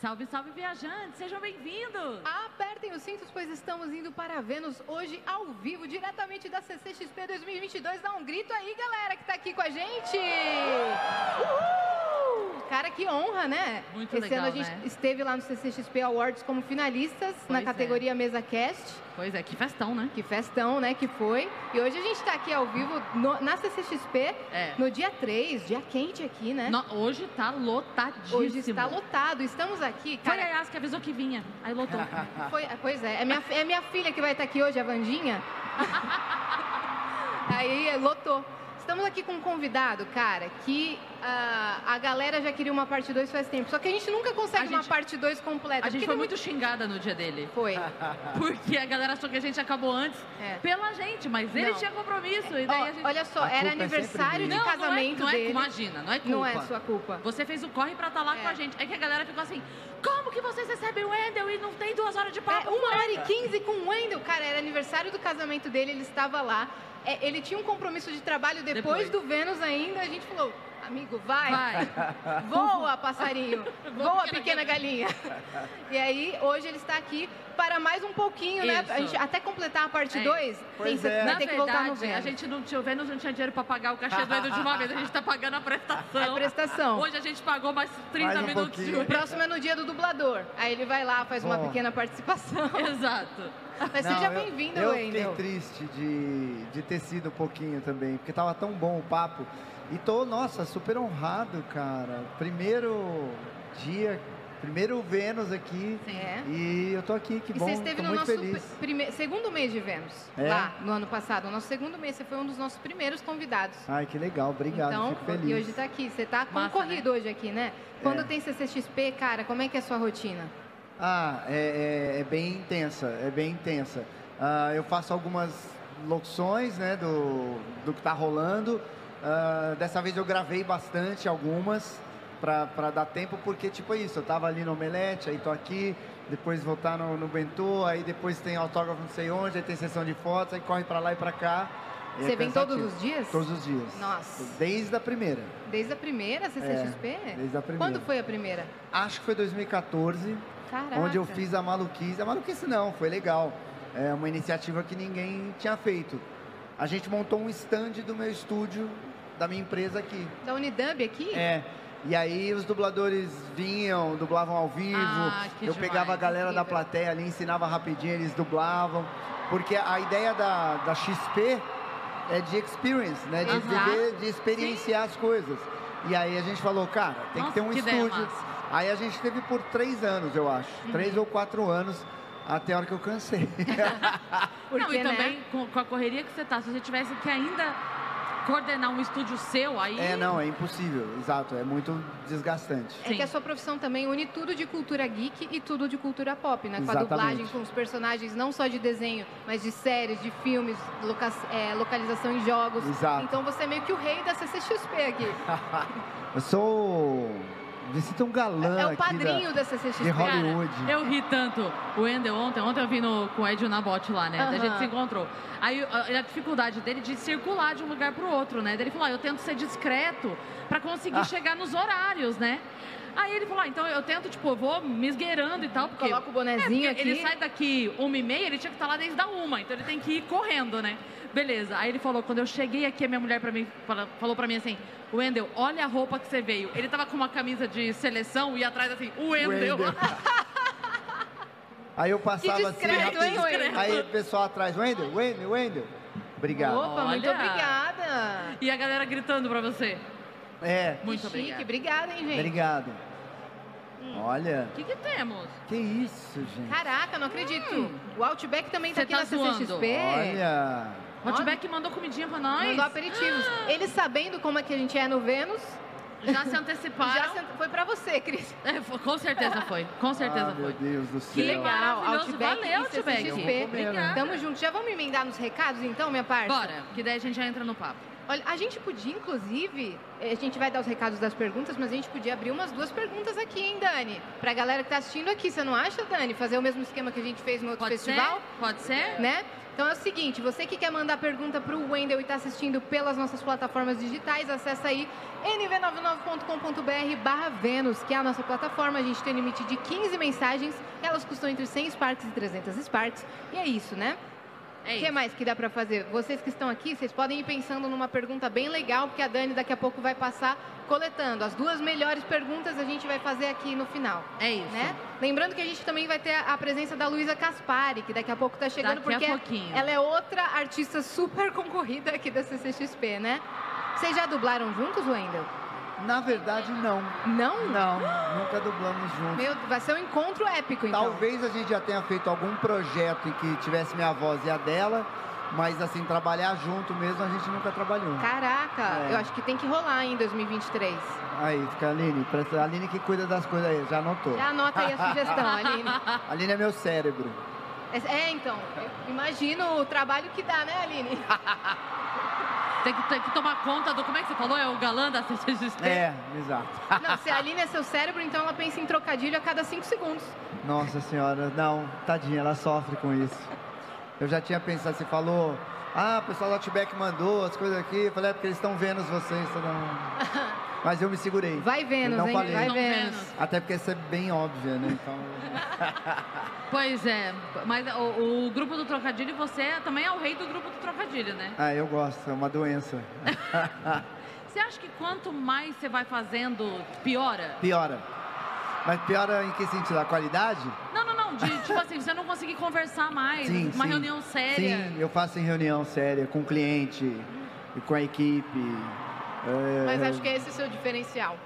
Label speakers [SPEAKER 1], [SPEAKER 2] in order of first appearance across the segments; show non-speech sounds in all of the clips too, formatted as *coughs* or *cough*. [SPEAKER 1] Salve, salve, viajantes! Sejam bem-vindos!
[SPEAKER 2] Apertem os cintos, pois estamos indo para Vênus hoje ao vivo, diretamente da CCXP 2022. Dá um grito aí, galera, que está aqui com a gente! Uhul! Cara, que honra, né?
[SPEAKER 1] Muito
[SPEAKER 2] Esse
[SPEAKER 1] legal,
[SPEAKER 2] ano a gente
[SPEAKER 1] né?
[SPEAKER 2] esteve lá no CCXP Awards como finalistas
[SPEAKER 1] Pois é.
[SPEAKER 2] na categoria Mesa Cast.
[SPEAKER 1] Pois é, que festão, né?
[SPEAKER 2] Que festão, né, que foi. E hoje a gente está aqui ao vivo no- na CCXP,
[SPEAKER 1] É.
[SPEAKER 2] no dia 3, dia quente aqui, né?
[SPEAKER 1] No- hoje tá lotadíssimo.
[SPEAKER 2] Hoje está lotado. Estamos aqui,
[SPEAKER 1] Foi
[SPEAKER 2] cara,
[SPEAKER 1] a Yas que avisou que vinha, aí
[SPEAKER 2] *laughs*
[SPEAKER 1] lotou.
[SPEAKER 2] Foi- pois é, é minha, é minha filha que vai estar aqui hoje, a Vandinha. *laughs* Aí é, lotou. Estamos aqui com um convidado, cara, que ah, a galera já queria uma parte 2 faz tempo. Só que a gente nunca consegue
[SPEAKER 1] A
[SPEAKER 2] uma
[SPEAKER 1] gente-
[SPEAKER 2] parte 2 completa.
[SPEAKER 1] a gente
[SPEAKER 2] porque
[SPEAKER 1] foi
[SPEAKER 2] não-
[SPEAKER 1] muito xingada no dia dele.
[SPEAKER 2] Foi.
[SPEAKER 1] Porque a galera achou que a gente acabou antes
[SPEAKER 2] É.
[SPEAKER 1] pela gente, mas ele
[SPEAKER 2] Não.
[SPEAKER 1] tinha compromisso. E daí
[SPEAKER 2] Ó,
[SPEAKER 1] Ah. a gente...
[SPEAKER 2] Olha só,
[SPEAKER 3] A
[SPEAKER 2] era
[SPEAKER 3] culpa é sempre
[SPEAKER 2] aniversário
[SPEAKER 3] minha.
[SPEAKER 2] de
[SPEAKER 1] não,
[SPEAKER 2] casamento
[SPEAKER 1] não é, não é,
[SPEAKER 2] dele.
[SPEAKER 1] Imagina, não é culpa.
[SPEAKER 2] Não é sua culpa.
[SPEAKER 1] Você fez o corre pra estar lá
[SPEAKER 2] É.
[SPEAKER 1] com a gente. É que a galera ficou assim, como que vocês recebem o Wendel e não tem duas horas de
[SPEAKER 2] É,
[SPEAKER 1] papo?
[SPEAKER 2] uma hora e quinze com o Wendel, cara, era aniversário do casamento dele, ele estava lá. É, ele tinha um compromisso de trabalho depois,
[SPEAKER 1] Depois.
[SPEAKER 2] do Vênus ainda, a gente falou, amigo,
[SPEAKER 1] Vai.
[SPEAKER 2] Voa,
[SPEAKER 1] *laughs*
[SPEAKER 2] passarinho! Voa, pequena galinha! E aí, hoje ele está aqui para mais um pouquinho, né?
[SPEAKER 1] Isso.
[SPEAKER 2] A gente, até completar a parte
[SPEAKER 1] É.
[SPEAKER 2] 2, tem,
[SPEAKER 3] Pois
[SPEAKER 2] você
[SPEAKER 3] é.
[SPEAKER 2] vai
[SPEAKER 1] Na
[SPEAKER 2] ter que voltar no
[SPEAKER 1] verdade,
[SPEAKER 2] Vênus.
[SPEAKER 1] a gente não tinha, o Vênus não tinha dinheiro pra pagar o cachê do Edu de uma vez, a gente tá pagando a prestação.
[SPEAKER 2] A prestação.
[SPEAKER 1] Hoje a gente pagou mais 30
[SPEAKER 3] Mais um
[SPEAKER 1] minutos de
[SPEAKER 3] pouquinho.
[SPEAKER 2] O próximo é no dia do dublador. Aí ele vai lá, faz uma
[SPEAKER 3] Bom.
[SPEAKER 2] pequena
[SPEAKER 3] *laughs*
[SPEAKER 2] participação.
[SPEAKER 1] um. Exato.
[SPEAKER 2] Mas
[SPEAKER 3] Não,
[SPEAKER 2] seja
[SPEAKER 3] eu-
[SPEAKER 2] bem-vindo,
[SPEAKER 3] Eu
[SPEAKER 2] Wendel.
[SPEAKER 3] fiquei triste de, de ter sido um pouquinho também, porque tava tão bom o papo. E tô, nossa, super honrado, cara. Primeiro dia, primeiro Vênus aqui.
[SPEAKER 2] É.
[SPEAKER 3] E eu tô aqui, que
[SPEAKER 2] E
[SPEAKER 3] bom.
[SPEAKER 2] você esteve
[SPEAKER 3] tô
[SPEAKER 2] no
[SPEAKER 3] muito
[SPEAKER 2] nosso
[SPEAKER 3] feliz.
[SPEAKER 2] pri- prime- segundo mês de Vênus,
[SPEAKER 3] É?
[SPEAKER 2] lá no ano passado. O nosso segundo mês, você foi um dos nossos primeiros convidados.
[SPEAKER 3] Ai, que legal, obrigado,
[SPEAKER 2] então,
[SPEAKER 3] fico feliz.
[SPEAKER 2] e hoje tá aqui. Você tá
[SPEAKER 1] Massa,
[SPEAKER 2] concorrido hoje aqui, né? Quando
[SPEAKER 3] É.
[SPEAKER 2] tem CCXP, cara, como é que é a sua rotina?
[SPEAKER 3] Ah, é, é- é bem intensa, é bem intensa. Ah, eu faço algumas locuções, né, do, do que tá rolando. Ah, dessa vez eu gravei bastante algumas para dar tempo, porque tipo é isso, eu tava ali no Omelete, aí tô aqui, depois voltar no, no Bentô, aí depois tem autógrafo não sei onde, aí tem sessão de fotos, aí corre para lá e para cá. E é
[SPEAKER 2] Você vem todos
[SPEAKER 3] cansativo.
[SPEAKER 2] os dias?
[SPEAKER 3] Todos os dias.
[SPEAKER 2] Nossa.
[SPEAKER 3] Desde a primeira.
[SPEAKER 2] Desde a primeira CCXP?
[SPEAKER 3] Desde a primeira.
[SPEAKER 2] Quando foi a primeira?
[SPEAKER 3] Acho que foi 2014.
[SPEAKER 2] Caraca.
[SPEAKER 3] onde eu fiz a maluquice. A maluquice não, foi legal. É uma iniciativa que ninguém tinha feito. A gente montou um stand do meu estúdio, da minha empresa aqui.
[SPEAKER 2] Da Unidub aqui?
[SPEAKER 3] É. E aí os dubladores vinham, dublavam ao vivo.
[SPEAKER 1] Ah, que
[SPEAKER 3] eu
[SPEAKER 1] demais,
[SPEAKER 3] pegava a galera da
[SPEAKER 2] incrível.
[SPEAKER 3] plateia ali, ensinava rapidinho, eles dublavam. Porque a ideia da, da XP é de experience, né? De
[SPEAKER 1] Exato.
[SPEAKER 3] viver, de experienciar as coisas. E aí a gente falou, cara, tem
[SPEAKER 1] Nossa,
[SPEAKER 3] que ter um
[SPEAKER 1] que ideia
[SPEAKER 3] estúdio.
[SPEAKER 1] massa.
[SPEAKER 3] Aí a gente teve por três anos, eu acho.
[SPEAKER 2] Uhum.
[SPEAKER 3] Três ou quatro anos, até a hora que eu cansei.
[SPEAKER 2] Porque,
[SPEAKER 1] não, e também
[SPEAKER 2] né?
[SPEAKER 1] com, com a correria que você tá, se você tivesse que ainda coordenar um estúdio seu, aí...
[SPEAKER 3] é, não, é impossível. Exato, é muito desgastante. *laughs*
[SPEAKER 2] É
[SPEAKER 1] Sim.
[SPEAKER 2] que a sua profissão também une tudo de cultura geek e tudo de cultura pop, né? Com a
[SPEAKER 3] Exatamente.
[SPEAKER 2] dublagem, com os personagens, não só de desenho, mas de séries, de filmes, loca- é, localização em jogos.
[SPEAKER 3] Exato.
[SPEAKER 2] Então você é meio que o rei da CCXP aqui.
[SPEAKER 3] Eu sou. Me sinto um galã.
[SPEAKER 2] é o
[SPEAKER 3] aqui da-
[SPEAKER 2] padrinho da, CCXP.
[SPEAKER 3] de Hollywood.
[SPEAKER 1] eu ri tanto. O Wendel ontem, ontem eu vim no, com o Ed Nabot lá, né? A
[SPEAKER 2] Aham.
[SPEAKER 1] gente se encontrou. Aí a, a dificuldade dele de circular de um lugar pro outro, né? Daí Ele falou, ah, eu tento ser discreto pra
[SPEAKER 2] Ah.
[SPEAKER 1] conseguir chegar nos horários, né? Aí ele falou, ah, então eu tento, tipo, eu vou me esgueirando e tal, porque...
[SPEAKER 2] Coloca o bonezinho
[SPEAKER 1] É, porque
[SPEAKER 2] aqui.
[SPEAKER 1] Ele sai daqui uma e meia, ele tinha que estar lá desde a uma, então ele tem que ir correndo, né? Beleza. Aí ele falou, quando eu cheguei aqui, a minha mulher pra mim, fala- falou pra mim assim, Wendel, olha a roupa que você veio. Ele tava com uma camisa de seleção e atrás assim, Wendel.
[SPEAKER 2] *laughs*
[SPEAKER 3] Wendel. Aí eu
[SPEAKER 2] Que
[SPEAKER 3] passava assim.
[SPEAKER 2] discreto, hein,
[SPEAKER 3] rapidinho.
[SPEAKER 2] Wendel?
[SPEAKER 3] Aí o pessoal atrás, Wendel, Wendel, Wendel. Obrigado.
[SPEAKER 2] Opa, muito
[SPEAKER 1] Olha.
[SPEAKER 2] obrigada.
[SPEAKER 1] E a galera gritando pra você.
[SPEAKER 3] É,
[SPEAKER 1] Muito
[SPEAKER 2] que
[SPEAKER 1] obrigada.
[SPEAKER 2] chique, obrigada, hein, gente? Hum.
[SPEAKER 3] obrigado. Olha,
[SPEAKER 1] O que, que temos?
[SPEAKER 3] que isso, gente.
[SPEAKER 2] Caraca, não acredito. O Outback também tá
[SPEAKER 1] Hum. Cê
[SPEAKER 2] aqui
[SPEAKER 1] tá
[SPEAKER 2] na
[SPEAKER 1] zoando.
[SPEAKER 2] CCXP.
[SPEAKER 3] Olha.
[SPEAKER 1] O Outback mandou comidinha pra nós.
[SPEAKER 2] Mandou aperitivos.
[SPEAKER 1] Ah.
[SPEAKER 2] Eles sabendo como é que a gente é no Vênus,
[SPEAKER 1] Já se anteciparam.
[SPEAKER 2] já sent- foi pra você, Cris.
[SPEAKER 1] É, foi- com certeza foi. Com certeza
[SPEAKER 3] ah,
[SPEAKER 1] foi.
[SPEAKER 3] meu Deus do céu.
[SPEAKER 1] Que legal.
[SPEAKER 2] Legal,
[SPEAKER 1] Maravilhoso.
[SPEAKER 2] Outback
[SPEAKER 1] Valeu,
[SPEAKER 2] e
[SPEAKER 1] Outback.
[SPEAKER 2] CCXP.
[SPEAKER 3] Eu vou comer, né?
[SPEAKER 1] Obrigada.
[SPEAKER 2] Tamo junto. Já vamos emendar nos recados, então, minha parça?
[SPEAKER 1] Bora, que daí a gente já entra no papo.
[SPEAKER 2] Olha, a gente podia, inclusive, eh, a gente vai dar os recados das perguntas, mas a gente podia abrir umas duas perguntas aqui, hein, Dani? Pra galera que tá assistindo aqui, você não acha, Dani? Fazer o mesmo esquema que a gente fez no outro
[SPEAKER 1] Pode
[SPEAKER 2] festival?
[SPEAKER 1] ser? Pode ser?
[SPEAKER 2] né? Então é o seguinte, você que quer mandar pergunta para o Wendel e está assistindo pelas nossas plataformas digitais, acessa aí nv99.com.br barra Vênus, que é a nossa plataforma. A gente tem limite de 15 mensagens, elas custam entre 100 Sparks e 300 Sparks. E é isso, né?
[SPEAKER 1] É
[SPEAKER 2] O
[SPEAKER 1] isso.
[SPEAKER 2] que mais que dá para fazer? Vocês que estão aqui, vocês podem ir pensando numa pergunta bem legal, porque a Dani daqui a pouco vai passar coletando. As duas melhores perguntas a gente vai fazer aqui no final
[SPEAKER 1] É isso.
[SPEAKER 2] né? Lembrando que a gente também vai ter a presença da Luísa Caspari, que daqui a pouco tá chegando,
[SPEAKER 1] Daqui a
[SPEAKER 2] porque
[SPEAKER 1] pouquinho.
[SPEAKER 2] ela é outra artista super concorrida aqui da CCXP, né? Vocês já dublaram juntos, Wendel?
[SPEAKER 3] Na verdade, não.
[SPEAKER 2] Não?
[SPEAKER 3] Não, nunca dublamos juntos.
[SPEAKER 2] Meu, vai ser um encontro épico, então.
[SPEAKER 3] Talvez a gente já tenha feito algum projeto em que tivesse minha voz e a dela, mas assim, trabalhar junto mesmo, a gente nunca trabalhou.
[SPEAKER 2] Caraca,
[SPEAKER 3] É.
[SPEAKER 2] eu acho que tem que rolar em 2023.
[SPEAKER 3] Aí, fica a Aline. presta- A Aline que cuida das coisas aí, já anotou.
[SPEAKER 2] Já anota aí a
[SPEAKER 3] *laughs*
[SPEAKER 2] sugestão, Aline.
[SPEAKER 3] A Aline é meu cérebro.
[SPEAKER 2] É, então, eu imagino o trabalho que dá, né, Aline?
[SPEAKER 1] Tem que, tem que tomar conta do. Como é que você falou? É o galã da CCXP?
[SPEAKER 3] É, exato.
[SPEAKER 2] Não, se a Aline é seu cérebro, então ela pensa em trocadilho a cada cinco segundos.
[SPEAKER 3] Nossa senhora, não, tadinha, ela sofre com isso. Eu já tinha pensado, você falou, ah, o pessoal do Outback mandou as coisas aqui. Eu falei, é porque eles estão vendo vocês,
[SPEAKER 2] *laughs*
[SPEAKER 3] você não. Mas eu me segurei.
[SPEAKER 2] Vai vendo,
[SPEAKER 3] Eu não
[SPEAKER 2] hein?
[SPEAKER 3] falei.
[SPEAKER 2] Vai
[SPEAKER 1] Não
[SPEAKER 2] vendo.
[SPEAKER 1] Vênus.
[SPEAKER 3] Até porque isso é bem óbvio, né? Então.
[SPEAKER 1] Pois é. Mas o, o grupo do trocadilho, você também é o rei do grupo do trocadilho, né?
[SPEAKER 3] Ah, eu gosto, é uma doença.
[SPEAKER 1] Você acha que quanto mais você vai fazendo, piora?
[SPEAKER 3] Piora. Mas piora em que sentido? A qualidade?
[SPEAKER 1] Não, não, não. De, tipo assim, você não conseguir conversar mais.
[SPEAKER 3] Sim,
[SPEAKER 1] É, uma
[SPEAKER 3] sim.
[SPEAKER 1] reunião séria.
[SPEAKER 3] Sim, eu faço em reunião séria, com o cliente, e com a equipe. É,
[SPEAKER 2] Mas acho que esse é o seu
[SPEAKER 3] *laughs*
[SPEAKER 2] diferencial.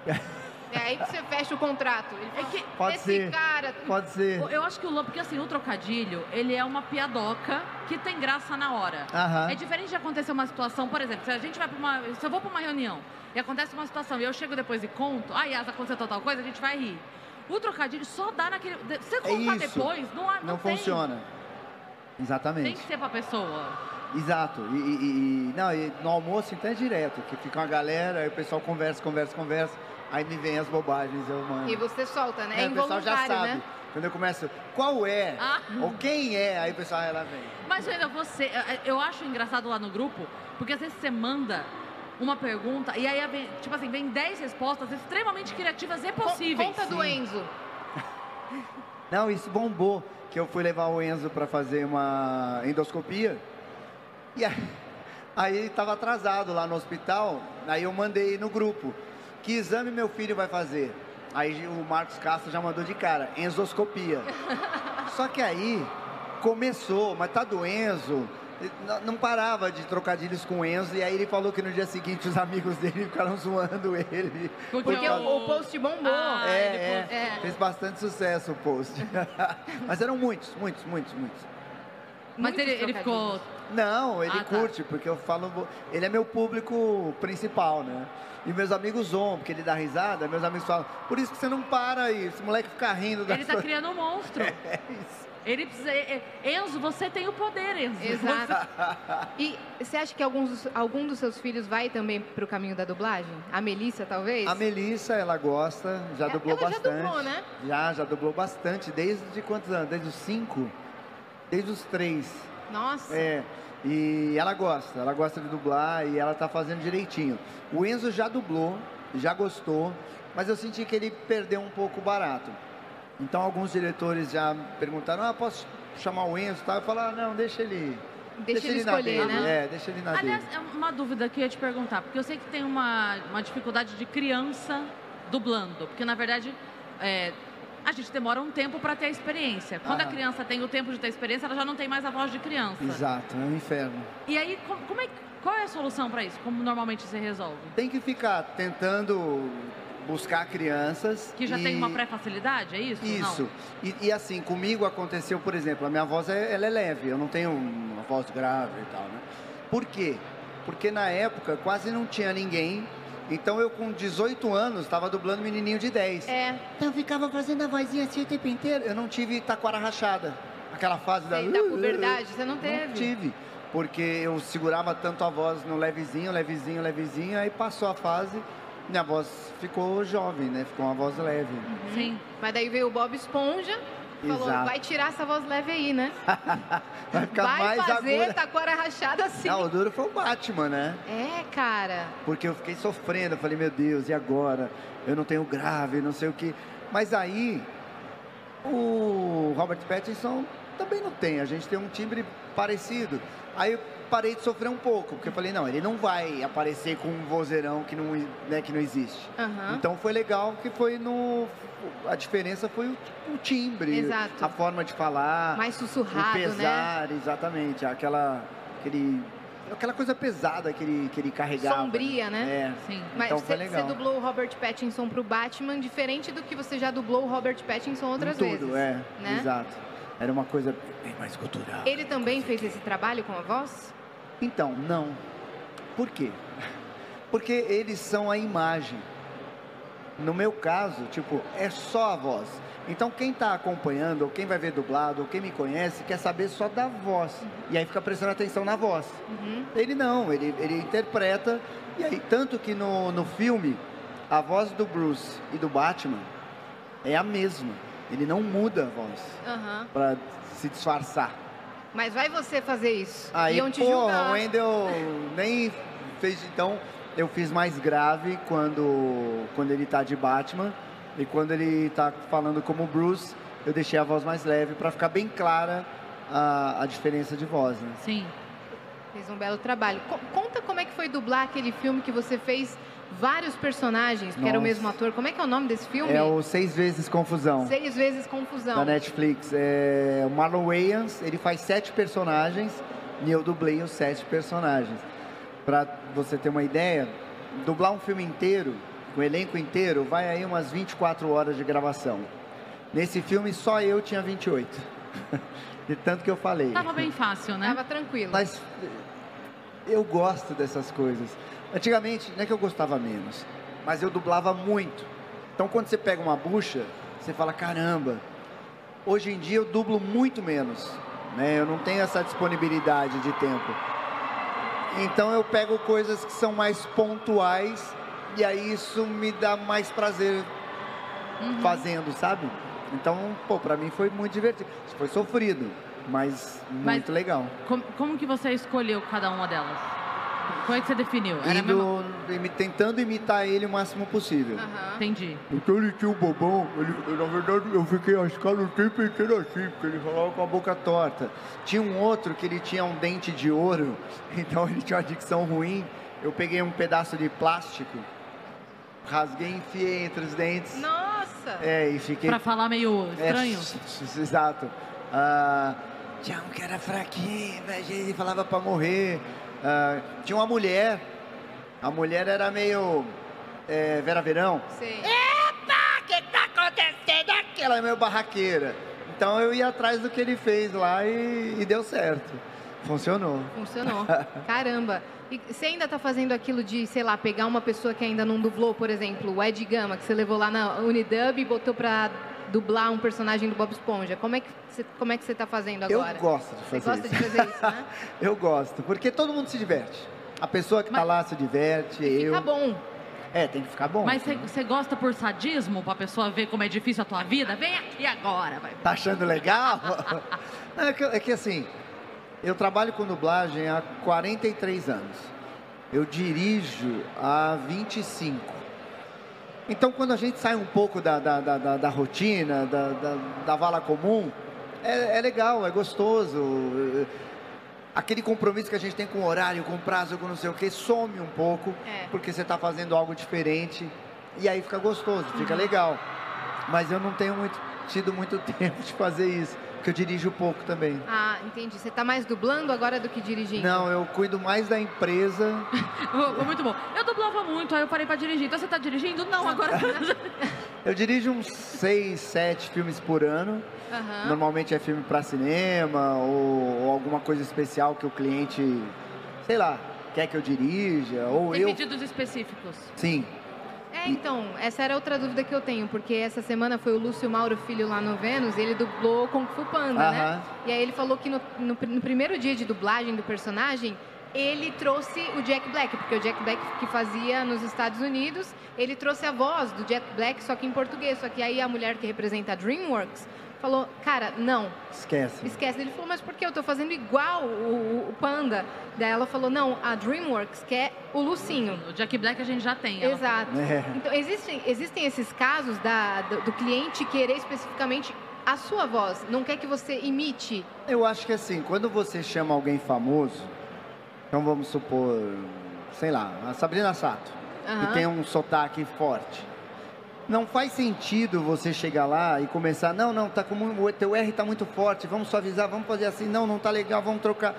[SPEAKER 2] É aí que você fecha o contrato. Ele fala,
[SPEAKER 1] É que-
[SPEAKER 3] Pode
[SPEAKER 2] esse
[SPEAKER 3] ser.
[SPEAKER 2] cara.
[SPEAKER 3] Pode ser.
[SPEAKER 1] Eu- Eu acho que o lo- porque assim, o trocadilho, ele é uma piadoca que tem graça na hora.
[SPEAKER 3] Aham.
[SPEAKER 1] É diferente de acontecer uma situação, por exemplo, se a gente vai pra uma. Se eu vou pra uma reunião e acontece uma situação e eu chego depois e conto, ah, Yas, aconteceu tal, tal coisa, a gente vai rir. O trocadilho só dá naquele. de- Se você
[SPEAKER 3] É
[SPEAKER 1] contar
[SPEAKER 3] isso.
[SPEAKER 1] depois, não, há-
[SPEAKER 3] Não
[SPEAKER 1] tem.
[SPEAKER 3] funciona. Exatamente.
[SPEAKER 1] Tem que ser pra pessoa.
[SPEAKER 3] Exato. E, e- e- não, e no almoço então é direto, que fica uma galera, aí o pessoal conversa, conversa, conversa, aí me vem as bobagens, eu mando.
[SPEAKER 2] E você solta, né? É,
[SPEAKER 3] É, o pessoal
[SPEAKER 2] involuntário,
[SPEAKER 3] já sabe.
[SPEAKER 2] né?
[SPEAKER 3] Quando eu começo, qual é?
[SPEAKER 1] Ah.
[SPEAKER 3] Ou quem é? Aí o pessoal, ah, ela vem.
[SPEAKER 1] Mas ainda você. Eu acho engraçado lá no grupo, porque às vezes você manda uma pergunta e aí, vem- tipo assim, vem 10 respostas extremamente criativas e
[SPEAKER 2] Con-
[SPEAKER 1] possíveis.
[SPEAKER 2] Conta do Enzo.
[SPEAKER 3] Não, isso bombou, que eu fui levar o Enzo para fazer uma endoscopia. E aí, aí ele estava atrasado lá no hospital, aí eu mandei no grupo. Que exame meu filho vai fazer? Aí o Marcos Castro já mandou de cara, enzoscopia. Só que aí começou, mas tá do Enzo. n- Não parava de trocadilhos com o Enzo, e aí ele falou que no dia seguinte os amigos dele ficaram *laughs* zoando ele.
[SPEAKER 1] Porque
[SPEAKER 3] por
[SPEAKER 2] Porque
[SPEAKER 3] causa-
[SPEAKER 2] o, o post bombou. *laughs*
[SPEAKER 1] Ah, ele
[SPEAKER 3] é,
[SPEAKER 1] postou.
[SPEAKER 3] é, fez bastante sucesso o post. *laughs* Mas eram muitos, muitos, muitos, muitos.
[SPEAKER 1] Mas
[SPEAKER 2] Muitos
[SPEAKER 1] ele, ele ficou.
[SPEAKER 2] trocadilhos.
[SPEAKER 3] Não, ele
[SPEAKER 1] Ah, tá.
[SPEAKER 3] curte, porque eu falo. bo- Ele é meu público principal, né? E meus amigos zoam, porque ele dá risada, meus amigos falam, por isso que você não para aí, esse moleque fica rindo das *laughs*
[SPEAKER 1] Ele tá criando um monstro.
[SPEAKER 3] coisas."
[SPEAKER 1] Ele precisa. é- é- Enzo, você tem o poder, Enzo.
[SPEAKER 2] *laughs*
[SPEAKER 3] *laughs*
[SPEAKER 2] Exato. E você acha que alguns, dos- algum dos seus filhos vai também pro caminho da dublagem? A Melissa, talvez?
[SPEAKER 3] A Melissa, ela gosta, já
[SPEAKER 2] Ela-
[SPEAKER 3] dublou
[SPEAKER 2] ela já
[SPEAKER 3] bastante.
[SPEAKER 2] dublou, né?
[SPEAKER 3] Já, já dublou bastante. Desde quantos anos? Desde os cinco? Desde os três.
[SPEAKER 2] Nossa.
[SPEAKER 3] É, e ela gosta, ela gosta de dublar e ela tá fazendo direitinho. O Enzo já dublou, já gostou, mas eu senti que ele perdeu um pouco o barato. Então alguns diretores já perguntaram: ah, posso chamar o Enzo? e tal? Eu falo: ah, não, deixa ele.
[SPEAKER 2] Deixa ele
[SPEAKER 3] na
[SPEAKER 2] escolher,
[SPEAKER 3] dele,
[SPEAKER 2] né?
[SPEAKER 3] É, deixa ele na
[SPEAKER 1] Aliás,
[SPEAKER 3] dele.
[SPEAKER 1] é uma dúvida que eu ia te perguntar, porque eu sei que tem uma, uma dificuldade de criança dublando. Porque, na verdade, é, a gente demora um tempo pra ter a experiência. Quando a
[SPEAKER 3] Aham.
[SPEAKER 1] criança tem o tempo de ter a experiência, ela já não tem mais a voz de criança.
[SPEAKER 3] Exato, é um inferno.
[SPEAKER 1] E aí, com- como, é, que- qual é a solução pra isso? Como normalmente se resolve?
[SPEAKER 3] Tem que ficar tentando buscar crianças.
[SPEAKER 1] Que já
[SPEAKER 3] e-
[SPEAKER 1] tem uma pré-facilidade, é isso?
[SPEAKER 3] Isso.
[SPEAKER 1] Não.
[SPEAKER 3] E, e assim, comigo aconteceu, por exemplo, a minha voz é, ela é leve, eu não tenho uma voz grave e tal, né? Por quê? Porque na época quase não tinha ninguém, então eu com 18 anos estava dublando menininho de 10.
[SPEAKER 2] É.
[SPEAKER 3] Então eu ficava fazendo a vozinha assim o tempo inteiro. Eu não tive taquara rachada, aquela fase da... Uh,
[SPEAKER 2] Sei, da puberdade, você não teve.
[SPEAKER 3] Não tive. porque eu segurava tanto a voz no levezinho, levezinho, levezinho, aí passou a fase, minha voz ficou jovem, né? Ficou uma voz leve.
[SPEAKER 1] Sim.
[SPEAKER 2] Mas daí veio o Bob Esponja, falou,
[SPEAKER 3] Exato.
[SPEAKER 2] vai tirar essa voz leve aí, né?
[SPEAKER 3] Vai ficar
[SPEAKER 2] vai
[SPEAKER 3] mais
[SPEAKER 2] fazer
[SPEAKER 3] aguda.
[SPEAKER 2] taquara rachada assim.
[SPEAKER 3] Ah, o duro foi o Batman, né?
[SPEAKER 2] É, cara.
[SPEAKER 3] Porque eu fiquei sofrendo, eu falei, meu Deus, e agora? Eu não tenho grave, não sei o que. Mas aí, o Robert Pattinson também não tem, a gente tem um timbre parecido. Aí eu parei de sofrer um pouco, porque eu falei, não, ele não vai aparecer com um vozeirão que não, né, que não existe.
[SPEAKER 2] Aham.
[SPEAKER 3] Então foi legal que foi no... A diferença foi o, o timbre,
[SPEAKER 2] Exato.
[SPEAKER 3] a forma de falar,
[SPEAKER 2] Mais
[SPEAKER 3] o
[SPEAKER 2] sussurrado, né?
[SPEAKER 3] pesar, exatamente. Aquela, aquele, aquela coisa pesada que ele, que ele carregava. né?
[SPEAKER 2] Sombria, né?
[SPEAKER 3] É,
[SPEAKER 1] Sim.
[SPEAKER 2] Mas
[SPEAKER 3] Então
[SPEAKER 2] você,
[SPEAKER 3] foi
[SPEAKER 2] você
[SPEAKER 3] legal.
[SPEAKER 2] dublou o Robert Pattinson pro Batman, diferente do que você já dublou o Robert Pattinson outras
[SPEAKER 3] em tudo,
[SPEAKER 2] vezes.
[SPEAKER 3] é,
[SPEAKER 2] né?
[SPEAKER 3] exato. Era uma coisa bem mais cultural.
[SPEAKER 2] Ele também fez esse trabalho com a voz?
[SPEAKER 3] Então, não. Por quê? Porque eles são a imagem. No meu caso, tipo, é só a voz. Então, quem está acompanhando, ou quem vai ver dublado, ou quem me conhece, quer saber só da voz. E aí fica prestando atenção na voz.
[SPEAKER 2] Uhum.
[SPEAKER 3] Ele não, ele, ele interpreta. E aí, tanto que no, no filme, a voz do Bruce e do Batman é a mesma. Ele não muda a voz
[SPEAKER 2] Aham.
[SPEAKER 3] para se disfarçar.
[SPEAKER 2] Mas vai você fazer isso.
[SPEAKER 3] Aí,
[SPEAKER 2] Iam te
[SPEAKER 3] porra,
[SPEAKER 2] julgar.
[SPEAKER 3] o Wendel nem fez. Então, eu fiz mais grave quando, quando ele tá de Batman. E quando ele tá falando como Bruce, eu deixei a voz mais leve para ficar bem clara a, a diferença de voz, né?
[SPEAKER 1] Sim.
[SPEAKER 2] Fez um belo trabalho. Co- conta como é que foi dublar aquele filme que você fez vários personagens, que era o
[SPEAKER 3] Nossa.
[SPEAKER 2] mesmo ator. Como é que é o nome desse filme?
[SPEAKER 3] É o Seis Vezes Confusão.
[SPEAKER 2] Seis vezes confusão.
[SPEAKER 3] da Netflix. É, o Marlon Wayans, ele faz sete personagens e eu dublei os sete personagens. Pra você ter uma ideia, dublar um filme inteiro, com o elenco inteiro, vai aí umas 24 horas de gravação. Nesse filme, só eu tinha 28. *laughs* De tanto que eu falei.
[SPEAKER 1] Tava bem fácil, né?
[SPEAKER 2] Tava tranquilo.
[SPEAKER 3] Mas eh, eu gosto dessas coisas. Antigamente, não é que eu gostava menos, mas eu dublava muito. Então, quando você pega uma bucha, você fala, caramba, hoje em dia eu dublo muito menos. Né? Eu não tenho essa disponibilidade de tempo. Então, eu pego coisas que são mais pontuais e aí isso me dá mais prazer fazendo, sabe? Então, pô, pra mim foi muito divertido. Foi sofrido, mas muito legal.
[SPEAKER 1] Como, como que você escolheu cada uma delas? Como é que você definiu? Era a mesma...
[SPEAKER 3] indo, imi- tentando imitar ele o máximo possível.
[SPEAKER 2] Aham.
[SPEAKER 1] Entendi.
[SPEAKER 3] Então ele tinha um bobão, ele, eu, na verdade eu fiquei arriscado o tempo inteiro assim, porque ele falava com a boca torta. Tinha um outro que ele tinha um dente de ouro, *laughs* então ele tinha uma dicção ruim. Eu peguei um pedaço de plástico, rasguei e enfiei entre os dentes.
[SPEAKER 2] Nossa!
[SPEAKER 3] É, e fiquei
[SPEAKER 1] Pra falar meio
[SPEAKER 3] é, *laughs*
[SPEAKER 1] estranho.
[SPEAKER 3] s- s- s- Exato. Ah, tinha um que era fraquinho, mas ele falava pra morrer. Ah, tinha uma mulher. A mulher era meio. é, Vera Verão.
[SPEAKER 2] Sei.
[SPEAKER 3] O que tá acontecendo aqui? Ela é meio barraqueira. Então eu ia atrás do que ele fez lá e, e deu certo. Funcionou.
[SPEAKER 2] Funcionou. Caramba. E você ainda tá fazendo aquilo de, sei lá, pegar uma pessoa que ainda não dublou, por exemplo, o Ed Gama, que você levou lá na Unidub e botou pra dublar um personagem do Bob Esponja. Como é que você, como é que você tá fazendo agora?
[SPEAKER 3] Eu gosto de
[SPEAKER 2] Você
[SPEAKER 3] fazer
[SPEAKER 2] gosta
[SPEAKER 3] isso.
[SPEAKER 2] de fazer isso,
[SPEAKER 3] *laughs*
[SPEAKER 2] né?
[SPEAKER 3] Eu gosto, porque todo mundo se diverte. A pessoa que tá
[SPEAKER 1] Mas-
[SPEAKER 3] lá se diverte,
[SPEAKER 2] Fica
[SPEAKER 3] eu.
[SPEAKER 2] tá bom.
[SPEAKER 3] É, tem que ficar bom.
[SPEAKER 1] Mas você- você gosta por sadismo, pra pessoa ver como é difícil a tua vida? Vem aqui agora, vai.
[SPEAKER 3] Tá achando legal? *laughs* Não, é, que, é que assim, eu trabalho com dublagem há 43 anos. Eu dirijo há 25. Então, quando a gente sai um pouco da, da, da, da- da rotina, da, da, da vala comum, é, é legal, é gostoso. Aquele compromisso que a gente tem com o horário, com o prazo, com não sei o quê, some um pouco
[SPEAKER 2] É.
[SPEAKER 3] porque você está fazendo algo diferente e aí fica gostoso, fica legal. Mas eu não tenho muito- tido muito *laughs* tempo de fazer isso, porque eu dirijo pouco também.
[SPEAKER 2] Ah, entendi. Você tá mais dublando agora do que dirigindo?
[SPEAKER 3] Não, eu cuido mais da empresa.
[SPEAKER 1] Foi foi muito bom. Eu dublava muito, aí eu parei pra dirigir. Então você tá dirigindo? Não, agora.
[SPEAKER 3] Eu dirijo uns seis, sete filmes por ano.
[SPEAKER 2] Aham.
[SPEAKER 3] Normalmente é filme para cinema ou, ou alguma coisa especial que o cliente, sei lá, quer que eu dirija ou
[SPEAKER 1] Tem
[SPEAKER 3] eu.
[SPEAKER 1] pedidos específicos.
[SPEAKER 3] Sim.
[SPEAKER 2] É, então, essa era outra dúvida que eu tenho, porque essa semana foi o Lúcio Mauro Filho lá no Vênus, e ele dublou Kung Fu Panda, né?
[SPEAKER 3] Aham.
[SPEAKER 2] E aí ele falou que no, no pr- no primeiro dia de dublagem do personagem, ele trouxe o Jack Black, porque o Jack Black que fazia nos Estados Unidos, ele trouxe a voz do Jack Black, só que em português. Só que aí a mulher que representa a DreamWorks falou, cara, não,
[SPEAKER 3] Esquece.
[SPEAKER 2] Esquece. Ele falou, mas por que eu tô fazendo igual o, o- o Panda? Daí ela falou, não, a DreamWorks quer o Lucinho.
[SPEAKER 1] O Jack Black a gente já tem. ela-
[SPEAKER 2] Exato.
[SPEAKER 3] É.
[SPEAKER 2] Então, existem, existem esses casos da, do, do cliente querer especificamente a sua voz, não quer que você imite.
[SPEAKER 3] Eu acho que assim, quando você chama alguém famoso, então vamos supor, sei lá, a Sabrina Sato,
[SPEAKER 2] Aham.
[SPEAKER 3] que tem um sotaque forte. Não faz sentido você chegar lá e começar, não, não, tá com mu- o teu R tá muito forte, vamos suavizar, vamos fazer assim, não, não tá legal, vamos trocar.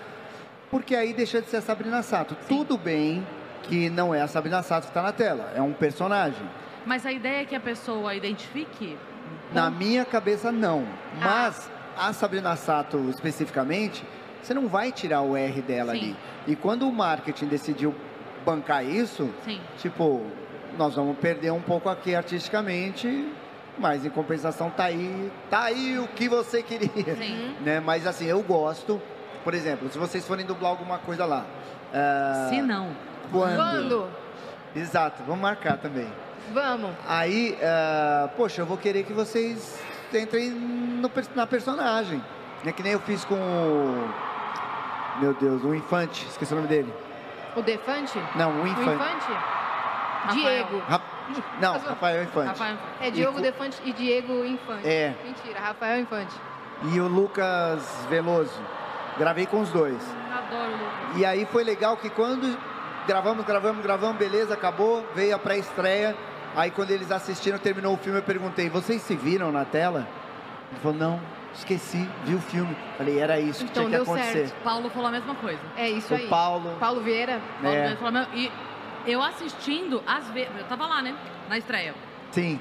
[SPEAKER 3] Porque aí deixa de ser a Sabrina Sato. Tudo bem que não é a Sabrina Sato que tá na tela, é um personagem.
[SPEAKER 1] Mas a ideia é que a pessoa identifique.
[SPEAKER 3] Na minha cabeça, não. Mas a Sabrina Sato, especificamente, você não vai tirar o R dela
[SPEAKER 1] Sim.
[SPEAKER 3] ali. E quando o marketing decidiu bancar isso,
[SPEAKER 1] Sim.
[SPEAKER 3] tipo, nós vamos perder um pouco aqui artisticamente, mas em compensação tá aí, tá aí o que você queria. *laughs*
[SPEAKER 1] Sim.
[SPEAKER 3] Né? Mas assim, eu gosto, por exemplo, se vocês forem dublar alguma coisa lá. ah,
[SPEAKER 1] Se não.
[SPEAKER 2] Quando?
[SPEAKER 3] Exato, vamos marcar também.
[SPEAKER 2] Vamos.
[SPEAKER 3] Aí, ah, poxa, eu vou querer que vocês entrem no per- na personagem. É que nem eu fiz com o. Meu Deus, o Infante, esqueci o nome dele.
[SPEAKER 2] O Defante?
[SPEAKER 3] Não, o
[SPEAKER 2] O
[SPEAKER 3] Infante.
[SPEAKER 2] Infante? Diego.
[SPEAKER 3] Rap-
[SPEAKER 2] *laughs*
[SPEAKER 3] Não, Rafael Infante.
[SPEAKER 1] Rafael,
[SPEAKER 2] É Diogo
[SPEAKER 3] E co-
[SPEAKER 2] Defante e Diego Infante.
[SPEAKER 3] É.
[SPEAKER 2] Mentira, Rafael Infante.
[SPEAKER 3] E o Lucas Veloso. Gravei com os dois.
[SPEAKER 1] adoro o Lucas.
[SPEAKER 3] E aí foi legal que quando gravamos, gravamos, gravamos, beleza, acabou, veio a pré-estreia. Aí quando eles assistiram, terminou o filme, eu perguntei, vocês se viram na tela? Ele falou, não, esqueci, vi o filme. Falei, era isso que
[SPEAKER 2] Então
[SPEAKER 3] tinha
[SPEAKER 2] deu
[SPEAKER 3] que acontecer.
[SPEAKER 2] certo.
[SPEAKER 1] Paulo falou a mesma coisa.
[SPEAKER 2] É isso aí.
[SPEAKER 3] O Paulo,
[SPEAKER 2] Paulo Vieira.
[SPEAKER 1] Paulo
[SPEAKER 3] É.
[SPEAKER 1] mesmo falou a mesma- E eu assistindo, às vezes. Eu tava lá, né? Na estreia.
[SPEAKER 3] sim,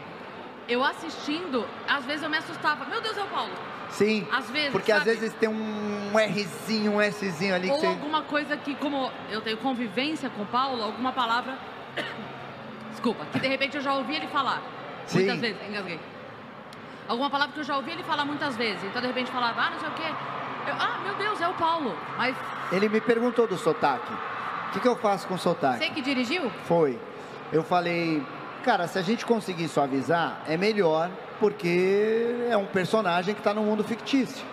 [SPEAKER 1] Eu assistindo, às vezes eu me assustava. Meu Deus, é o Paulo.
[SPEAKER 3] sim.
[SPEAKER 2] Ah,
[SPEAKER 1] Às vezes.
[SPEAKER 3] Porque às
[SPEAKER 1] sabe?
[SPEAKER 3] vezes tem um Rzinho, um Szinho ali que
[SPEAKER 1] Ou
[SPEAKER 3] você...
[SPEAKER 1] alguma coisa que, como eu tenho convivência com o Paulo, alguma palavra. *coughs* Desculpa, que de repente eu já ouvi ele falar.
[SPEAKER 3] Sim.
[SPEAKER 1] Muitas vezes, engasguei. Alguma palavra que eu já ouvi ele falar muitas vezes. Então, de repente, falava, ah, não sei o quê. Eu, ah, meu Deus, é o Paulo. Mas
[SPEAKER 3] Ele me perguntou do sotaque. O que, que eu faço com sotaque?
[SPEAKER 2] Você que dirigiu?
[SPEAKER 3] Foi. Eu falei, cara, se a gente conseguir suavizar, é melhor, porque é um personagem que está num mundo fictício.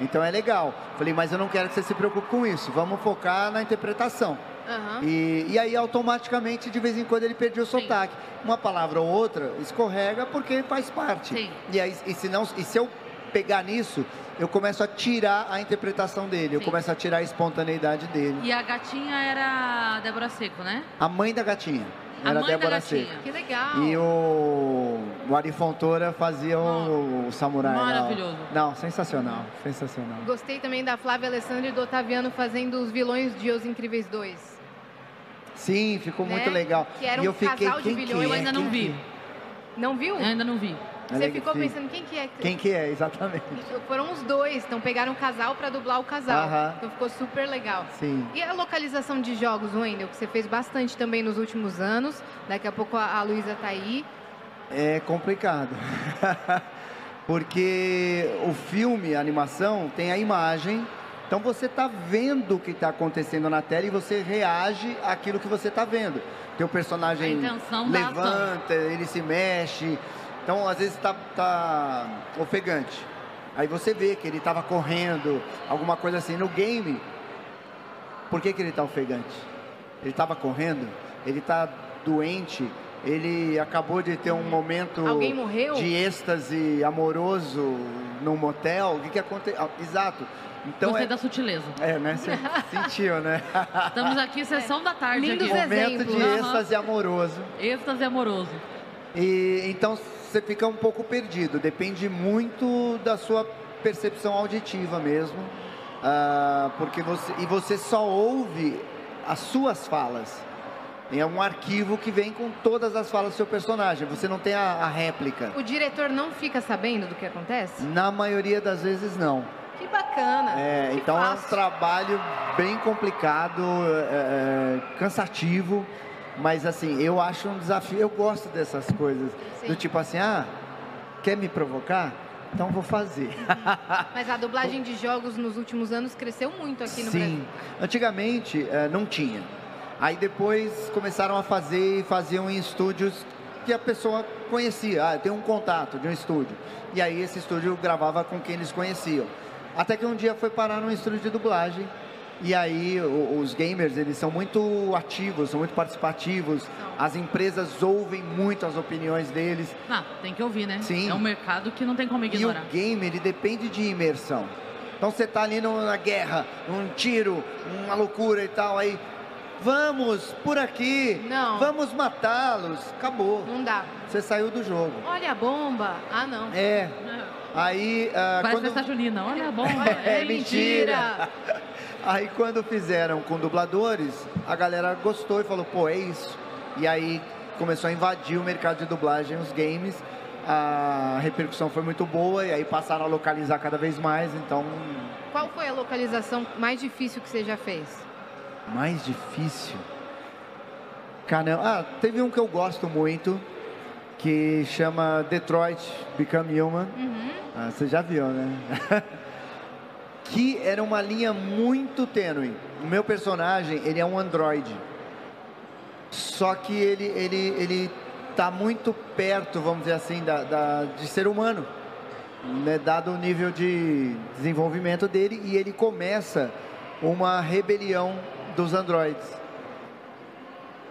[SPEAKER 3] Então é legal. Falei, mas eu não quero que você se preocupe com isso. Vamos focar na interpretação.
[SPEAKER 2] Aham.
[SPEAKER 3] E, e aí, automaticamente, de vez em quando, ele perdia o
[SPEAKER 1] Sim.
[SPEAKER 3] sotaque. Uma palavra ou outra escorrega porque faz parte.
[SPEAKER 1] Sim.
[SPEAKER 3] E, aí, e, se não, e se eu pegar nisso, eu começo a tirar a interpretação dele, eu
[SPEAKER 1] Sim.
[SPEAKER 3] começo a tirar a espontaneidade dele.
[SPEAKER 1] E a gatinha era a Débora Seco, né?
[SPEAKER 3] A mãe da gatinha.
[SPEAKER 1] A
[SPEAKER 3] era
[SPEAKER 1] mãe da
[SPEAKER 3] Débora
[SPEAKER 1] gatinha.
[SPEAKER 3] Seco.
[SPEAKER 2] Que legal.
[SPEAKER 3] E o, o Ari Fontoura fazia o, o samurai. lá.
[SPEAKER 1] Maravilhoso.
[SPEAKER 3] Não, sensacional, sensacional.
[SPEAKER 2] Gostei também da Flávia Alessandra e do Otaviano fazendo os vilões de Os Incríveis 2.
[SPEAKER 3] Sim, ficou
[SPEAKER 2] Né?
[SPEAKER 3] muito legal.
[SPEAKER 2] Que era um
[SPEAKER 3] e eu fiquei,
[SPEAKER 2] casal de
[SPEAKER 3] quem
[SPEAKER 2] bilhões.
[SPEAKER 3] que
[SPEAKER 1] Eu
[SPEAKER 3] é?
[SPEAKER 1] ainda não
[SPEAKER 3] Quem
[SPEAKER 1] vi.
[SPEAKER 3] que é?
[SPEAKER 2] Não viu?
[SPEAKER 1] Eu ainda não vi.
[SPEAKER 2] Você
[SPEAKER 3] Olha,
[SPEAKER 2] ficou
[SPEAKER 3] sim.
[SPEAKER 2] pensando quem que é?
[SPEAKER 3] Quem que é, exatamente.
[SPEAKER 2] Foram os dois, então pegaram o casal pra dublar o casal.
[SPEAKER 3] Aham.
[SPEAKER 2] Então ficou super legal.
[SPEAKER 3] Sim.
[SPEAKER 2] E a localização de jogos, Wendel, que você fez bastante também nos últimos anos. Daqui a pouco a a Luísa tá aí.
[SPEAKER 3] É complicado. *laughs* Porque o filme, a animação, tem a imagem. Então você está vendo o que está acontecendo na tela e você reage àquilo que você está vendo. Teu
[SPEAKER 2] Ah,
[SPEAKER 3] personagem
[SPEAKER 2] então.
[SPEAKER 1] A intenção da ação.
[SPEAKER 3] levanta, ele se mexe. Então, às vezes, está tá ofegante. Aí você vê que ele estava correndo, alguma coisa assim. No game, por que, que ele está ofegante? Ele estava correndo? Ele está doente? Ele acabou de ter um momento
[SPEAKER 2] Alguém morreu?
[SPEAKER 3] de êxtase amoroso num motel? O que, que aconteceu? Exato. Então
[SPEAKER 1] Gostei
[SPEAKER 3] é,
[SPEAKER 1] da sutileza.
[SPEAKER 2] um
[SPEAKER 3] é,
[SPEAKER 2] *laughs*
[SPEAKER 3] né? Você sentiu, né?
[SPEAKER 1] Estamos
[SPEAKER 3] *laughs*
[SPEAKER 1] aqui, sessão da tarde.
[SPEAKER 2] Lindos
[SPEAKER 1] aqui.
[SPEAKER 3] momento de
[SPEAKER 1] Aham.
[SPEAKER 3] êxtase amoroso.
[SPEAKER 1] Êxtase amoroso.
[SPEAKER 3] E então você fica um pouco perdido, depende muito da sua percepção auditiva mesmo. ah, porque você e você só ouve as suas falas. É um arquivo que vem com todas as falas do seu personagem. Você não tem a, a réplica.
[SPEAKER 2] O diretor não fica sabendo do que acontece?
[SPEAKER 3] Na maioria das vezes não.
[SPEAKER 2] Que bacana.
[SPEAKER 3] É,
[SPEAKER 2] que
[SPEAKER 3] então é um
[SPEAKER 2] fácil.
[SPEAKER 3] trabalho bem complicado, é, é, cansativo. Mas assim, eu acho um desafio, eu gosto dessas coisas.
[SPEAKER 2] Sim.
[SPEAKER 3] Do tipo assim, ah, quer me provocar? Então vou fazer.
[SPEAKER 2] Mas a dublagem de jogos nos últimos anos cresceu muito aqui no
[SPEAKER 3] Sim.
[SPEAKER 2] Brasil.
[SPEAKER 3] Antigamente eh, não tinha. Aí depois começaram a fazer e faziam em estúdios que a pessoa conhecia. Ah, eu tenho um contato de um estúdio. E aí esse estúdio gravava com quem eles conheciam. Até que um dia foi parar num estúdio de dublagem. E aí o- os gamers, eles são muito ativos, são muito participativos. As empresas ouvem muito as opiniões deles.
[SPEAKER 1] Ah, tem que ouvir, né?
[SPEAKER 3] Sim.
[SPEAKER 1] É um mercado que não tem como
[SPEAKER 3] E o
[SPEAKER 1] ignorar.
[SPEAKER 3] game, ele depende de imersão. Então você tá ali numa guerra, num tiro, uma loucura e tal, aí. Vamos por aqui!
[SPEAKER 2] Não.
[SPEAKER 3] Vamos matá-los! Acabou.
[SPEAKER 2] Não dá.
[SPEAKER 3] Você saiu do jogo.
[SPEAKER 2] Olha a bomba. Ah, não.
[SPEAKER 3] É. Aí. ah,
[SPEAKER 1] Parece
[SPEAKER 3] quando...
[SPEAKER 1] festa julina. Olha a bomba.
[SPEAKER 3] *laughs* É mentira. Aí quando fizeram com dubladores, a galera gostou e falou, pô, é isso. E aí começou a invadir o mercado de dublagem, os games. A repercussão foi muito boa e aí passaram a localizar cada vez mais, então
[SPEAKER 2] Qual foi a localização mais difícil que você já fez?
[SPEAKER 3] Mais difícil? Caramba, ah, teve um que eu gosto muito, que chama Detroit Become Human.
[SPEAKER 2] Uhum.
[SPEAKER 3] Ah, você já viu, né? *laughs* que era uma linha muito tênue. O meu personagem, ele é um androide. Só que ele, ele, ele tá muito perto, vamos dizer assim, da, da- de ser humano. né, Dado o nível de desenvolvimento dele. E ele começa uma rebelião dos androides.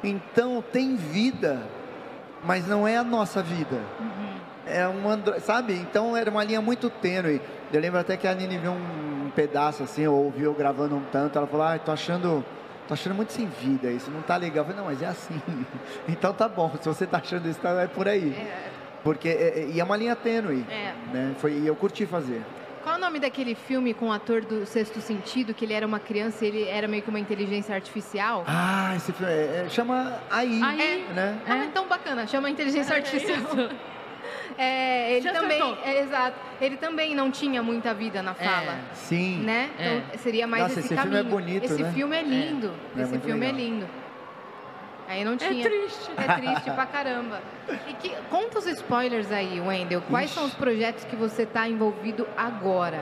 [SPEAKER 3] Então, tem vida, mas não é a nossa vida. É um andro... sabe? Então era uma linha muito tênue. Eu lembro até que a Nini viu um pedaço assim, ou ouviu eu gravando um tanto, ela falou: "Ah, tô achando, tô achando muito sem vida isso, não tá legal". Eu falei: "Não, mas é assim". *laughs* então tá bom, se você tá achando isso, tá é por aí. Porque é, é- e é uma linha tênue,
[SPEAKER 2] É.
[SPEAKER 3] né? Foi e eu curti fazer.
[SPEAKER 2] Qual o nome daquele filme com o ator do Sexto Sentido, que ele era uma criança e ele era meio que uma inteligência artificial?
[SPEAKER 3] Ah, esse filme é- é- chama aí,
[SPEAKER 1] Aí.
[SPEAKER 3] né?
[SPEAKER 2] Ah, então bacana, chama inteligência
[SPEAKER 3] é
[SPEAKER 2] artificial. É, ele
[SPEAKER 1] Já
[SPEAKER 2] também,
[SPEAKER 1] acertou.
[SPEAKER 2] é, exato. Ele também não tinha muita vida
[SPEAKER 3] É.
[SPEAKER 2] na fala,
[SPEAKER 3] Sim.
[SPEAKER 2] né?
[SPEAKER 1] É.
[SPEAKER 2] Então seria mais
[SPEAKER 3] Nossa,
[SPEAKER 2] esse,
[SPEAKER 3] esse filme
[SPEAKER 2] caminho.
[SPEAKER 3] é bonito,
[SPEAKER 2] esse
[SPEAKER 3] né?
[SPEAKER 2] filme é lindo.
[SPEAKER 3] É
[SPEAKER 2] Esse
[SPEAKER 3] muito
[SPEAKER 2] filme é
[SPEAKER 3] legal.
[SPEAKER 2] lindo. Aí
[SPEAKER 1] *laughs*
[SPEAKER 2] não
[SPEAKER 1] É
[SPEAKER 2] tinha.
[SPEAKER 1] triste.
[SPEAKER 2] É triste pra caramba. E que, conta os spoilers aí, Wendel. Quais
[SPEAKER 3] Ixi.
[SPEAKER 2] são os projetos que você tá envolvido agora?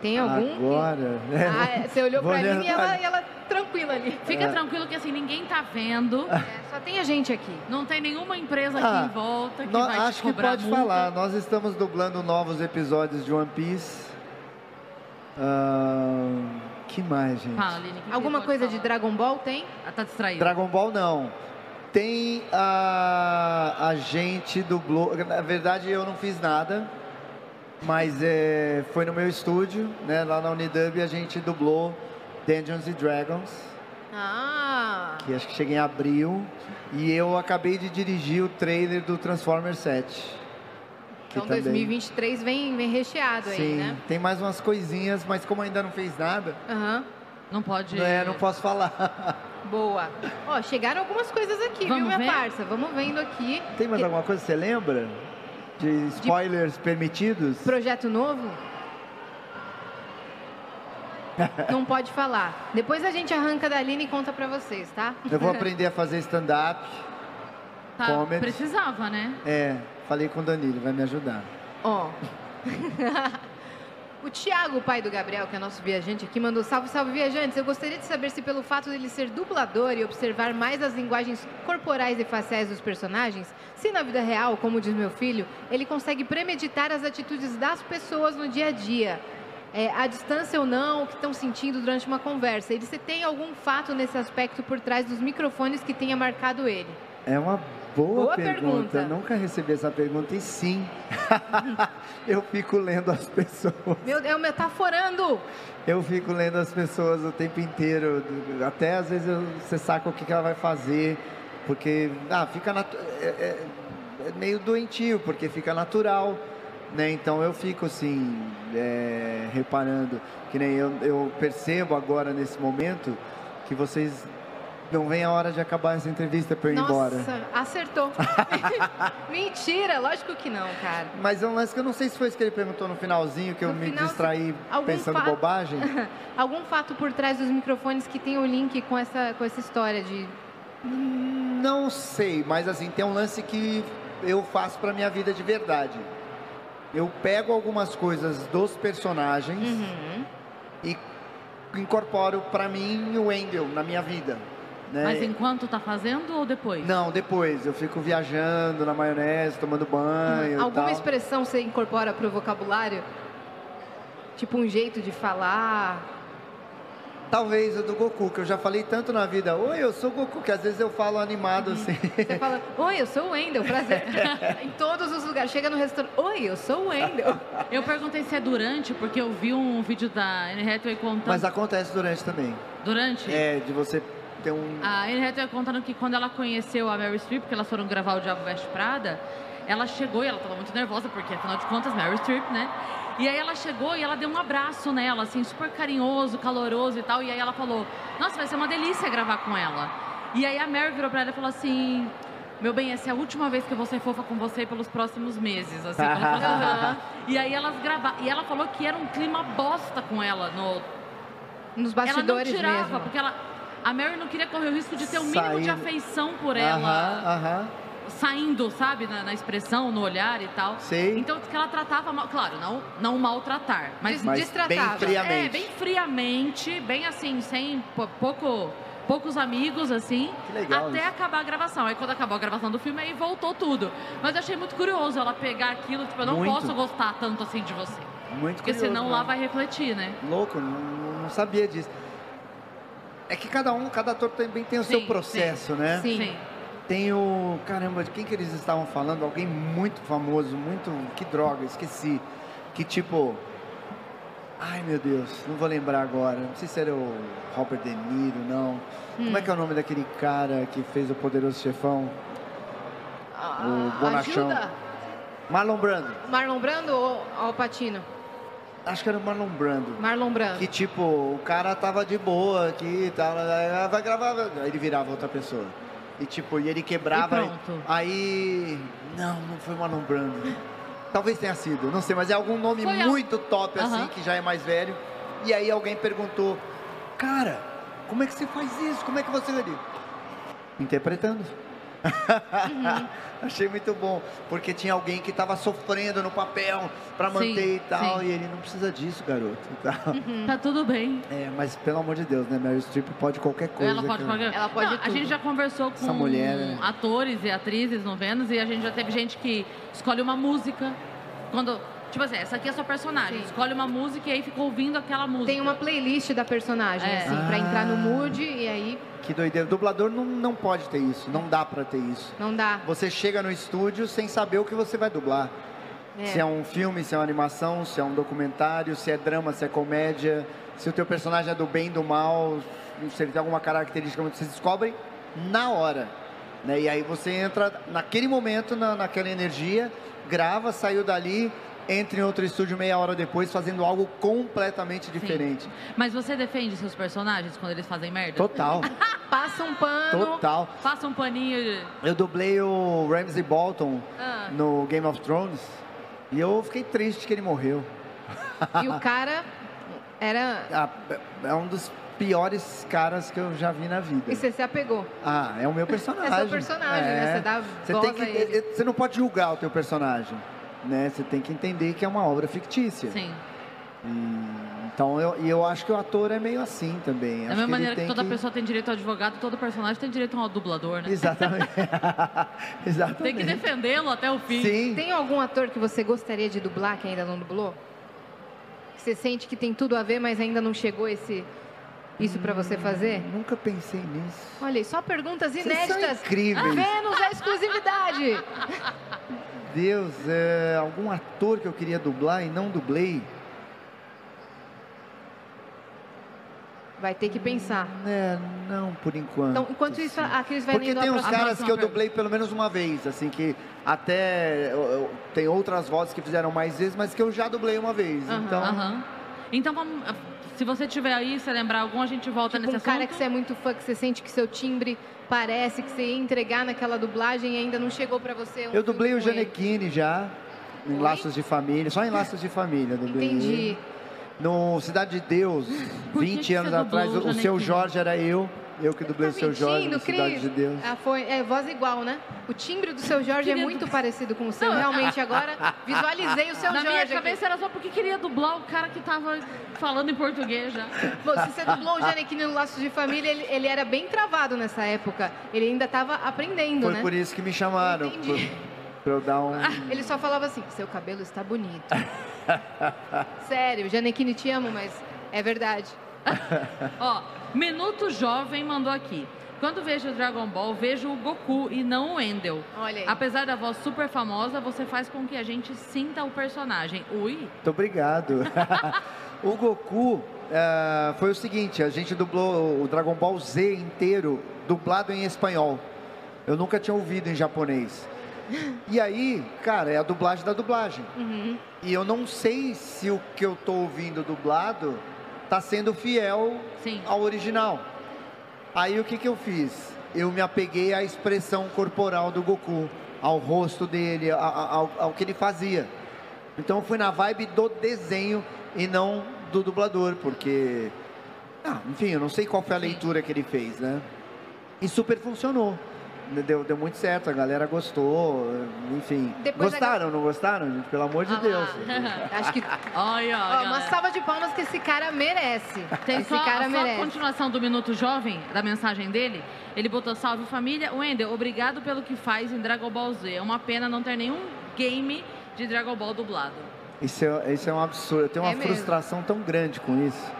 [SPEAKER 2] Tem algum?
[SPEAKER 3] Agora, né?
[SPEAKER 2] Ah,
[SPEAKER 3] *laughs*
[SPEAKER 2] é, você olhou
[SPEAKER 3] Vou
[SPEAKER 2] pra mim e
[SPEAKER 3] olhar.
[SPEAKER 2] ela, e ela tranquila ali.
[SPEAKER 1] Fica
[SPEAKER 3] É.
[SPEAKER 1] tranquilo que assim, ninguém tá vendo.
[SPEAKER 2] É, só tem a gente aqui.
[SPEAKER 1] Não tem nenhuma empresa aqui
[SPEAKER 3] Ah,
[SPEAKER 1] em volta que
[SPEAKER 3] Nó-
[SPEAKER 1] vai te
[SPEAKER 3] acho que
[SPEAKER 1] cobrar
[SPEAKER 3] pode
[SPEAKER 1] multa.
[SPEAKER 3] falar. Nós estamos dublando novos episódios de One Piece. Ahn, que mais, gente?
[SPEAKER 1] Fala, Aline, o que que
[SPEAKER 2] Alguma
[SPEAKER 1] pode
[SPEAKER 2] coisa de
[SPEAKER 1] falar?
[SPEAKER 2] Dragon Ball tem?
[SPEAKER 1] Ah, tá distraída.
[SPEAKER 3] Dragon Ball não. Tem a, a gente dublou. Na verdade, eu não fiz nada, mas é, foi no meu estúdio, né? Lá na Unidub a gente dublou Dungeons and Dragons.
[SPEAKER 2] Ah,
[SPEAKER 3] que acho que cheguei em abril, e eu acabei de dirigir o trailer do Transformers 7. que
[SPEAKER 2] então
[SPEAKER 3] também-
[SPEAKER 2] 2023 vem, vem recheado aí,
[SPEAKER 3] Sim,
[SPEAKER 2] né?
[SPEAKER 3] tem mais umas coisinhas, mas como ainda não fez nada,
[SPEAKER 2] Aham,
[SPEAKER 1] Não pode.
[SPEAKER 3] não, é, não posso falar. *laughs*
[SPEAKER 2] boa. Ó, chegaram algumas coisas aqui,
[SPEAKER 1] Vamos
[SPEAKER 2] viu, minha
[SPEAKER 1] ver?
[SPEAKER 2] parça? Vamos vendo aqui.
[SPEAKER 3] Tem mais alguma coisa que você lembra? De spoilers permitidos?
[SPEAKER 2] Projeto
[SPEAKER 1] *laughs*
[SPEAKER 2] novo? Não pode falar. Depois a gente arranca da Aline e conta pra vocês, tá?
[SPEAKER 3] Eu *laughs* vou aprender a fazer stand-up.
[SPEAKER 1] Tá,
[SPEAKER 3] Comedy.
[SPEAKER 1] Precisava, né?
[SPEAKER 3] É, falei com o Danilo, vai me ajudar.
[SPEAKER 2] Ó. *laughs* O Thiago, o pai do Gabriel, que é nosso viajante aqui, mandou salve, salve viajantes. Eu gostaria de saber se pelo fato dele ser dublador e observar mais as linguagens corporais e faciais dos personagens, se na vida real, como diz meu filho, ele consegue premeditar as atitudes das pessoas no dia a dia. É, à distância ou não, o que estão sentindo durante uma conversa. Ele se tem algum fato nesse aspecto por trás dos microfones que tenha marcado ele.
[SPEAKER 3] É uma boa,
[SPEAKER 2] Boa
[SPEAKER 3] pergunta.
[SPEAKER 2] pergunta.
[SPEAKER 3] Nunca recebi essa pergunta e sim. *laughs* eu fico lendo as pessoas.
[SPEAKER 2] Meu Deus, metaforando!
[SPEAKER 3] Eu fico lendo as pessoas o tempo inteiro, do- até às vezes eu- você saca o que, que ela vai fazer, porque ah, fica natu- é, é- é meio doentio, porque fica natural, né? Então eu fico assim, é, reparando, que nem eu, eu percebo agora nesse momento que vocês não vem a hora de acabar essa entrevista para eu ir embora.
[SPEAKER 2] Nossa, acertou. *laughs* Mentira, lógico que não, cara.
[SPEAKER 3] Mas é um lance que eu não sei se foi isso que ele perguntou no finalzinho, que eu
[SPEAKER 2] No
[SPEAKER 3] me
[SPEAKER 2] final,
[SPEAKER 3] distraí
[SPEAKER 2] algum
[SPEAKER 3] pensando
[SPEAKER 2] fato-
[SPEAKER 3] bobagem.
[SPEAKER 2] Algum fato por trás dos microfones que tem o link com essa, com essa história de
[SPEAKER 3] Não sei, mas assim, tem um lance que eu faço pra minha vida de verdade. Eu pego algumas coisas dos personagens
[SPEAKER 2] Uhum.
[SPEAKER 3] e incorporo pra mim o Wendel na minha vida. Né?
[SPEAKER 1] Mas enquanto tá fazendo ou depois?
[SPEAKER 3] Não, depois. Eu fico viajando na maionese, tomando banho e
[SPEAKER 2] Alguma
[SPEAKER 3] tal.
[SPEAKER 2] expressão você incorpora pro vocabulário? Tipo um jeito de falar.
[SPEAKER 3] Talvez o do Goku, que eu já falei tanto na vida. Oi, eu sou o Goku, que às vezes eu falo
[SPEAKER 1] Uhum.
[SPEAKER 3] animado assim.
[SPEAKER 1] Então
[SPEAKER 2] Você
[SPEAKER 3] *laughs*
[SPEAKER 2] fala, oi, eu sou o Wendel, prazer. *laughs* em todos os lugares. Chega no restaurante, oi, eu sou o Wendel.
[SPEAKER 1] Eu perguntei se é durante, porque eu vi um vídeo da Anne Hathaway contando...
[SPEAKER 3] Mas acontece durante também.
[SPEAKER 1] Durante?
[SPEAKER 3] É, de você ter um.
[SPEAKER 1] A Anne Hathaway contando que quando ela conheceu a Mary Streep, que elas foram gravar o Diabo Veste Prada, ela chegou e ela tava muito nervosa, porque afinal de contas, Mary Streep, né? E aí ela chegou e ela deu um abraço nela, assim, super carinhoso, caloroso e tal. E aí ela falou, nossa, vai ser uma delícia gravar com ela. E aí a Mary virou pra ela e falou assim... Meu bem, essa é a última vez que eu vou ser fofa com você pelos próximos meses. Assim, pelos próximos anos." E aí elas gravaram. E ela falou que era um clima bosta com ela no ela não
[SPEAKER 2] Nos bastidores
[SPEAKER 1] tirava,
[SPEAKER 2] mesmo.
[SPEAKER 1] porque ela, a Mary não queria correr o risco de ter o mínimo de
[SPEAKER 3] Saindo.
[SPEAKER 1] afeição por
[SPEAKER 3] Aham,
[SPEAKER 1] ela,
[SPEAKER 3] aham.
[SPEAKER 1] saindo, sabe, na, na expressão, no olhar e tal.
[SPEAKER 3] Sei.
[SPEAKER 1] Então, que ela tratava, mal, claro, não, não maltratar, mas
[SPEAKER 2] Des-
[SPEAKER 3] Mas
[SPEAKER 2] Destratava.
[SPEAKER 3] bem friamente.
[SPEAKER 1] é, bem friamente, bem assim, sem po- pouco, poucos amigos, assim,
[SPEAKER 3] Que legal
[SPEAKER 1] até
[SPEAKER 3] isso.
[SPEAKER 1] acabar a gravação. Aí quando acabou a gravação do filme, aí voltou tudo. Mas eu achei muito curioso ela pegar aquilo, tipo, eu não
[SPEAKER 3] Muito.
[SPEAKER 1] posso gostar tanto assim de você.
[SPEAKER 3] Muito
[SPEAKER 1] Porque
[SPEAKER 3] curioso,
[SPEAKER 1] senão
[SPEAKER 3] né?
[SPEAKER 1] lá vai refletir, né?
[SPEAKER 3] Louco, não, não sabia disso. É que cada um, cada ator também tem o
[SPEAKER 1] Sim,
[SPEAKER 3] seu processo, né?
[SPEAKER 2] Sim.
[SPEAKER 3] Tem o. Caramba, de quem que eles estavam falando? Alguém muito famoso, muito. Que droga, esqueci. Que tipo. Ai meu Deus, não vou lembrar agora. Não sei se era o Robert De Niro, não. Como
[SPEAKER 1] Hum.
[SPEAKER 3] é que é o nome daquele cara que fez o Poderoso Chefão?
[SPEAKER 2] Ah,
[SPEAKER 3] O bonachão.
[SPEAKER 2] Ajuda.
[SPEAKER 3] Marlon Brando.
[SPEAKER 2] Marlon Brando ou Al Pacino?
[SPEAKER 3] Acho que era o Marlon Brando.
[SPEAKER 2] Marlon Brando.
[SPEAKER 3] Que tipo, o cara tava de boa aqui e tal, ah, vai gravar, aí ele virava outra pessoa. E tipo, e ele quebrava.
[SPEAKER 1] E pronto.
[SPEAKER 3] Aí. Não, não foi Marlon Brando. Talvez tenha sido, não sei, mas é algum nome
[SPEAKER 1] Foi al-
[SPEAKER 3] muito top assim,
[SPEAKER 1] Aham.
[SPEAKER 3] que já é mais velho. E aí alguém perguntou, cara, como é que você faz isso? Como é que você. Ele, Interpretando.
[SPEAKER 1] Uhum.
[SPEAKER 3] *laughs* Achei muito bom, porque tinha alguém que tava sofrendo no papel pra
[SPEAKER 1] Sim,
[SPEAKER 3] manter e tal,
[SPEAKER 1] sim.
[SPEAKER 3] e ele não precisa disso, garoto, e tal.
[SPEAKER 1] Tá tudo bem.
[SPEAKER 3] É, mas pelo amor de Deus, né? Meryl Streep pode qualquer coisa.
[SPEAKER 1] Ela pode
[SPEAKER 3] cara.
[SPEAKER 1] qualquer
[SPEAKER 2] Ela pode
[SPEAKER 1] Não, A
[SPEAKER 2] tudo.
[SPEAKER 1] gente já conversou com
[SPEAKER 3] Essa mulher, né?
[SPEAKER 1] atores e atrizes no Vênus e a gente já teve gente que escolhe uma música. Quando. Tipo assim, essa aqui é a sua personagem.
[SPEAKER 2] Sim.
[SPEAKER 1] Escolhe uma música e aí fica ouvindo aquela música.
[SPEAKER 2] Tem uma playlist da personagem,
[SPEAKER 1] É.
[SPEAKER 2] assim, pra
[SPEAKER 3] Ah.
[SPEAKER 2] entrar no mood e aí
[SPEAKER 3] Que doideira. Dublador não, não pode ter isso, não dá pra ter isso.
[SPEAKER 2] não dá.
[SPEAKER 3] Você chega no estúdio sem saber o que você vai dublar.
[SPEAKER 2] É.
[SPEAKER 3] Se é um filme, se é uma animação, se é um documentário, se é drama, se é comédia, se o teu personagem é do bem, do mal, se ele tem alguma característica, você descobre na hora. Né? E aí você entra naquele momento, na- naquela energia, grava, saiu dali, entra em outro estúdio meia hora depois, fazendo algo completamente diferente.
[SPEAKER 1] Mas você defende seus personagens quando eles fazem merda?
[SPEAKER 3] Total,
[SPEAKER 2] Passa um pano.
[SPEAKER 3] total.
[SPEAKER 1] Passa um paninho de.
[SPEAKER 3] Eu dublei o Ramsey Bolton
[SPEAKER 1] Ah.
[SPEAKER 3] no Game of Thrones e eu fiquei triste que ele morreu.
[SPEAKER 2] E
[SPEAKER 3] *laughs*
[SPEAKER 2] o cara era.
[SPEAKER 3] Ah, É um dos piores caras que eu já vi na vida.
[SPEAKER 2] E você se apegou.
[SPEAKER 3] Ah, é o meu personagem.
[SPEAKER 2] É seu personagem, né? Você dá
[SPEAKER 3] Você
[SPEAKER 2] voz
[SPEAKER 3] tem
[SPEAKER 2] a ele.
[SPEAKER 3] que, você não pode julgar o teu personagem, né? Você tem que entender que é uma obra fictícia.
[SPEAKER 1] Sim.
[SPEAKER 3] E- então eu, e eu acho que o ator é meio assim também.
[SPEAKER 1] da
[SPEAKER 3] Acho
[SPEAKER 1] É mesma
[SPEAKER 3] que ele
[SPEAKER 1] maneira que
[SPEAKER 3] tem
[SPEAKER 1] toda pessoa tem direito ao advogado, todo personagem tem direito a um dublador, né?
[SPEAKER 3] Exatamente. *laughs* Exatamente.
[SPEAKER 1] Tem que defendê-lo até o fim.
[SPEAKER 3] Sim.
[SPEAKER 2] Tem algum ator que você gostaria de dublar que ainda não dublou? Que você sente que tem tudo a ver, mas ainda não chegou esse isso pra você fazer?
[SPEAKER 3] Nunca pensei nisso.
[SPEAKER 2] Olha, aí, só perguntas
[SPEAKER 3] Vocês são
[SPEAKER 2] inéditas.
[SPEAKER 3] incríveis.
[SPEAKER 2] Vênus é exclusividade.
[SPEAKER 3] Deus, é, algum ator que eu queria dublar e não dublei?
[SPEAKER 2] Vai ter que pensar.
[SPEAKER 3] É, não, por enquanto.
[SPEAKER 2] Então, enquanto isso,
[SPEAKER 3] assim.
[SPEAKER 2] a Cris vai
[SPEAKER 3] Porque
[SPEAKER 2] lendo a
[SPEAKER 3] tem uns
[SPEAKER 2] próxima.
[SPEAKER 3] caras que eu
[SPEAKER 1] pergunta.
[SPEAKER 3] dublei pelo menos uma vez, assim, que até eu- eu- tem outras vozes que fizeram mais vezes, mas que eu já dublei uma vez.
[SPEAKER 2] Aham,
[SPEAKER 3] então,
[SPEAKER 1] Aham. Então vamos. Se você tiver aí, se lembrar algum, a gente volta
[SPEAKER 2] Tipo,
[SPEAKER 1] nesse
[SPEAKER 2] um
[SPEAKER 1] assunto.
[SPEAKER 2] cara que você é muito fã, que você sente que seu timbre parece que você ia entregar naquela dublagem e ainda não chegou pra você. um
[SPEAKER 3] eu dublei o
[SPEAKER 2] filme com ele.
[SPEAKER 3] Janequine já, em
[SPEAKER 2] Oi?
[SPEAKER 3] Laços de Família, só em Laços de Família eu dublei. ele.
[SPEAKER 2] Entendi.
[SPEAKER 3] No Cidade de Deus,
[SPEAKER 1] Por que que
[SPEAKER 3] 20
[SPEAKER 1] você
[SPEAKER 3] anos
[SPEAKER 1] dublou o
[SPEAKER 3] atrás, o, o
[SPEAKER 1] Janequine?
[SPEAKER 3] seu Jorge era eu. Eu que dublei o seu Jorge no Cidade de Deus.
[SPEAKER 2] Tá Ah, foi, é voz igual, né? O timbre do seu Jorge é
[SPEAKER 1] Querido.
[SPEAKER 2] muito parecido com o seu.
[SPEAKER 1] Não,
[SPEAKER 2] Realmente, agora visualizei o seu
[SPEAKER 1] Na
[SPEAKER 2] Então, Jorge.
[SPEAKER 1] minha
[SPEAKER 2] aqui.
[SPEAKER 1] cabeça era só porque queria dublar o cara que tava falando em português
[SPEAKER 2] *laughs*
[SPEAKER 1] já.
[SPEAKER 2] Bom, se você dublou o Janequine no Laço de Família, ele, ele era bem travado nessa época. Ele ainda estava aprendendo,
[SPEAKER 3] Foi
[SPEAKER 2] né?
[SPEAKER 3] por isso que me chamaram. Por,
[SPEAKER 2] Entendi.
[SPEAKER 3] pra eu dar um.
[SPEAKER 2] Ele só falava assim, seu cabelo está
[SPEAKER 3] *laughs*
[SPEAKER 2] bonito. Sério, Janequine, te amo, mas é verdade.
[SPEAKER 1] Ó, Minuto Jovem mandou aqui. Quando vejo Dragon Ball, vejo o Goku e não o Wendel.
[SPEAKER 2] Olha aí.
[SPEAKER 1] Apesar da voz super famosa, você faz com que a gente sinta o personagem. Ui,
[SPEAKER 3] Muito obrigado. *laughs* o Goku eh, foi o seguinte: a gente dublou o Dragon Ball Z inteiro, dublado em espanhol. Eu nunca tinha ouvido em japonês. E aí, cara, é a dublagem da dublagem.
[SPEAKER 2] Uhum.
[SPEAKER 3] E eu não sei se o que eu tô ouvindo dublado tá sendo fiel
[SPEAKER 1] sim. *laughs*
[SPEAKER 3] ao original. Aí o que, que eu fiz? Eu me apeguei à expressão corporal do Goku, ao rosto dele, a- a- ao, ao que ele fazia. Então eu fui na vibe do desenho e não do dublador, porque. Ah, enfim, eu não sei qual foi a
[SPEAKER 1] Sim.
[SPEAKER 3] leitura que ele fez, né? E super funcionou. Deu, deu muito certo, a galera gostou, enfim.
[SPEAKER 2] Depois a ga-
[SPEAKER 3] gostaram, não gostaram, gente? Pelo amor de
[SPEAKER 1] Ah
[SPEAKER 2] *laughs*
[SPEAKER 3] Deus.
[SPEAKER 1] lá.
[SPEAKER 2] Acho que...
[SPEAKER 1] *laughs* Olha,
[SPEAKER 2] Ó,
[SPEAKER 1] ó,
[SPEAKER 2] uma
[SPEAKER 1] galera.
[SPEAKER 2] salva de palmas que esse cara merece.
[SPEAKER 1] Tem
[SPEAKER 2] esse
[SPEAKER 1] só,
[SPEAKER 2] cara
[SPEAKER 1] só a
[SPEAKER 2] merece.
[SPEAKER 1] continuação do Minuto Jovem, da mensagem dele. Ele botou salve família. Wendel, obrigado pelo que faz em Dragon Ball Z. É uma pena não ter nenhum game de Dragon Ball dublado.
[SPEAKER 3] Isso é, isso é um absurdo. Eu tenho uma
[SPEAKER 2] É mesmo.
[SPEAKER 3] frustração tão grande com isso.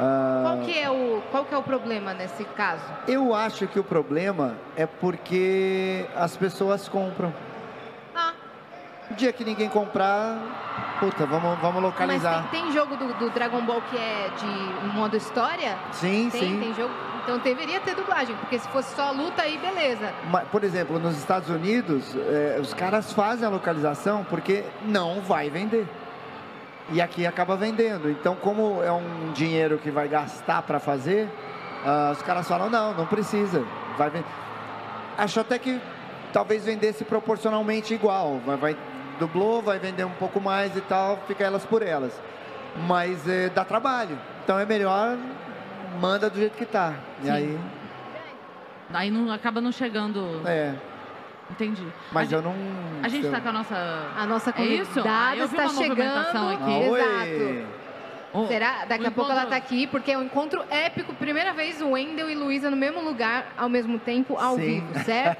[SPEAKER 3] Ah,
[SPEAKER 2] Qual que, é o, qual que é o problema nesse caso?
[SPEAKER 3] Eu acho que o problema é porque as pessoas compram.
[SPEAKER 2] Ah,
[SPEAKER 3] O dia que ninguém comprar, puta, vamos,
[SPEAKER 2] Ah,
[SPEAKER 3] vamos
[SPEAKER 2] mas tem,
[SPEAKER 3] localizar.
[SPEAKER 2] tem jogo do, do Dragon Ball que é de modo história?
[SPEAKER 3] Sim,
[SPEAKER 2] Tem,
[SPEAKER 3] sim.
[SPEAKER 2] tem jogo. Então deveria ter dublagem, porque se fosse só luta aí, beleza.
[SPEAKER 3] Ma- Por exemplo, nos Estados Unidos, eh, os caras fazem a localização porque não vai vender. E aqui acaba vendendo. Então, como é um dinheiro que vai gastar para fazer, ah, os caras falam, não, não precisa. Vai ven-". Acho até que talvez vendesse proporcionalmente igual. Vai, vai- dublou, vai vender um pouco mais e tal, fica elas por elas. Mas eh, dá trabalho. Então é melhor manda do jeito que tá. E
[SPEAKER 1] Sim.
[SPEAKER 3] aí,
[SPEAKER 1] Aí não, acaba não chegando.
[SPEAKER 3] é.
[SPEAKER 1] Entendi.
[SPEAKER 3] Mas
[SPEAKER 1] a,
[SPEAKER 3] eu não.
[SPEAKER 1] gente- a gente tá está
[SPEAKER 3] sei lá.
[SPEAKER 1] com a nossa.
[SPEAKER 2] A nossa
[SPEAKER 1] É isso? Ah,
[SPEAKER 2] convidada
[SPEAKER 1] eu vi
[SPEAKER 2] está
[SPEAKER 1] uma movimentação
[SPEAKER 2] chegando.
[SPEAKER 1] aqui.
[SPEAKER 3] Ah, oi!
[SPEAKER 2] Exato.
[SPEAKER 1] Oh,
[SPEAKER 2] Será? Daqui
[SPEAKER 1] o
[SPEAKER 2] a pouco
[SPEAKER 1] encontro-
[SPEAKER 2] ela tá aqui, porque é um encontro épico. Primeira vez o Wendel e Luísa no mesmo lugar, ao mesmo tempo, ao
[SPEAKER 3] Sim.
[SPEAKER 2] vivo,
[SPEAKER 3] *laughs*
[SPEAKER 2] certo?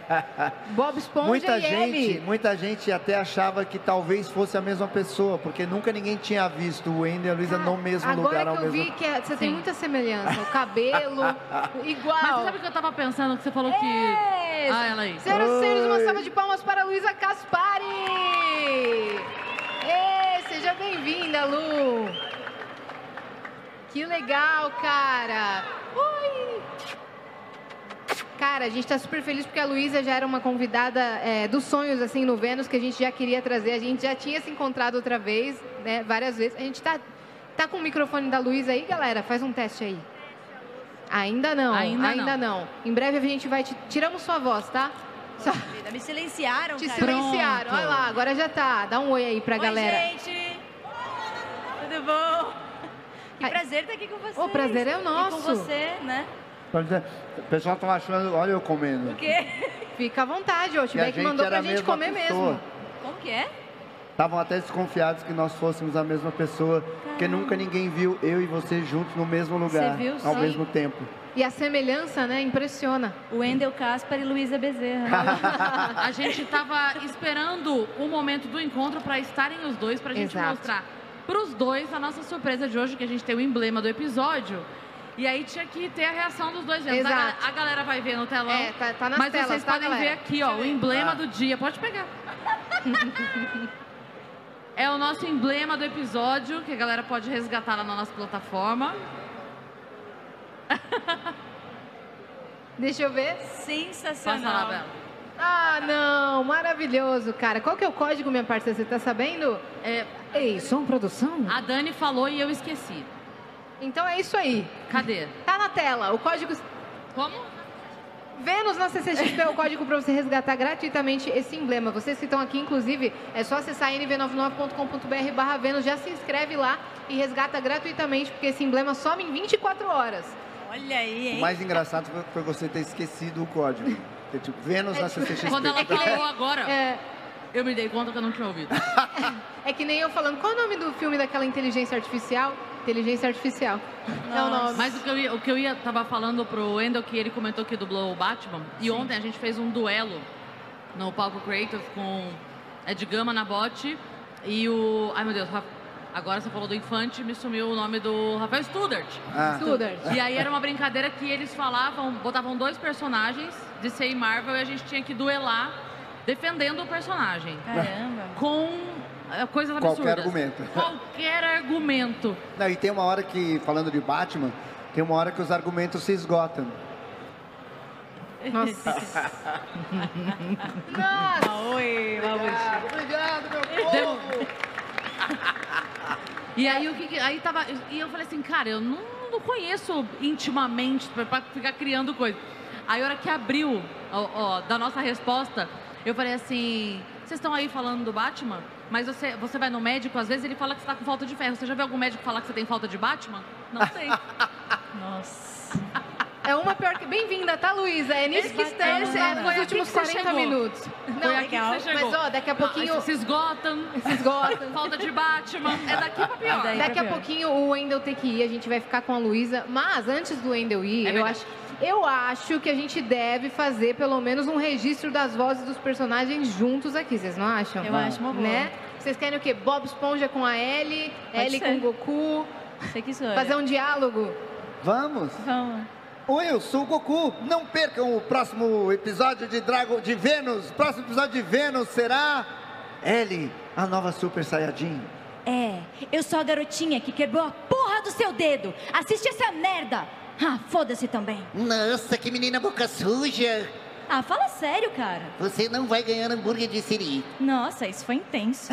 [SPEAKER 2] Bob Esponja
[SPEAKER 3] Muita
[SPEAKER 2] e
[SPEAKER 3] gente,
[SPEAKER 2] ele.
[SPEAKER 3] muita gente até achava que talvez fosse a mesma pessoa, porque nunca ninguém tinha visto o Wendel e a Luísa
[SPEAKER 2] Cara,
[SPEAKER 3] no mesmo
[SPEAKER 2] Ah, Agora
[SPEAKER 3] lugar,
[SPEAKER 2] que
[SPEAKER 3] ao
[SPEAKER 2] eu
[SPEAKER 3] mesmo
[SPEAKER 2] vi que é- você tem
[SPEAKER 1] Sim.
[SPEAKER 2] muita semelhança. O
[SPEAKER 3] *laughs*
[SPEAKER 2] cabelo, igual.
[SPEAKER 1] Mas você sabe o que eu tava pensando? Que você falou que.
[SPEAKER 2] É.
[SPEAKER 1] Ah, ela aí.
[SPEAKER 2] Senhoras e
[SPEAKER 3] Oi.
[SPEAKER 2] senhores, uma salva de palmas para a Luísa Caspari! Ei, seja bem-vinda, Lu! Que legal, cara! Oi! Cara, a gente tá super feliz porque a Luísa já era uma convidada é, dos sonhos, assim, no Vênus, que a gente já queria trazer. A gente já tinha se encontrado outra vez, né, várias vezes. A gente tá, tá com o microfone da Luísa aí, galera? Faz um teste aí. Ainda não, ainda,
[SPEAKER 1] Ainda
[SPEAKER 2] não. Em breve a gente vai... Te... Tiramos sua voz, tá? Só-
[SPEAKER 4] Vida, Me silenciaram,
[SPEAKER 2] Te
[SPEAKER 4] cara.
[SPEAKER 2] silenciaram.
[SPEAKER 1] Pronto.
[SPEAKER 2] Olha lá, agora já tá. Dá um oi aí pra
[SPEAKER 4] Oi,
[SPEAKER 2] galera.
[SPEAKER 4] gente. Tudo bom? Que
[SPEAKER 2] Ai.
[SPEAKER 4] prazer estar aqui com vocês.
[SPEAKER 2] O prazer é o
[SPEAKER 4] E
[SPEAKER 2] nosso.
[SPEAKER 4] com você, né?
[SPEAKER 3] lugar. O pessoal tá achando, olha eu comendo.
[SPEAKER 4] O quê?
[SPEAKER 2] Fica à vontade, ô. O
[SPEAKER 3] Que a
[SPEAKER 2] Tibeck
[SPEAKER 3] gente
[SPEAKER 2] mandou
[SPEAKER 3] era
[SPEAKER 2] pra
[SPEAKER 3] a
[SPEAKER 2] gente
[SPEAKER 3] mesma
[SPEAKER 2] comer
[SPEAKER 3] pessoa.
[SPEAKER 2] mesmo.
[SPEAKER 4] Como que é?
[SPEAKER 3] Estavam até desconfiados que nós fôssemos a mesma pessoa, porque nunca ninguém viu eu e você juntos no mesmo lugar,
[SPEAKER 4] viu
[SPEAKER 3] ao
[SPEAKER 4] só?
[SPEAKER 3] mesmo tempo.
[SPEAKER 2] E a semelhança, né, impressiona.
[SPEAKER 4] Wendel Caspar e Luísa Bezerra.
[SPEAKER 1] A gente tava esperando o momento do encontro para estarem os dois, pra gente
[SPEAKER 2] Exato.
[SPEAKER 1] mostrar pros dois a nossa surpresa de hoje, que a gente tem o emblema do episódio. E aí tinha que ter a reação dos dois. vendo. A,
[SPEAKER 2] Exato.
[SPEAKER 1] ga- a galera vai ver no telão.
[SPEAKER 2] É, tá, tá nas
[SPEAKER 1] mas
[SPEAKER 2] telas,
[SPEAKER 1] vocês
[SPEAKER 2] tá,
[SPEAKER 1] podem ver
[SPEAKER 2] galera?
[SPEAKER 1] aqui, ó, o emblema
[SPEAKER 3] Ah.
[SPEAKER 1] do dia. Pode
[SPEAKER 2] *laughs*
[SPEAKER 1] pegar. é o nosso emblema do episódio, que a galera pode resgatar lá na nossa plataforma.
[SPEAKER 2] Deixa eu ver.
[SPEAKER 1] Passa lá,
[SPEAKER 4] Sensacional.
[SPEAKER 1] Bela.
[SPEAKER 2] Ah, não. Maravilhoso, cara. Qual que é o código, minha parceira? Você tá sabendo?
[SPEAKER 1] É,
[SPEAKER 2] Ei, som produção?
[SPEAKER 1] a Dani falou e eu esqueci.
[SPEAKER 2] Então é isso aí.
[SPEAKER 1] Cadê?
[SPEAKER 2] Tá na tela. O código...
[SPEAKER 1] Como?
[SPEAKER 2] Vênus na CCXP é o código para você resgatar gratuitamente esse emblema. Vocês que estão aqui, inclusive, é só acessar nv99.com.br barra Vênus, já se inscreve lá e resgata gratuitamente, porque esse emblema some em 24 horas.
[SPEAKER 4] Olha aí,
[SPEAKER 3] O
[SPEAKER 4] hein?
[SPEAKER 3] mais engraçado foi- foi você ter esquecido o código. Porque, tipo, Vênus na CCXP.
[SPEAKER 1] Quando ela falou agora,
[SPEAKER 2] É,
[SPEAKER 1] eu me dei conta que eu não tinha ouvido.
[SPEAKER 2] é que nem eu falando, qual é o nome do filme daquela inteligência artificial? Inteligência artificial. É o nome.
[SPEAKER 1] Mas o que eu ia, o que eu ia tava falando pro Wendel, que ele comentou que dublou o Batman, e ontem a gente fez um duelo no palco Creative com Ed Gama na bote e o. Ai meu Deus, Ra- agora você falou do Infante, me sumiu o nome do Rafael Studart.
[SPEAKER 3] Ah,
[SPEAKER 2] Studart.
[SPEAKER 1] E aí era uma brincadeira que eles falavam, botavam dois personagens de ser Marvel e a gente tinha que duelar defendendo o personagem
[SPEAKER 4] Caramba.
[SPEAKER 1] com eh, coisas absurdas.
[SPEAKER 3] Qualquer argumento.
[SPEAKER 2] *laughs*
[SPEAKER 1] Qualquer argumento.
[SPEAKER 3] não, e tem uma hora que, falando de Batman, tem uma hora que os argumentos se esgotam.
[SPEAKER 1] *laughs*
[SPEAKER 2] Nossa.
[SPEAKER 4] Oi,
[SPEAKER 3] Obrigado, obrigado, meu
[SPEAKER 2] *laughs*
[SPEAKER 1] povo! E aí o que, que- aí tava e eu falei assim, cara, eu não, não conheço intimamente pra- pra ficar criando coisa. Aí a hora que abriu ó, ó, da nossa resposta, eu falei assim, vocês estão aí falando do Batman, mas você, você vai no médico, às vezes ele fala que você tá com falta de ferro. Você já viu algum médico falar que você tem falta de Batman? Não
[SPEAKER 4] Ah,
[SPEAKER 1] sei.
[SPEAKER 4] Nossa.
[SPEAKER 2] É uma pior que. Bem-vinda, tá, Luísa? É nisso que
[SPEAKER 4] Esse-
[SPEAKER 2] estamos
[SPEAKER 4] esse-
[SPEAKER 2] é,
[SPEAKER 4] foi
[SPEAKER 2] nos
[SPEAKER 1] aqui
[SPEAKER 2] últimos
[SPEAKER 1] que você
[SPEAKER 2] 40
[SPEAKER 1] chegou.
[SPEAKER 2] minutos.
[SPEAKER 1] Foi
[SPEAKER 2] Não,
[SPEAKER 1] aqui que você
[SPEAKER 2] mas
[SPEAKER 1] chegou.
[SPEAKER 2] ó, daqui a
[SPEAKER 1] Não,
[SPEAKER 2] pouquinho.
[SPEAKER 1] aí Se esgotam, *laughs*
[SPEAKER 2] se esgotam.
[SPEAKER 1] falta de Batman, é daqui pra pior.
[SPEAKER 4] Daí-
[SPEAKER 2] Daqui a
[SPEAKER 4] Gabriel.
[SPEAKER 2] pouquinho o Wendel tem que ir, a gente vai ficar com a Luísa. Mas antes do Wendel ir,
[SPEAKER 1] É
[SPEAKER 2] eu,
[SPEAKER 1] verdade.
[SPEAKER 2] acho, eu acho que a gente deve fazer pelo menos um registro das vozes dos personagens juntos aqui, vocês não acham?
[SPEAKER 4] Eu acho uma boa.
[SPEAKER 2] Né? Vocês querem o quê? Bob Esponja com a Ellie,
[SPEAKER 4] Pode
[SPEAKER 2] Ellie
[SPEAKER 4] ser.
[SPEAKER 2] com Goku,
[SPEAKER 4] Você que sou.
[SPEAKER 2] fazer um diálogo.
[SPEAKER 3] Vamos!
[SPEAKER 4] Vamos.
[SPEAKER 3] Oi, eu sou o Goku. Não percam o próximo episódio de Dragon de Vênus. O próximo episódio de Vênus será L, a nova Super Saiyajin.
[SPEAKER 5] É, eu sou a garotinha que quebrou a porra do seu dedo. Assiste essa merda. Ah, foda-se também.
[SPEAKER 6] Nossa, que menina boca suja!
[SPEAKER 5] Ah, fala sério, cara.
[SPEAKER 6] Você não vai ganhar hambúrguer de siri.
[SPEAKER 4] Nossa, isso
[SPEAKER 2] *laughs*
[SPEAKER 4] foi intenso.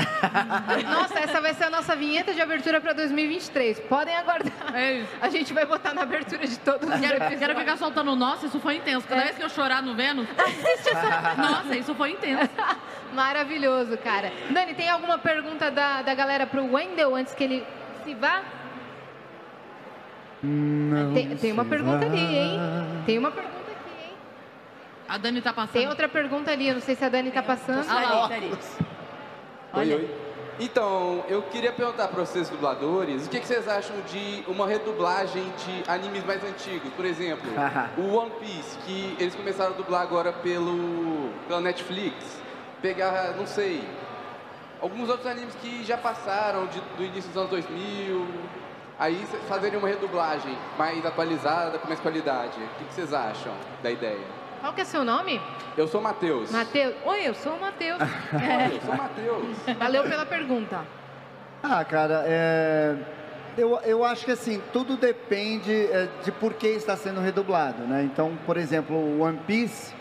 [SPEAKER 2] Nossa, essa vai ser a nossa vinheta de abertura para 2023. Podem aguardar.
[SPEAKER 1] É isso.
[SPEAKER 2] A gente vai botar na abertura de todos os
[SPEAKER 1] Quero, quero
[SPEAKER 2] episódios.
[SPEAKER 1] ficar soltando nossa, isso foi intenso.
[SPEAKER 2] É.
[SPEAKER 1] Cada vez que eu chorar no
[SPEAKER 2] *laughs*
[SPEAKER 1] Vênus, *laughs* nossa, isso foi intenso.
[SPEAKER 2] Maravilhoso, cara. Dani, tem alguma pergunta da, da galera pro Wendel antes que ele se vá? Tem, tem uma pergunta ali, hein? Tem uma pergunta aqui, hein?
[SPEAKER 1] A Dani tá passando.
[SPEAKER 2] Tem outra pergunta ali, eu não sei se a Dani tá passando.
[SPEAKER 1] Ah, lá, ó.
[SPEAKER 7] Oi, oi. Então, eu queria perguntar para vocês, dubladores, o que, que vocês acham de uma redublagem de animes mais antigos? Por exemplo, o One Piece, que eles começaram a dublar agora pelo, pela Netflix. Pegar, não sei, alguns outros animes que já passaram de- do início dos anos 2000. Aí cê- fazerem uma redublagem mais atualizada, com mais qualidade. O que, que vocês acham da ideia?
[SPEAKER 2] Qual que é seu nome?
[SPEAKER 7] Eu sou o Matheus.
[SPEAKER 2] Matheus? Oi, eu sou o Matheus.
[SPEAKER 7] Eu sou o *laughs* Matheus.
[SPEAKER 2] Valeu pela pergunta.
[SPEAKER 3] Ah, cara, é... eu, eu acho que assim, tudo depende é, de por que está sendo redublado, né? Então, por exemplo, o One Piece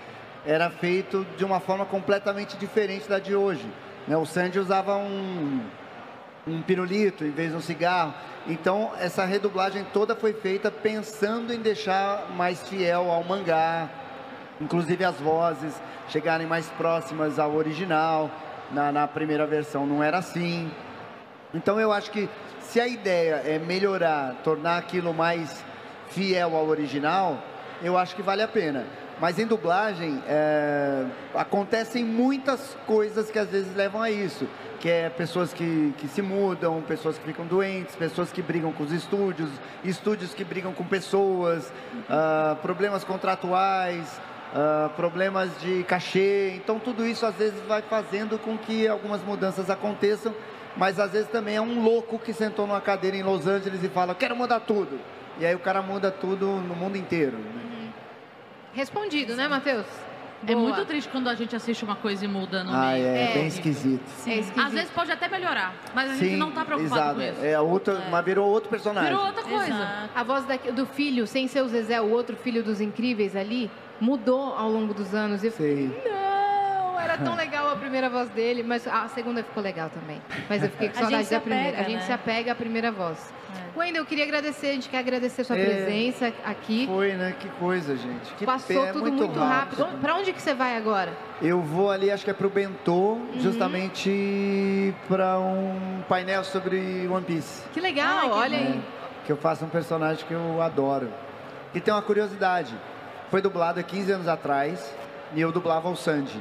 [SPEAKER 3] era feito de uma forma completamente diferente da de hoje. Né? O Sanji usava um, um pirulito em vez de um cigarro. Então, essa redublagem toda foi feita pensando em deixar mais fiel ao mangá, inclusive as vozes chegarem mais próximas ao original. Na, na primeira versão não era assim. Então eu acho que se a ideia é melhorar, tornar aquilo mais fiel ao original, eu acho que vale a pena. Mas em dublagem é, acontecem muitas coisas que às vezes levam a isso, que é pessoas que, que se mudam, pessoas que ficam doentes, pessoas que brigam com os estúdios, estúdios que brigam com pessoas, ah, problemas contratuais, ah, problemas de cachê. Então, tudo isso às vezes vai fazendo com que algumas mudanças aconteçam, mas às vezes também é um louco que sentou numa cadeira em Los Angeles e fala: quero mudar tudo. E aí o cara muda tudo no mundo inteiro. né?
[SPEAKER 2] Respondido, né, Matheus?
[SPEAKER 1] É
[SPEAKER 2] Boa.
[SPEAKER 1] muito triste quando a gente assiste uma coisa e muda no
[SPEAKER 3] Ah,
[SPEAKER 1] meio.
[SPEAKER 3] é,
[SPEAKER 2] É.
[SPEAKER 3] bem esquisito.
[SPEAKER 2] É esquisito.
[SPEAKER 1] Às vezes pode até melhorar, mas a gente não tá preocupado
[SPEAKER 3] exato.
[SPEAKER 1] com isso.
[SPEAKER 3] É outra, Mas virou outro personagem.
[SPEAKER 1] Virou outra coisa.
[SPEAKER 4] Exato.
[SPEAKER 2] A voz da- do filho, sem ser o Zezé, o outro filho dos incríveis ali, mudou ao longo dos anos. E eu fiquei,
[SPEAKER 3] Sei.
[SPEAKER 2] não, era tão legal a primeira voz dele, mas a segunda ficou legal também. Mas eu fiquei com
[SPEAKER 4] A
[SPEAKER 2] saudade
[SPEAKER 4] gente se
[SPEAKER 2] da primeira.
[SPEAKER 4] apega,
[SPEAKER 2] a gente
[SPEAKER 4] né?
[SPEAKER 2] se apega à primeira voz. Wendel, eu queria agradecer, a gente quer agradecer sua
[SPEAKER 3] É.
[SPEAKER 2] presença aqui.
[SPEAKER 3] Foi, né? Que coisa, gente. Que
[SPEAKER 2] Passou
[SPEAKER 3] pé, é
[SPEAKER 2] tudo muito, rápido. Onde- Pra onde que você vai agora?
[SPEAKER 3] Eu vou ali, acho que é pro Bentô,
[SPEAKER 1] Uhum.
[SPEAKER 3] justamente para um painel sobre One Piece.
[SPEAKER 2] Que legal,
[SPEAKER 4] Ah, que
[SPEAKER 2] olha aí.
[SPEAKER 3] Que eu faço um personagem que eu adoro. que tem uma curiosidade. Foi dublado há 15 anos atrás e eu dublava o Sandy.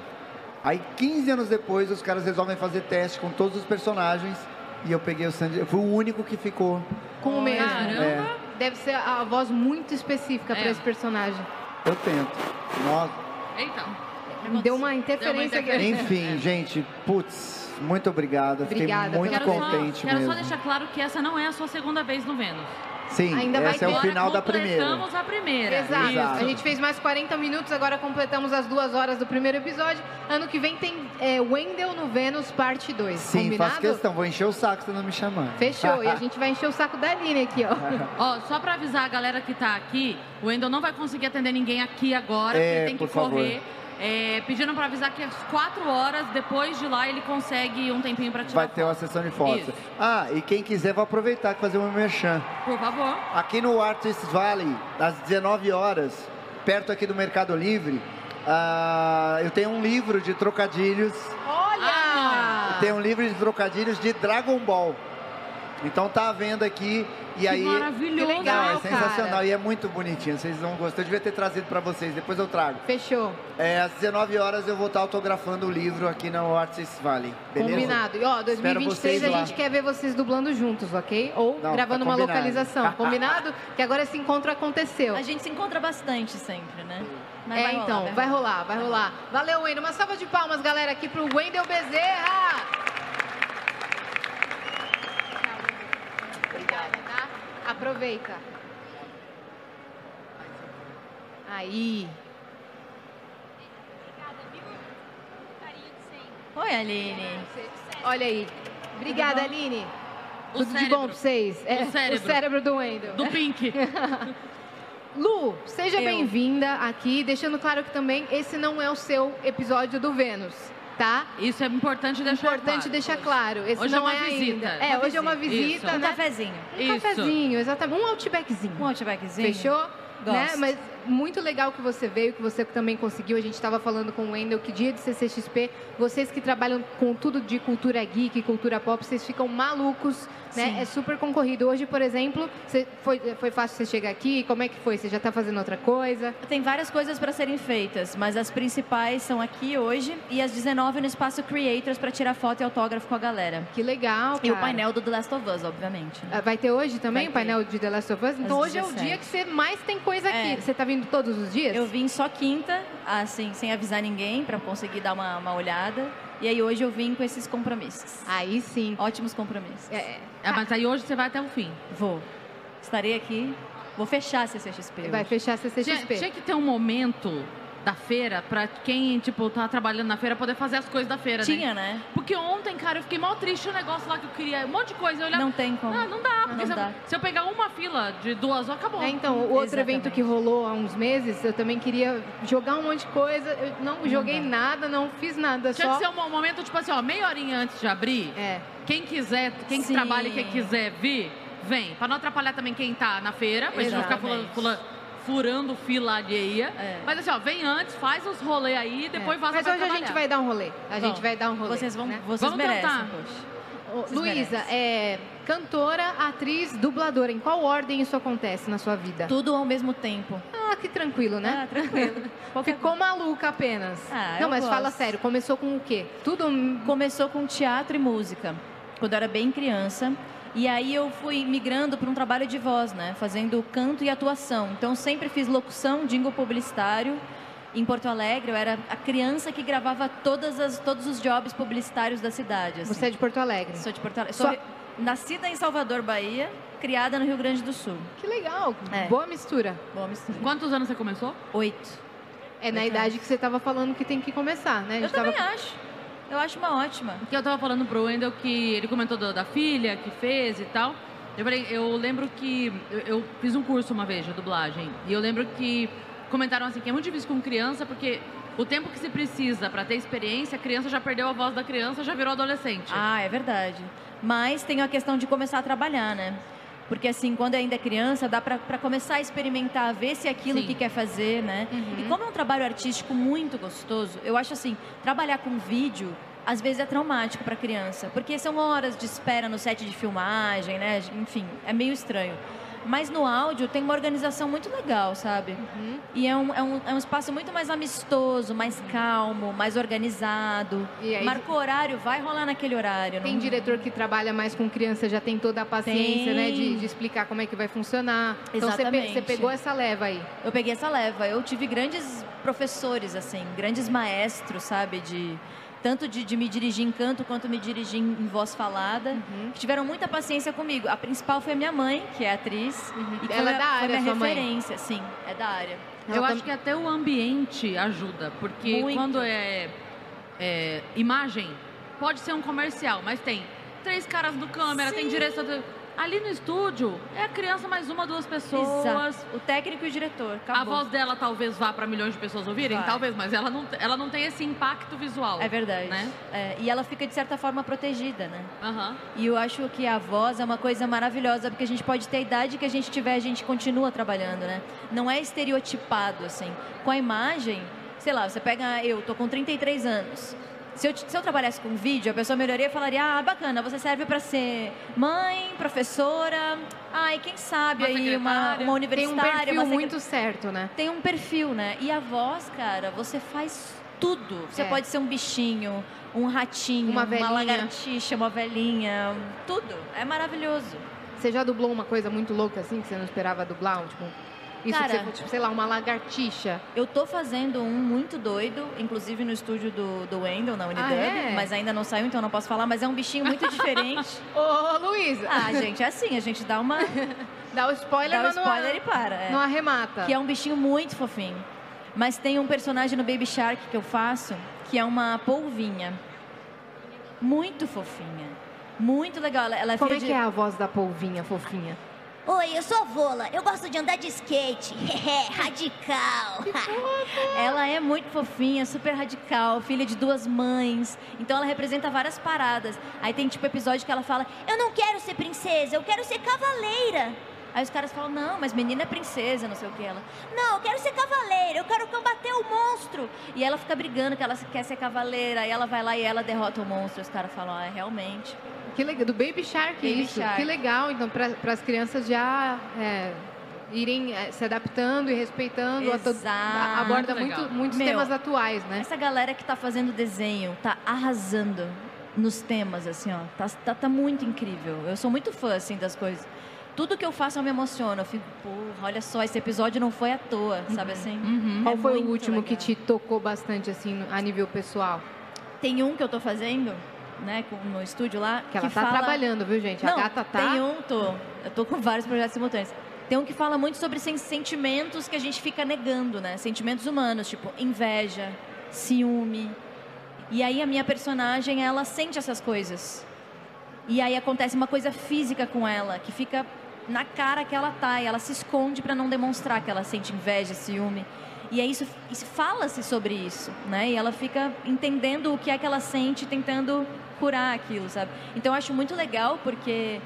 [SPEAKER 3] Aí, 15 anos depois, os caras resolvem fazer teste com todos os personagens e eu peguei o Sandy. Eu fui o único que ficou.
[SPEAKER 2] Com o mesmo. né?
[SPEAKER 1] Caramba.
[SPEAKER 3] É,
[SPEAKER 2] Deve ser a voz muito específica
[SPEAKER 1] É.
[SPEAKER 2] para esse personagem.
[SPEAKER 3] eu tento. Nossa.
[SPEAKER 1] Eita.
[SPEAKER 2] Deu uma interferência aqui.
[SPEAKER 1] interferência.
[SPEAKER 3] Enfim, gente, putz, muito obrigado. Fiquei
[SPEAKER 2] Obrigada
[SPEAKER 3] muito
[SPEAKER 2] pela
[SPEAKER 1] Quero,
[SPEAKER 3] contente
[SPEAKER 1] só, quero
[SPEAKER 3] mesmo.
[SPEAKER 1] só deixar claro que essa não é a sua segunda vez no Vênus.
[SPEAKER 3] Sim,
[SPEAKER 2] Ainda vai
[SPEAKER 3] esse é o
[SPEAKER 2] ter.
[SPEAKER 3] final da primeira.
[SPEAKER 1] completamos a primeira.
[SPEAKER 2] Exato.
[SPEAKER 3] Exato.
[SPEAKER 2] A gente fez mais 40 minutos, agora completamos as duas horas do primeiro episódio. Ano que vem tem é, Wendell no Vênus, parte 2.
[SPEAKER 3] Sim,
[SPEAKER 2] Combinado?
[SPEAKER 3] faço questão. Vou encher o saco se não me chamar.
[SPEAKER 2] Fechou. e a gente vai encher o saco da Aline aqui, ó.
[SPEAKER 1] Ó, só pra avisar a galera que tá aqui, o Wendel não vai conseguir atender ninguém aqui agora, porque
[SPEAKER 3] É,
[SPEAKER 1] ele tem que
[SPEAKER 3] por favor.
[SPEAKER 1] correr. É, pediram pra avisar que às quatro horas, depois de lá, ele consegue um tempinho pra tirar
[SPEAKER 3] Vai ter uma sessão de fotos.
[SPEAKER 1] Isso.
[SPEAKER 3] Ah, e quem quiser, vou aproveitar e fazer um merchan.
[SPEAKER 1] foto. Por favor.
[SPEAKER 3] Aqui no Artist Valley, às 19 horas, perto aqui do Mercado Livre, ah, eu tenho um livro de trocadilhos.
[SPEAKER 2] Olha!
[SPEAKER 3] Tem um livro de trocadilhos de Dragon Ball. Então tá à venda aqui. E aí.
[SPEAKER 1] maravilhoso.
[SPEAKER 2] que legal,
[SPEAKER 3] Não, é sensacional
[SPEAKER 2] cara.
[SPEAKER 3] e é muito bonitinho. Vocês vão gostar. Eu devia ter trazido pra vocês, depois eu trago.
[SPEAKER 2] Fechou.
[SPEAKER 3] É, às 19 horas eu vou estar autografando o livro aqui no Artist Valley. Beleza?
[SPEAKER 2] Combinado. E ó, 2023
[SPEAKER 3] vocês
[SPEAKER 2] a
[SPEAKER 3] lá.
[SPEAKER 2] gente quer ver vocês dublando juntos, ok? Ou
[SPEAKER 3] Não,
[SPEAKER 2] gravando
[SPEAKER 3] tá
[SPEAKER 2] uma
[SPEAKER 3] combinado. *laughs*
[SPEAKER 2] localização. Combinado? Que agora esse encontro aconteceu.
[SPEAKER 4] A gente se encontra bastante sempre, né? Mas
[SPEAKER 2] é,
[SPEAKER 4] vai rolar,
[SPEAKER 2] então, vai
[SPEAKER 4] rolar.
[SPEAKER 2] rolar, vai rolar. Valeu, Wendel. Uma salva de palmas, galera, aqui pro Wendel Bezerra. Obrigada, tá? Aproveita. Aí.
[SPEAKER 4] Oi, Aline.
[SPEAKER 2] Olha aí. Obrigada, Aline.
[SPEAKER 1] O
[SPEAKER 2] Tudo de
[SPEAKER 1] cérebro.
[SPEAKER 2] bom pra vocês. É,
[SPEAKER 1] O cérebro.
[SPEAKER 2] o cérebro do Wendel.
[SPEAKER 1] Do Pink.
[SPEAKER 2] Lu, seja
[SPEAKER 4] Eu.
[SPEAKER 2] bem-vinda aqui, deixando claro que também esse não é o seu episódio do Vênus, tá?
[SPEAKER 1] Isso é importante deixar
[SPEAKER 2] Importante
[SPEAKER 1] claro.
[SPEAKER 2] deixar claro, esse
[SPEAKER 1] Hoje é
[SPEAKER 2] não
[SPEAKER 1] uma
[SPEAKER 2] é
[SPEAKER 1] visita.
[SPEAKER 2] ainda. É,
[SPEAKER 4] Uma
[SPEAKER 2] hoje é uma
[SPEAKER 1] visita.
[SPEAKER 2] visita,
[SPEAKER 1] Isso.
[SPEAKER 4] Um
[SPEAKER 2] né?
[SPEAKER 4] cafezinho.
[SPEAKER 2] Um
[SPEAKER 1] Isso.
[SPEAKER 2] cafezinho, exatamente, um outbackzinho.
[SPEAKER 4] Um outbackzinho.
[SPEAKER 2] Fechou?
[SPEAKER 4] Gosto.
[SPEAKER 2] Né? Mas muito legal que você veio, que você também conseguiu. A gente estava falando com o Wendel que dia de CCXP, vocês que trabalham com tudo de cultura geek, cultura pop, vocês ficam malucos, né?
[SPEAKER 4] Sim.
[SPEAKER 2] É super concorrido. Hoje, por exemplo, você- foi, foi fácil você chegar aqui? Como é que foi? Você já está fazendo outra coisa?
[SPEAKER 4] Tem várias coisas para serem feitas, mas as principais são aqui hoje e às 19 no espaço Creators para tirar foto e autógrafo com a galera.
[SPEAKER 2] Que legal,
[SPEAKER 4] E o
[SPEAKER 2] cara.
[SPEAKER 4] painel do The Last of Us, obviamente.
[SPEAKER 2] Ah, Vai ter hoje também
[SPEAKER 4] Vai
[SPEAKER 2] o painel de The Last of Us? Então
[SPEAKER 4] Às
[SPEAKER 2] hoje é o
[SPEAKER 4] 17.
[SPEAKER 2] dia que você mais tem coisa
[SPEAKER 4] É.
[SPEAKER 2] aqui. Você está vindo todos os dias?
[SPEAKER 4] Eu vim só quinta, assim, sem avisar ninguém, para conseguir dar uma, uma olhada. E aí hoje eu vim com esses compromissos.
[SPEAKER 2] Aí sim.
[SPEAKER 4] Ótimos compromissos.
[SPEAKER 2] Ah, É,
[SPEAKER 1] É, mas aí hoje você vai até o fim.
[SPEAKER 4] Vou. Estarei aqui. Vou fechar a CCXP.
[SPEAKER 2] é, vai
[SPEAKER 4] hoje.
[SPEAKER 2] fechar a
[SPEAKER 1] Tinha,
[SPEAKER 2] CCXP.
[SPEAKER 1] tinha que ter um momento da feira pra quem, tipo, tá trabalhando na feira poder fazer as coisas da feira, né?
[SPEAKER 4] Tinha, né?
[SPEAKER 1] Porque ontem, cara, eu fiquei mal triste o negócio lá que eu queria. Um monte de coisa. Eu olhava.
[SPEAKER 4] Não tem como.
[SPEAKER 1] Ah, não dá.
[SPEAKER 4] Não
[SPEAKER 1] porque se, eu-
[SPEAKER 4] dá.
[SPEAKER 1] se eu pegar uma fila de duas horas, acabou.
[SPEAKER 2] É, então, o outro
[SPEAKER 4] Exatamente.
[SPEAKER 2] evento que rolou há uns meses, eu também queria jogar um monte de coisa. Eu
[SPEAKER 4] Uhum.
[SPEAKER 2] não joguei nada, não fiz nada.
[SPEAKER 1] Tinha
[SPEAKER 2] só...
[SPEAKER 1] que ser um momento, tipo assim, ó, meia horinha antes de
[SPEAKER 4] um
[SPEAKER 1] abrir.
[SPEAKER 2] É.
[SPEAKER 1] Quem quiser, quem
[SPEAKER 4] Sim.
[SPEAKER 1] trabalha e quem quiser vir, vem. Pra não atrapalhar também quem tá na feira, pra gente não ficar fula,
[SPEAKER 4] Exatamente.
[SPEAKER 1] fula- furando fila alheia.
[SPEAKER 4] É.
[SPEAKER 1] Mas assim, ó, vem antes, faz os rolês aí, depois
[SPEAKER 2] É.
[SPEAKER 1] vaza
[SPEAKER 2] Mas
[SPEAKER 1] pra
[SPEAKER 2] hoje a gente
[SPEAKER 1] trabalhar.
[SPEAKER 2] vai dar um rolê. A gente
[SPEAKER 4] Bom,
[SPEAKER 2] vai dar um rolê.
[SPEAKER 4] Vocês vão,
[SPEAKER 2] né?
[SPEAKER 4] vocês
[SPEAKER 1] Vamos
[SPEAKER 4] merecem,
[SPEAKER 1] tentar.
[SPEAKER 4] poxa.
[SPEAKER 2] Ô,
[SPEAKER 4] vocês
[SPEAKER 2] Luísa,
[SPEAKER 4] merecem.
[SPEAKER 2] é cantora, atriz, dubladora. Em qual ordem isso acontece na sua vida?
[SPEAKER 4] Tudo ao mesmo tempo.
[SPEAKER 2] Ah, que tranquilo, né?
[SPEAKER 4] Ah, tranquilo. Qualquer
[SPEAKER 2] Ficou maluca apenas.
[SPEAKER 4] é Ah,
[SPEAKER 2] não,
[SPEAKER 4] eu
[SPEAKER 2] mas fala
[SPEAKER 4] gosto.
[SPEAKER 2] sério, começou com o quê? Tudo.
[SPEAKER 4] *laughs* Começou com teatro e música, quando eu era bem criança. E aí eu fui migrando para um trabalho de voz, né? Fazendo canto e atuação. Então sempre fiz locução, jingle publicitário. Em Porto Alegre, eu era a criança que gravava todas as, todos os jobs publicitários da cidade. assim.
[SPEAKER 2] Você é de Porto Alegre.
[SPEAKER 4] Sou de Porto Alegre. Sou
[SPEAKER 2] Sua-
[SPEAKER 4] re- nascida em Salvador, Bahia, criada no Rio Grande do Sul.
[SPEAKER 2] Que legal.
[SPEAKER 4] É.
[SPEAKER 2] Boa mistura.
[SPEAKER 4] Boa mistura.
[SPEAKER 1] Quantos anos você começou?
[SPEAKER 4] Oito.
[SPEAKER 2] É na idade que você estava falando que tem que começar, né? A
[SPEAKER 4] Eu
[SPEAKER 2] gente tava
[SPEAKER 4] também acho. Eu acho uma ótima.
[SPEAKER 1] que eu tava falando pro Wendel que ele comentou do- da filha que fez e tal. Eu, falei- eu lembro que eu, eu fiz um curso uma vez de dublagem e eu lembro que comentaram assim que é muito difícil com criança porque o tempo que se precisa pra ter experiência, a criança já perdeu a voz da criança, já virou adolescente.
[SPEAKER 4] Ah, é verdade. Mas tem a questão de começar a trabalhar, né? Porque assim, quando ainda é criança, dá pra pra começar a experimentar, ver se é aquilo
[SPEAKER 1] Sim.
[SPEAKER 4] que quer fazer, né? E como é um trabalho artístico muito gostoso, eu acho assim, trabalhar com vídeo às vezes é traumático pra criança, porque são horas de espera no set de filmagem, né? Enfim, é meio estranho. Mas no áudio tem uma organização muito legal, sabe? E é um, é, um, é um espaço muito mais amistoso, mais calmo, mais organizado.
[SPEAKER 2] E aí-
[SPEAKER 4] Marcou horário, vai rolar naquele horário.
[SPEAKER 2] Tem
[SPEAKER 4] não-
[SPEAKER 2] diretor que trabalha mais com criança, já tem toda a paciência,
[SPEAKER 4] Tem.
[SPEAKER 2] né? De, de explicar como é que vai funcionar. Então você pe- você
[SPEAKER 4] Exatamente.
[SPEAKER 2] pegou essa leva aí.
[SPEAKER 4] Eu peguei essa leva. Eu tive grandes professores, assim, grandes maestros, sabe? De tanto de, de me dirigir em canto quanto me dirigir em, em voz falada, que tiveram muita paciência comigo. A principal foi a minha mãe, que é atriz, e que
[SPEAKER 2] Ela
[SPEAKER 4] foi,
[SPEAKER 2] é da
[SPEAKER 4] a- foi
[SPEAKER 2] área,
[SPEAKER 4] minha
[SPEAKER 2] sua mãe?
[SPEAKER 4] referência, sim, é da área.
[SPEAKER 2] Ela
[SPEAKER 1] Eu
[SPEAKER 2] tam-
[SPEAKER 1] acho que até o ambiente ajuda, porque
[SPEAKER 4] Muito.
[SPEAKER 1] quando é, é, imagem, pode ser um comercial, mas tem três caras no câmera, tem direção. do- Ali no estúdio, é a criança mais uma, duas pessoas.
[SPEAKER 4] Exato. O técnico e o diretor. Acabou.
[SPEAKER 1] A voz dela talvez vá para milhões de pessoas ouvirem,
[SPEAKER 4] Tá Vai.
[SPEAKER 1] talvez, mas ela não, ela não tem esse impacto visual.
[SPEAKER 4] É verdade.
[SPEAKER 1] Né?
[SPEAKER 4] É, e ela fica, de certa forma, protegida, né?
[SPEAKER 1] Aham.
[SPEAKER 4] E eu acho que a voz é uma coisa maravilhosa, porque a gente pode ter a idade que a gente tiver, a gente continua trabalhando, né? Não é estereotipado, assim. Com a imagem, sei lá, você pega, eu tô com 33 anos. Se eu, t- se eu trabalhasse com vídeo, a pessoa melhoraria e falaria: Ah, bacana, você serve pra ser mãe, professora, ai, quem sabe
[SPEAKER 1] Uma
[SPEAKER 4] aí uma,
[SPEAKER 1] secretária.
[SPEAKER 4] uma
[SPEAKER 2] Tem um
[SPEAKER 4] universitária.
[SPEAKER 2] perfil
[SPEAKER 4] uma secre-
[SPEAKER 2] muito certo, né?
[SPEAKER 4] tem um perfil, né? E a voz, cara, você faz tudo. Você
[SPEAKER 2] É.
[SPEAKER 4] pode ser um bichinho, um ratinho,
[SPEAKER 2] Uma
[SPEAKER 4] uma,
[SPEAKER 2] velhinha.
[SPEAKER 4] lagartixa, uma velhinha, um- tudo. É maravilhoso.
[SPEAKER 2] Você já dublou uma coisa muito louca assim que você não esperava dublar? Tipo, isso
[SPEAKER 4] Cara.
[SPEAKER 2] que você, tipo, sei lá, uma lagartixa.
[SPEAKER 4] Eu tô fazendo um muito doido, inclusive no estúdio do, do Wendel, na Unidub,
[SPEAKER 2] Ah, é?
[SPEAKER 4] mas ainda não saiu, então não posso falar, mas é um bichinho
[SPEAKER 2] *laughs*
[SPEAKER 4] muito diferente.
[SPEAKER 2] Ô, Luiz,
[SPEAKER 4] ah, gente, é assim, a gente dá uma
[SPEAKER 2] dá o spoiler,
[SPEAKER 4] dá um
[SPEAKER 2] mas
[SPEAKER 4] spoiler e
[SPEAKER 2] não,
[SPEAKER 4] para.
[SPEAKER 2] a-
[SPEAKER 4] é.
[SPEAKER 2] não arremata.
[SPEAKER 4] que é um bichinho muito fofinho. Mas tem um personagem no Baby Shark que eu faço, que é uma polvinha. Muito fofinha. Muito legal. Ela, ela
[SPEAKER 2] Como é
[SPEAKER 4] filha
[SPEAKER 2] que
[SPEAKER 4] de-
[SPEAKER 2] é a voz da polvinha fofinha?
[SPEAKER 5] Oi, eu sou a Vola. Eu gosto de andar de skate. *laughs* Radical.
[SPEAKER 4] Ela é muito fofinha, super radical, filha de duas mães. Então ela representa várias paradas. Aí tem tipo episódio que ela fala:
[SPEAKER 5] eu não quero ser princesa, eu quero ser cavaleira.
[SPEAKER 4] Aí os caras falam, não, mas menina é princesa, não sei o que ela.
[SPEAKER 5] Não, eu quero ser cavaleira, eu quero combater o monstro.
[SPEAKER 4] E ela fica brigando que ela quer ser cavaleira, aí ela vai lá e ela derrota o monstro. Os caras falam, ah, realmente.
[SPEAKER 2] Que legal, do Baby Shark
[SPEAKER 4] Baby
[SPEAKER 2] isso.
[SPEAKER 4] Shark.
[SPEAKER 2] Que legal, então para as crianças já é, irem é, se adaptando e respeitando a todo- a-
[SPEAKER 4] Exato.
[SPEAKER 2] aborda
[SPEAKER 1] Muito
[SPEAKER 2] muito,
[SPEAKER 1] legal.
[SPEAKER 2] muitos
[SPEAKER 4] Meu.
[SPEAKER 2] temas atuais, né?
[SPEAKER 4] Essa galera que tá fazendo desenho tá arrasando nos temas, assim, ó. Tá, tá, tá muito incrível. Eu sou muito fã, assim, das coisas. Tudo que eu faço eu me emociono. Eu fico, porra, olha só, esse episódio não foi à toa, sabe
[SPEAKER 2] Uhum.
[SPEAKER 4] assim?
[SPEAKER 1] Uhum.
[SPEAKER 2] Qual
[SPEAKER 4] É
[SPEAKER 2] foi o
[SPEAKER 4] muito
[SPEAKER 2] último que
[SPEAKER 4] legal.
[SPEAKER 2] te tocou bastante assim no- a nível pessoal?
[SPEAKER 4] Tem um que eu tô fazendo, né, com- no estúdio lá.
[SPEAKER 2] Que ela tá
[SPEAKER 4] fala-
[SPEAKER 2] trabalhando, viu, gente?
[SPEAKER 4] Não,
[SPEAKER 2] a gata tá.
[SPEAKER 4] tem um, tô. Eu tô com vários projetos simultâneos. Tem um que fala muito sobre sen- sentimentos que a gente fica negando, né? Sentimentos humanos, tipo inveja, ciúme. E aí a minha personagem, ela sente essas coisas. E aí acontece uma coisa física com ela, que fica na cara que ela tá, e ela se esconde pra não demonstrar que ela sente inveja, ciúme. E aí isso, isso fala-se sobre isso, né? E ela fica entendendo o que é que ela sente, tentando curar aquilo, sabe? Então eu acho muito legal porque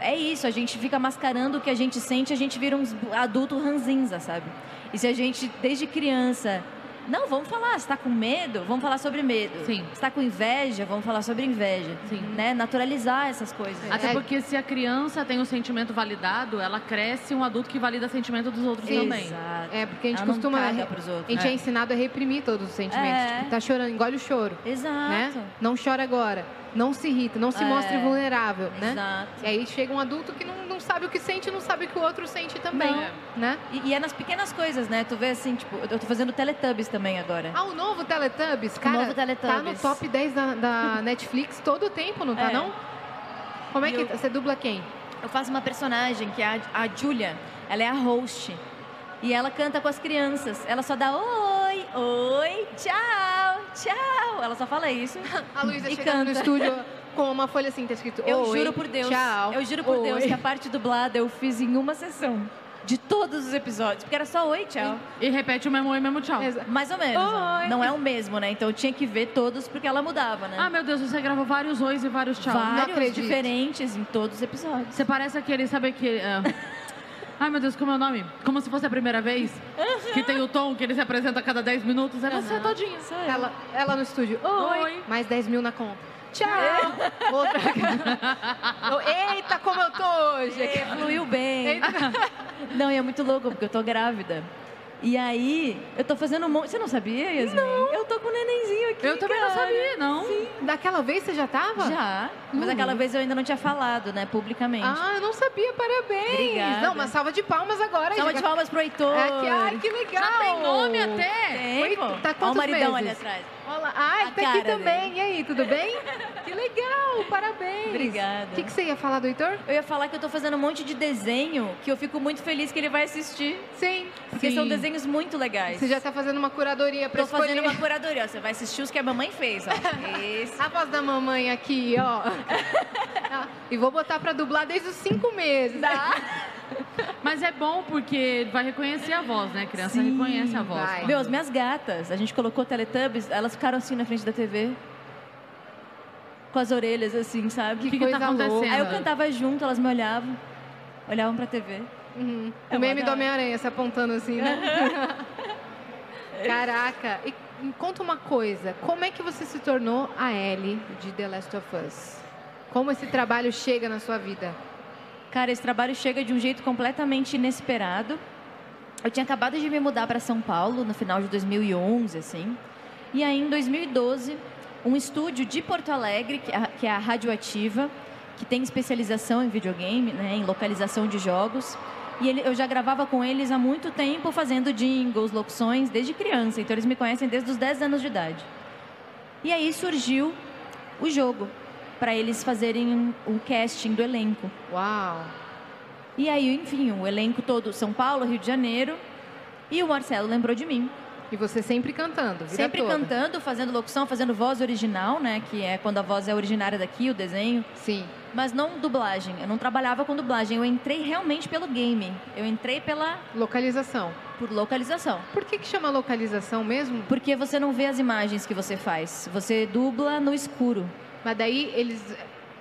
[SPEAKER 4] é isso, a gente fica mascarando o que a gente sente, a gente vira um adulto ranzinza, sabe? E se a gente desde criança, não, vamos falar, está com medo, vamos falar sobre medo.
[SPEAKER 1] Sim.
[SPEAKER 4] Está com inveja, vamos falar sobre inveja,
[SPEAKER 1] Sim.
[SPEAKER 4] né? Naturalizar essas coisas. né?
[SPEAKER 1] Até
[SPEAKER 2] É.
[SPEAKER 1] porque se a criança tem o sentimento validado, ela cresce um adulto que valida sentimento dos outros
[SPEAKER 2] Sim.
[SPEAKER 1] também.
[SPEAKER 4] Exato.
[SPEAKER 2] É, porque a gente
[SPEAKER 4] Ela não
[SPEAKER 2] costuma.
[SPEAKER 4] caga pros
[SPEAKER 2] A
[SPEAKER 4] outros. né?
[SPEAKER 2] gente é. ensinado a reprimir todos os sentimentos.
[SPEAKER 4] É.
[SPEAKER 2] Tipo, tá chorando, engole o choro.
[SPEAKER 4] Exato.
[SPEAKER 2] Né? Não chora agora. Não se irrita, não se
[SPEAKER 4] É.
[SPEAKER 2] mostre vulnerável, né?
[SPEAKER 4] Exato.
[SPEAKER 2] E aí chega um adulto que não, não sabe o que sente, não sabe o que o outro sente também,
[SPEAKER 1] Não.
[SPEAKER 2] né?
[SPEAKER 4] E, e é nas pequenas coisas, né? Tu vê assim, tipo, eu tô fazendo Teletubbies também agora.
[SPEAKER 2] Ah, o novo Teletubbies, cara,
[SPEAKER 4] É. novo
[SPEAKER 2] tá
[SPEAKER 4] Teletubbies.
[SPEAKER 2] no top 10 da,
[SPEAKER 4] *laughs*
[SPEAKER 2] da Netflix todo o tempo, não tá,
[SPEAKER 4] É.
[SPEAKER 2] não? Como é
[SPEAKER 4] E
[SPEAKER 2] que...
[SPEAKER 4] eu-
[SPEAKER 2] Você dubla quem?
[SPEAKER 4] Eu faço uma personagem que é a, a Julia. Ela é a host. E ela canta com as crianças. Ela só dá oi, oi, tchau, tchau. Ela só fala isso. *laughs*
[SPEAKER 2] A Luísa
[SPEAKER 4] E
[SPEAKER 2] chegando no
[SPEAKER 4] canta.
[SPEAKER 2] estúdio com uma folha assim, tá escrito
[SPEAKER 4] Eu
[SPEAKER 2] "Oi,
[SPEAKER 4] juro por Deus.
[SPEAKER 2] tchau,
[SPEAKER 4] Eu juro por Deus
[SPEAKER 2] oi". *laughs*
[SPEAKER 4] que a parte dublada eu fiz em uma sessão. De todos os episódios. Porque era só oi, tchau.
[SPEAKER 1] E repete o mesmo oi, mesmo tchau.
[SPEAKER 2] Exa-
[SPEAKER 4] Mais ou menos. né?
[SPEAKER 2] Oi.
[SPEAKER 4] Não é o mesmo, né? Então eu tinha que ver todos porque ela mudava, né?
[SPEAKER 1] Ah, meu Deus, você gravou vários ois e vários tchau.
[SPEAKER 2] Não
[SPEAKER 4] Vários
[SPEAKER 2] acredito.
[SPEAKER 4] diferentes em todos os episódios.
[SPEAKER 1] Você parece aquele, sabe aquele.
[SPEAKER 4] *laughs*
[SPEAKER 1] ah, Ai, meu Deus, como é o nome? Como se fosse a primeira vez? Que tem o tom que ele se apresenta a cada 10 minutos. É você todinha.
[SPEAKER 2] Ela, ela no estúdio, oi,
[SPEAKER 1] Oi.
[SPEAKER 2] mais 10 mil na conta.
[SPEAKER 4] *laughs*
[SPEAKER 2] Tchau! Outra... Eita, como eu tô hoje!
[SPEAKER 4] É, fluiu bem.
[SPEAKER 2] Eita.
[SPEAKER 4] *laughs* Não, e é muito louco, porque eu tô grávida. E aí, eu tô fazendo um monte. Você não sabia, Yasmin? Não. Eu tô com um nenenzinho aqui.
[SPEAKER 1] Eu também não
[SPEAKER 4] cara.
[SPEAKER 1] sabia, não.
[SPEAKER 2] Daquela vez você já tava?
[SPEAKER 4] Já. Mas aquela vez eu ainda não tinha falado, né, publicamente.
[SPEAKER 2] Uhum. Ah, eu não sabia, parabéns!
[SPEAKER 4] Obrigada.
[SPEAKER 2] Não, uma salva de palmas agora,
[SPEAKER 4] Salva
[SPEAKER 2] gente.
[SPEAKER 4] de palmas pro Heitor.
[SPEAKER 2] É que- ai, que legal!
[SPEAKER 1] Já tem nome até.
[SPEAKER 4] Tem,
[SPEAKER 2] Oi,
[SPEAKER 4] pô.
[SPEAKER 2] tá
[SPEAKER 4] Ó o
[SPEAKER 2] quantos
[SPEAKER 4] maridão
[SPEAKER 2] meses?
[SPEAKER 4] ali atrás.
[SPEAKER 2] Olá. Ai, tá
[SPEAKER 4] A
[SPEAKER 2] aqui
[SPEAKER 4] cara
[SPEAKER 2] também. E aí, tudo
[SPEAKER 4] *laughs*
[SPEAKER 2] bem? Que legal, parabéns.
[SPEAKER 4] Obrigada.
[SPEAKER 2] O que, que você ia falar do Heitor?
[SPEAKER 4] Eu ia falar que eu tô fazendo um monte de desenho que eu fico muito feliz que ele vai assistir.
[SPEAKER 2] Sim.
[SPEAKER 4] Porque
[SPEAKER 1] Sim.
[SPEAKER 4] são desenhos muito legais.
[SPEAKER 2] Você já tá fazendo uma curadoria pra
[SPEAKER 4] Tô
[SPEAKER 2] escolher.
[SPEAKER 4] fazendo uma curadoria. ó. Você vai assistir os que a
[SPEAKER 2] *laughs*
[SPEAKER 4] mamãe fez, ó. Esse.
[SPEAKER 2] A voz da mamãe aqui,
[SPEAKER 4] *laughs*
[SPEAKER 2] ó. Ah, e vou botar pra dublar desde os cinco meses.
[SPEAKER 1] Mas é bom porque vai reconhecer a voz, né? Criança
[SPEAKER 4] Sim,
[SPEAKER 1] reconhece a voz.
[SPEAKER 2] vai.
[SPEAKER 1] quando-
[SPEAKER 4] Meu, as minhas gatas, a gente colocou Teletubbies, elas ficaram assim na frente da TV. Com as orelhas assim, sabe?
[SPEAKER 1] O que, que tá
[SPEAKER 2] coisa louca.
[SPEAKER 1] acontecendo?
[SPEAKER 4] Aí eu cantava junto, elas me olhavam, olhavam pra TV.
[SPEAKER 2] Uhum.
[SPEAKER 4] É
[SPEAKER 2] o
[SPEAKER 4] uma
[SPEAKER 2] meme do
[SPEAKER 4] da-
[SPEAKER 2] Homem-Aranha se apontando assim, né? *laughs* Caraca. E me conta uma coisa. Como é que você se tornou a Ellie de The Last of Us? Como esse trabalho chega na sua vida?
[SPEAKER 4] Cara, esse trabalho chega de um jeito completamente inesperado. Eu tinha acabado de me mudar para São Paulo no final de 2011, assim. E aí, em 2012, um estúdio de Porto Alegre, que é a- que é a Radioativa, que tem especialização em videogame, né, em localização de jogos. E ele- eu já gravava com eles há muito tempo, fazendo jingles, locuções, desde criança. Então, eles me conhecem desde os 10 anos de idade. E aí surgiu o jogo, para eles fazerem o casting do elenco.
[SPEAKER 2] Uau.
[SPEAKER 4] E aí, enfim, o elenco todo, São Paulo, Rio de Janeiro. E o Marcelo lembrou de mim.
[SPEAKER 2] E você sempre cantando, vida
[SPEAKER 4] Sempre
[SPEAKER 2] toda.
[SPEAKER 4] cantando, fazendo locução, fazendo voz original, né? Que é quando a voz é originária daqui, o desenho.
[SPEAKER 2] Sim.
[SPEAKER 4] Mas não dublagem. Eu não trabalhava com dublagem. Eu entrei realmente pelo game. Eu entrei pela
[SPEAKER 2] Localização.
[SPEAKER 4] por localização.
[SPEAKER 2] Por que, que chama localização mesmo?
[SPEAKER 4] Porque você não vê as imagens que você faz. Você dubla no escuro.
[SPEAKER 2] Mas daí eles.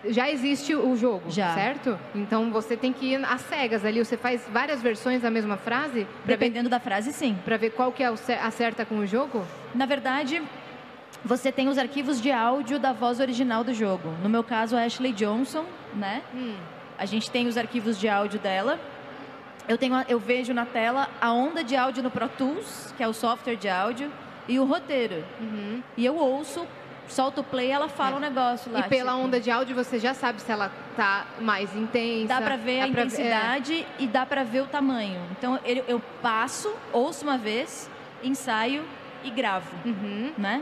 [SPEAKER 2] Já existe o jogo,
[SPEAKER 4] Já.
[SPEAKER 2] certo? Então você tem que ir às cegas ali. Você faz várias versões da mesma frase pra ver,
[SPEAKER 4] Dependendo da frase, sim.
[SPEAKER 2] pra ver qual que é o cer- a certa com o jogo?
[SPEAKER 4] Na verdade, você tem os arquivos de áudio da voz original do jogo. No meu caso, a Ashley Johnson, né?
[SPEAKER 2] Hum.
[SPEAKER 4] A gente tem os arquivos de áudio dela. Eu, tenho, a- eu vejo na tela a onda de áudio no Pro Tools, que é o software de áudio, e o roteiro.
[SPEAKER 2] Uhum. É.
[SPEAKER 4] E eu ouço, solto o play, ela fala um negócio lá.
[SPEAKER 2] E pela
[SPEAKER 4] tipo,
[SPEAKER 2] onda de áudio você já sabe se ela tá mais intensa.
[SPEAKER 4] Dá pra ver a
[SPEAKER 2] dá pra- é.
[SPEAKER 4] intensidade e dá pra ver o tamanho. Então eu, eu passo, ouço uma vez, ensaio e gravo,
[SPEAKER 2] Uhum.
[SPEAKER 4] né?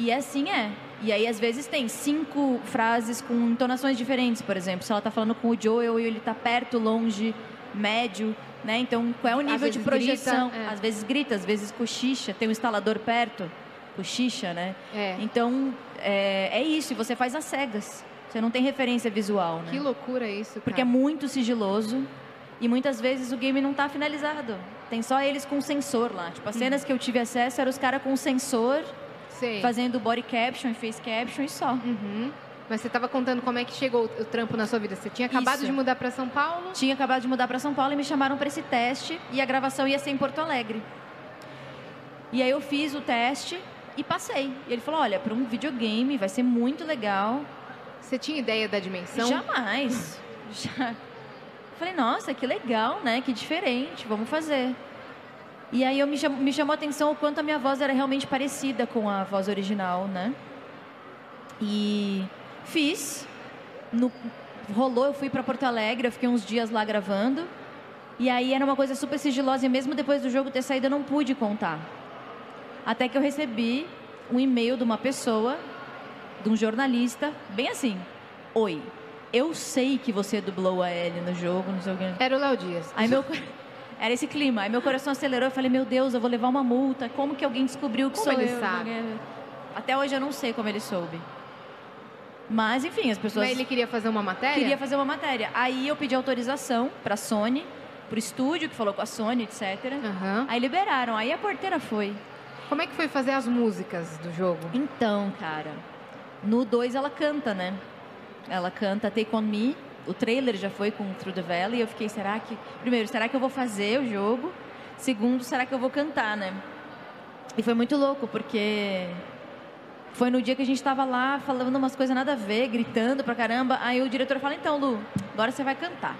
[SPEAKER 4] E assim é. E aí, às vezes, tem cinco frases com entonações diferentes, por exemplo. Se ela tá falando com o Joel e ele tá perto, longe, médio, né? Então, qual é o nível de
[SPEAKER 2] vezes
[SPEAKER 4] projeção?
[SPEAKER 2] grita, é.
[SPEAKER 4] Às vezes grita, às vezes cochicha. Tem um instalador perto, cochicha, né?
[SPEAKER 2] É.
[SPEAKER 4] Então, é, é isso. E você faz às cegas. Você não tem referência visual, né?
[SPEAKER 2] Que loucura isso.
[SPEAKER 4] Porque é
[SPEAKER 2] cara.
[SPEAKER 4] muito sigiloso e muitas vezes o game não tá finalizado. Tem só eles com sensor lá. Tipo, as cenas que eu tive acesso eram os caras com sensor,
[SPEAKER 2] Sei.
[SPEAKER 4] fazendo body caption e face caption e só.
[SPEAKER 2] Uhum. Mas você tava contando como é que chegou o o trampo na sua vida. Você tinha acabado
[SPEAKER 4] Isso.
[SPEAKER 2] de mudar pra São Paulo?
[SPEAKER 4] Tinha acabado de mudar para São Paulo e me chamaram para esse teste e a gravação ia ser em Porto Alegre. E aí eu fiz o teste e passei. E ele falou: "Olha, para um videogame vai ser muito legal".
[SPEAKER 2] Você tinha ideia da dimensão?
[SPEAKER 4] Jamais. *laughs* Já. Falei, nossa, que legal, né? Que diferente, vamos fazer. E aí eu me, cham- me chamou a atenção o quanto a minha voz era realmente parecida com a voz original, né? E fiz. No- rolou, eu fui para Porto Alegre, eu fiquei uns dias lá gravando. E aí era uma coisa super sigilosa e mesmo depois do jogo ter saído eu não pude contar. Até que eu recebi um e-mail de uma pessoa, de um jornalista, bem assim: Oi, eu sei que você dublou a Ellie no jogo, não sei o quê.
[SPEAKER 2] Era o Léo Dias.
[SPEAKER 4] Aí meu. co- *laughs* Era esse clima. Aí meu coração acelerou. Eu falei, meu Deus, eu vou levar uma multa. Como que alguém descobriu que
[SPEAKER 2] Como
[SPEAKER 4] sou
[SPEAKER 2] ele
[SPEAKER 4] eu?
[SPEAKER 2] sabe?
[SPEAKER 4] Até hoje eu não sei como ele soube. Mas, enfim, as pessoas
[SPEAKER 2] Mas ele queria fazer uma matéria?
[SPEAKER 4] queria fazer uma matéria. Aí eu pedi autorização pra Sony, pro estúdio que falou com a Sony, etc.
[SPEAKER 2] Aham.
[SPEAKER 4] Aí liberaram. Aí a porteira foi.
[SPEAKER 2] Como é que foi fazer as músicas do jogo?
[SPEAKER 4] Então, cara, no 2 ela canta, né? Ela canta Take On Me. O trailer já foi com Through the Valley. E eu fiquei, será que. Primeiro, será que eu vou fazer o jogo? Segundo, será que eu vou cantar, né? E foi muito louco, porque Foi no dia que a gente tava lá falando umas coisas nada a ver, gritando pra caramba. Aí o diretor fala: Então, Lu, agora você vai cantar.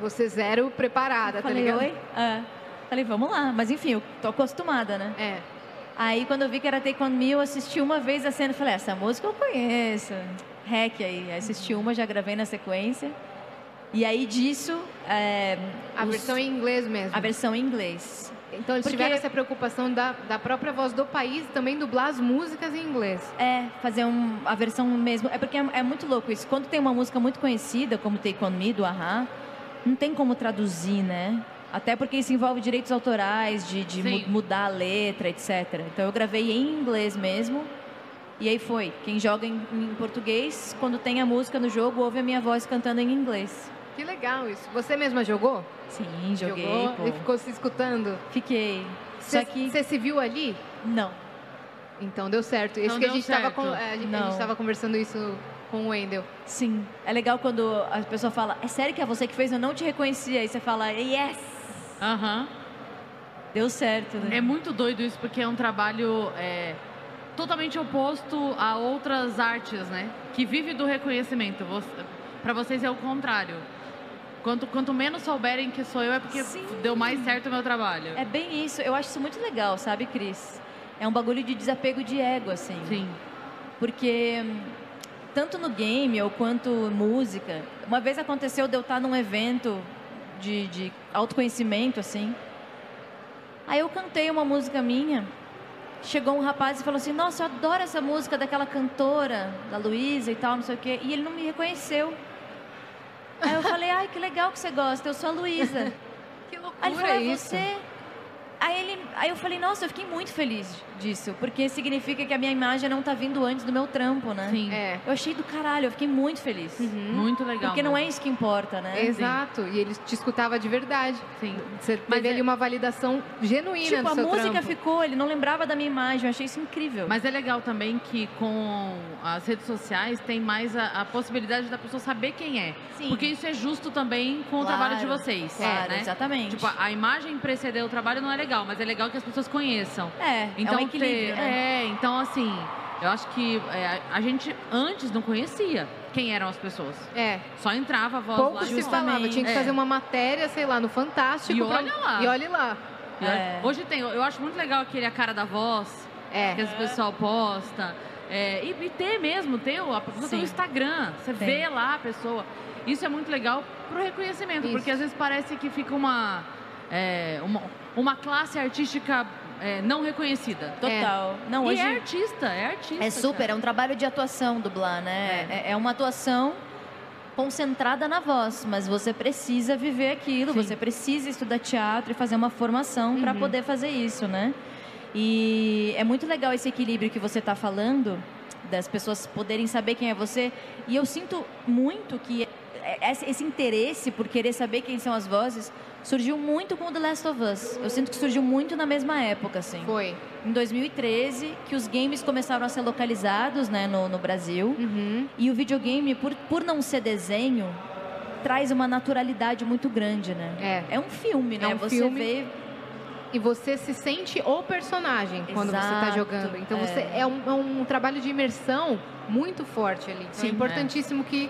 [SPEAKER 2] Você zero preparada, tá
[SPEAKER 4] Falei:
[SPEAKER 2] ligado?
[SPEAKER 4] Oi? É. Falei: Vamos lá. Mas enfim, eu tô acostumada, né?
[SPEAKER 2] É.
[SPEAKER 4] Aí quando eu vi que era Take On Me, eu assisti uma vez a cena e falei, "Ah, essa música eu conheço. Hack aí. Aí Assisti uma, já gravei na sequência. E aí disso. é,
[SPEAKER 2] A
[SPEAKER 4] os-
[SPEAKER 2] versão em inglês mesmo.
[SPEAKER 4] a versão em inglês.
[SPEAKER 2] Então eles
[SPEAKER 4] Porque-
[SPEAKER 2] tiveram essa preocupação da, da própria voz do país também dublar as músicas em inglês.
[SPEAKER 4] É, fazer um- a versão mesmo. É porque é, é muito louco isso. Quando tem uma música muito conhecida, como Take On Me, do Ahá, não tem como traduzir, né? Até porque isso envolve direitos autorais, de, de
[SPEAKER 1] Sim.
[SPEAKER 4] mu- mudar a letra, etc. Então eu gravei em inglês mesmo. E aí foi. Quem joga em, em português, quando tem a música no jogo, ouve a minha voz cantando em inglês.
[SPEAKER 2] Que legal isso. Você mesma jogou?
[SPEAKER 4] Sim, joguei. pô.
[SPEAKER 2] Jogou e ficou se escutando.
[SPEAKER 4] Fiquei. Só que.
[SPEAKER 2] Você se viu ali?
[SPEAKER 4] Não.
[SPEAKER 2] Então deu certo. Isso
[SPEAKER 1] Não
[SPEAKER 2] que a
[SPEAKER 1] deu
[SPEAKER 2] gente estava
[SPEAKER 1] certo.
[SPEAKER 2] a gente
[SPEAKER 4] Não.
[SPEAKER 2] tava conversando isso com o Wendel.
[SPEAKER 4] Sim. É legal quando a pessoa fala, é sério que é você que fez? Eu não te reconheci. Aí você fala, yes!
[SPEAKER 1] Aham.
[SPEAKER 4] Deu certo, né?
[SPEAKER 1] É muito doido isso, porque é um trabalho é, totalmente oposto a outras artes, né? Que vive do reconhecimento. Para vocês é o contrário. Quanto, quanto menos souberem que sou eu, é porque
[SPEAKER 4] Sim.
[SPEAKER 1] deu mais certo o meu trabalho.
[SPEAKER 4] É bem isso. Eu acho isso muito legal, sabe, Cris? É um bagulho de desapego de ego, assim.
[SPEAKER 1] Sim.
[SPEAKER 4] Porque hum, tanto no game ou quanto música, uma vez aconteceu de eu estar num evento de, de autoconhecimento, assim. Aí eu cantei uma música minha. Chegou um rapaz e falou assim: Nossa, eu adoro essa música daquela cantora, da Luísa e tal, não sei o quê. E ele não me reconheceu. Aí eu falei: Ai, que legal que você gosta, eu sou a Luísa.
[SPEAKER 2] Que loucura
[SPEAKER 4] Aí ele falou, é
[SPEAKER 2] isso.
[SPEAKER 4] você. Aí, ele, aí eu falei, nossa, eu fiquei muito feliz disso, porque significa que a minha imagem não tá vindo antes do meu trampo, né?
[SPEAKER 1] Sim.
[SPEAKER 2] É.
[SPEAKER 4] Eu achei do caralho, eu fiquei muito feliz.
[SPEAKER 1] Muito legal.
[SPEAKER 4] Porque não é
[SPEAKER 1] mesmo.
[SPEAKER 4] isso que importa, né?
[SPEAKER 2] Exato. E ele te escutava de verdade.
[SPEAKER 1] Sim.
[SPEAKER 2] Você
[SPEAKER 4] Mas
[SPEAKER 2] teve
[SPEAKER 4] é-
[SPEAKER 2] ali uma validação genuína
[SPEAKER 4] Tipo,
[SPEAKER 2] do
[SPEAKER 4] a
[SPEAKER 2] seu
[SPEAKER 4] música
[SPEAKER 2] trampo.
[SPEAKER 4] ficou, ele não lembrava da minha imagem, eu achei isso incrível.
[SPEAKER 1] Mas é legal também que com as redes sociais tem mais a, a possibilidade da pessoa saber quem é.
[SPEAKER 4] Sim.
[SPEAKER 1] Porque isso é justo também com o
[SPEAKER 4] Claro,
[SPEAKER 1] trabalho de vocês.
[SPEAKER 4] claro,
[SPEAKER 1] né?
[SPEAKER 4] exatamente.
[SPEAKER 1] Tipo, a imagem preceder o trabalho não é legal, mas é legal que as pessoas conheçam.
[SPEAKER 4] É,
[SPEAKER 1] Então,
[SPEAKER 4] é um equilíbrio,
[SPEAKER 1] ter-
[SPEAKER 4] né?
[SPEAKER 1] É, então assim, eu acho que é, a gente antes não conhecia quem eram as pessoas.
[SPEAKER 2] É.
[SPEAKER 1] Só entrava a voz
[SPEAKER 2] Pouco
[SPEAKER 1] lá.
[SPEAKER 2] se
[SPEAKER 1] e pronto.
[SPEAKER 2] falava. Tinha que
[SPEAKER 1] É.
[SPEAKER 2] fazer uma matéria, sei lá, no Fantástico.
[SPEAKER 1] E
[SPEAKER 2] pra-
[SPEAKER 1] olha lá.
[SPEAKER 2] E olha lá.
[SPEAKER 4] É.
[SPEAKER 1] Hoje tem, eu acho muito legal aquele A Cara da Voz,
[SPEAKER 2] É.
[SPEAKER 1] que as pessoal posta. É, e, e ter mesmo, ter o, a pessoa tem o
[SPEAKER 4] Sim.
[SPEAKER 1] Instagram, você
[SPEAKER 4] Tem.
[SPEAKER 1] vê lá a pessoa. Isso é muito legal pro reconhecimento,
[SPEAKER 2] Isso.
[SPEAKER 1] porque às vezes parece que fica uma, é, uma, uma classe artística é, não reconhecida.
[SPEAKER 4] Total. Não,
[SPEAKER 1] e
[SPEAKER 4] hoje
[SPEAKER 1] é artista, é artista.
[SPEAKER 4] é super,
[SPEAKER 1] cara.
[SPEAKER 4] é um trabalho de atuação dublar, né? É, é uma atuação concentrada na voz, mas você precisa viver aquilo, você precisa estudar teatro e fazer uma formação
[SPEAKER 1] Uhum.
[SPEAKER 4] pra poder fazer isso, né? E é muito legal esse equilíbrio que você tá falando, das pessoas poderem saber quem é você. E eu sinto muito que é- esse esse interesse por querer saber quem são as vozes surgiu muito com o The Last of Us. Eu sinto que surgiu muito na mesma época, assim
[SPEAKER 2] Foi.
[SPEAKER 4] em 2013 que os games começaram a ser localizados né, no, no Brasil.
[SPEAKER 2] Uhum.
[SPEAKER 4] E o videogame, por, por não ser desenho, traz uma naturalidade muito grande, né? É, um filme, né?
[SPEAKER 2] É um
[SPEAKER 4] Você
[SPEAKER 2] filme.
[SPEAKER 4] vê
[SPEAKER 2] E você se sente o personagem quando você está
[SPEAKER 4] Exato,
[SPEAKER 2] jogando. Então
[SPEAKER 4] é.
[SPEAKER 2] você é um, é um trabalho de imersão muito forte ali. Então
[SPEAKER 1] Sim,
[SPEAKER 2] é importantíssimo que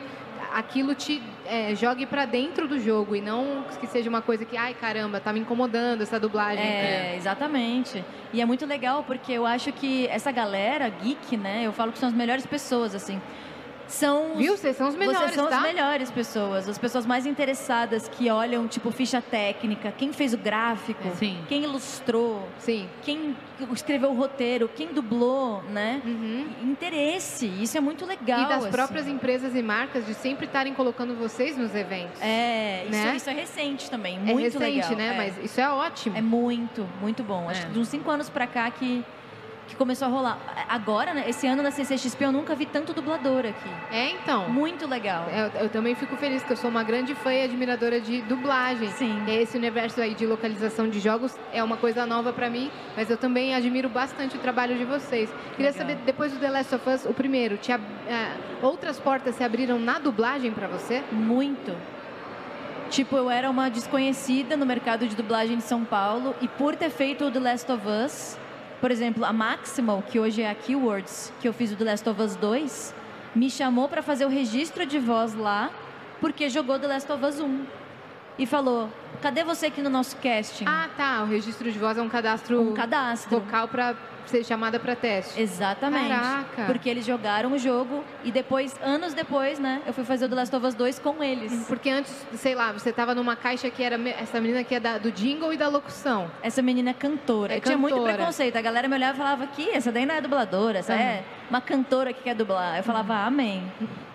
[SPEAKER 2] aquilo te é, jogue para dentro do jogo e não que seja uma coisa que, ai caramba, tá me incomodando essa dublagem.
[SPEAKER 4] É, exatamente. E é muito legal porque eu acho que essa galera geek, né? Eu falo que são as melhores pessoas, assim. São os-
[SPEAKER 2] Viu? Vocês são os melhores,
[SPEAKER 4] Vocês são
[SPEAKER 2] tá?
[SPEAKER 4] as melhores pessoas, as pessoas mais interessadas que olham, tipo, ficha técnica, quem fez o gráfico,
[SPEAKER 2] É,
[SPEAKER 1] Sim.
[SPEAKER 4] quem ilustrou,
[SPEAKER 2] Sim.
[SPEAKER 4] quem escreveu o roteiro, quem dublou, né?
[SPEAKER 2] Uhum.
[SPEAKER 4] Interesse, isso é muito legal.
[SPEAKER 2] e das
[SPEAKER 4] assim.
[SPEAKER 2] próprias empresas e marcas de sempre estarem colocando vocês nos eventos.
[SPEAKER 4] É, isso,
[SPEAKER 2] né?
[SPEAKER 4] isso é recente também, muito
[SPEAKER 2] é recente, né?
[SPEAKER 4] legal. é.
[SPEAKER 2] Mas isso é ótimo.
[SPEAKER 4] é muito, muito bom.
[SPEAKER 1] É.
[SPEAKER 4] Acho que de uns cinco anos pra cá que, que começou a rolar. Agora, né, esse ano na CCXP, eu nunca vi tanto dublador aqui.
[SPEAKER 2] É, então.
[SPEAKER 4] Muito legal.
[SPEAKER 2] É, Eu, eu também fico feliz que eu sou uma grande fã e admiradora de dublagem.
[SPEAKER 4] Sim.
[SPEAKER 2] E Esse universo aí de localização de jogos é uma coisa nova pra mim, mas eu também admiro bastante o trabalho de vocês. Queria
[SPEAKER 4] Legal.
[SPEAKER 2] saber, depois do The Last of Us, o primeiro, te ab- ah, outras portas se abriram na dublagem pra você?
[SPEAKER 4] Muito. Tipo, eu era uma desconhecida no mercado de dublagem de São Paulo e por ter feito o The Last of Us, Por exemplo, a Maximal, que hoje é a Keywords, que eu fiz o The Last of Us 2, me chamou para fazer o registro de voz lá, porque jogou The Last of Us 1. E falou: cadê você aqui no nosso casting?
[SPEAKER 2] Ah, tá. O registro de voz é um cadastro,
[SPEAKER 4] um cadastro.
[SPEAKER 2] vocal para ser chamada para teste.
[SPEAKER 4] Exatamente.
[SPEAKER 2] Caraca.
[SPEAKER 4] Porque eles jogaram o jogo e depois, anos depois, né, eu fui fazer o The Last of Us 2 com eles.
[SPEAKER 2] Porque antes, sei lá, você tava numa caixa que era me- essa menina que é da- do jingle e da locução.
[SPEAKER 4] Essa menina é cantora.
[SPEAKER 2] É
[SPEAKER 4] eu tinha muito
[SPEAKER 2] cantora.
[SPEAKER 4] preconceito. A galera me olhava e falava que essa daí não é dubladora, essa é uma cantora que quer dublar. Eu falava, amém.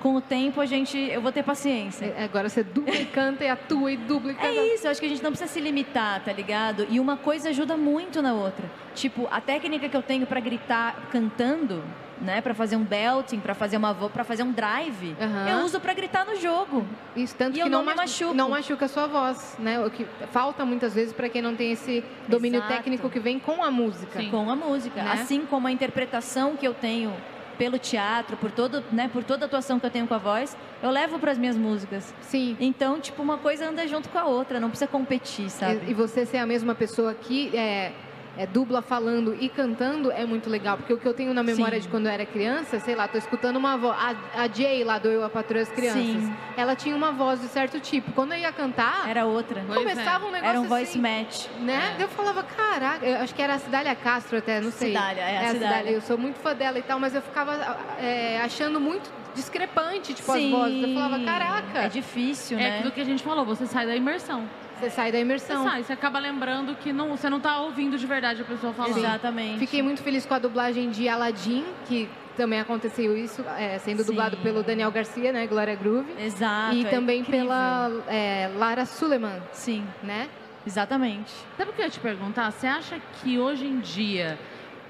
[SPEAKER 4] Com o tempo a gente. Eu vou ter paciência.
[SPEAKER 2] É, Agora você dubla e canta e atua e dubla e canta.
[SPEAKER 4] É isso, eu acho que a gente não precisa se limitar, tá ligado? E uma coisa ajuda muito na outra. Tipo, a técnica que eu tenho pra gritar cantando, né, Pra fazer um belting, pra fazer uma vo... para fazer um drive,
[SPEAKER 2] Aham.
[SPEAKER 4] eu uso pra gritar no jogo.
[SPEAKER 2] Isso, tanto
[SPEAKER 4] E
[SPEAKER 2] que
[SPEAKER 4] eu
[SPEAKER 2] não,
[SPEAKER 4] não me
[SPEAKER 2] machu-
[SPEAKER 4] machuco.
[SPEAKER 2] não machuca a sua voz, né? O que falta muitas vezes para quem não tem esse domínio
[SPEAKER 4] Exato.
[SPEAKER 2] técnico que vem com a música.
[SPEAKER 4] com a música,
[SPEAKER 2] Né?
[SPEAKER 4] assim como a interpretação que eu tenho pelo teatro, por todo, né, por toda a atuação que eu tenho com a voz, eu levo pras minhas músicas.
[SPEAKER 2] Sim.
[SPEAKER 4] Então, tipo, uma coisa anda junto com a outra, não precisa competir, sabe?
[SPEAKER 2] E, e você ser a mesma pessoa que é, é dubla falando e cantando é muito legal, porque o que eu tenho na memória
[SPEAKER 4] Sim.
[SPEAKER 2] de quando eu era criança, sei lá, tô escutando uma voz. A, a Jay lá do Eu a Patroa e as Crianças.
[SPEAKER 4] Sim.
[SPEAKER 2] Ela tinha uma voz de certo tipo. Quando eu ia cantar,
[SPEAKER 4] Era outra.
[SPEAKER 1] Pois
[SPEAKER 2] começava um negócio
[SPEAKER 4] Era um voice
[SPEAKER 2] assim,
[SPEAKER 4] match.
[SPEAKER 2] né? Eu falava, caraca, eu acho que era a Cidália Castro até, não sei.
[SPEAKER 4] Cidália, é, a Cidália.
[SPEAKER 2] Eu sou muito fã dela e tal, mas eu ficava é, achando muito discrepante, tipo,
[SPEAKER 4] Sim.
[SPEAKER 2] as vozes. Eu falava, caraca,
[SPEAKER 4] É difícil,
[SPEAKER 1] É
[SPEAKER 4] né?
[SPEAKER 1] aquilo que a gente falou, você sai da imersão.
[SPEAKER 2] você sai da
[SPEAKER 1] Você
[SPEAKER 2] imersão.
[SPEAKER 1] sai, você acaba lembrando que não, você não tá ouvindo de verdade a pessoa falando.
[SPEAKER 4] Exatamente.
[SPEAKER 2] Fiquei muito feliz com a dublagem de Aladdin, que também aconteceu isso, é, sendo
[SPEAKER 4] Sim.
[SPEAKER 2] dublado pelo Daniel Garcia, né, Glória Groove.
[SPEAKER 4] Exato.
[SPEAKER 2] e
[SPEAKER 4] é
[SPEAKER 2] também
[SPEAKER 4] incrível.
[SPEAKER 2] pela é, Lara Suleiman,
[SPEAKER 4] Sim,
[SPEAKER 2] né?
[SPEAKER 4] exatamente.
[SPEAKER 1] Sabe o que eu ia te perguntar? Você acha que hoje em dia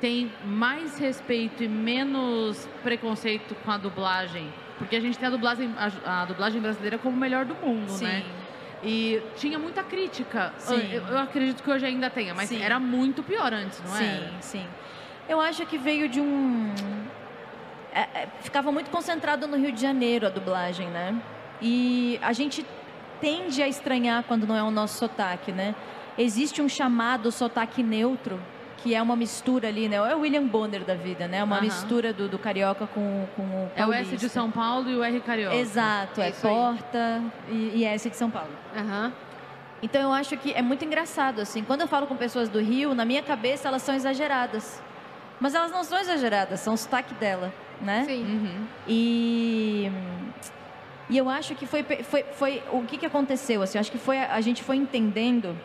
[SPEAKER 1] tem mais respeito e menos preconceito com a dublagem? Porque a gente tem a dublagem, a, a dublagem brasileira como o melhor do mundo,
[SPEAKER 4] Sim.
[SPEAKER 1] né? E tinha muita crítica.
[SPEAKER 4] Sim.
[SPEAKER 1] Eu, eu acredito que hoje ainda tenha, mas
[SPEAKER 4] Sim.
[SPEAKER 1] era muito pior antes, não
[SPEAKER 4] sim,
[SPEAKER 1] era?
[SPEAKER 4] sim. Eu acho que veio de um. é, é, ficava muito concentrado no Rio de Janeiro a dublagem, né? E a gente tende a estranhar quando não é o nosso sotaque, né? Existe um chamado sotaque neutro, que é uma mistura ali, né? É o William Bonner da vida, né? Uma
[SPEAKER 1] Aham.
[SPEAKER 4] mistura do, do carioca com, com o
[SPEAKER 1] É o S de
[SPEAKER 4] paulista.
[SPEAKER 1] São Paulo e o R carioca.
[SPEAKER 4] Exato,
[SPEAKER 2] É
[SPEAKER 4] é,
[SPEAKER 2] isso aí.
[SPEAKER 4] Porta e, e S de São Paulo.
[SPEAKER 2] Aham.
[SPEAKER 4] Então eu acho que é muito engraçado, assim. Quando eu falo com pessoas do Rio, na minha cabeça elas são exageradas. Mas elas não são exageradas, são o sotaque dela, né?
[SPEAKER 2] Sim.
[SPEAKER 1] Uhum.
[SPEAKER 4] E. E eu acho que foi, pe- foi, foi o que, que aconteceu, assim. eu Acho que foi, a a gente foi entendendo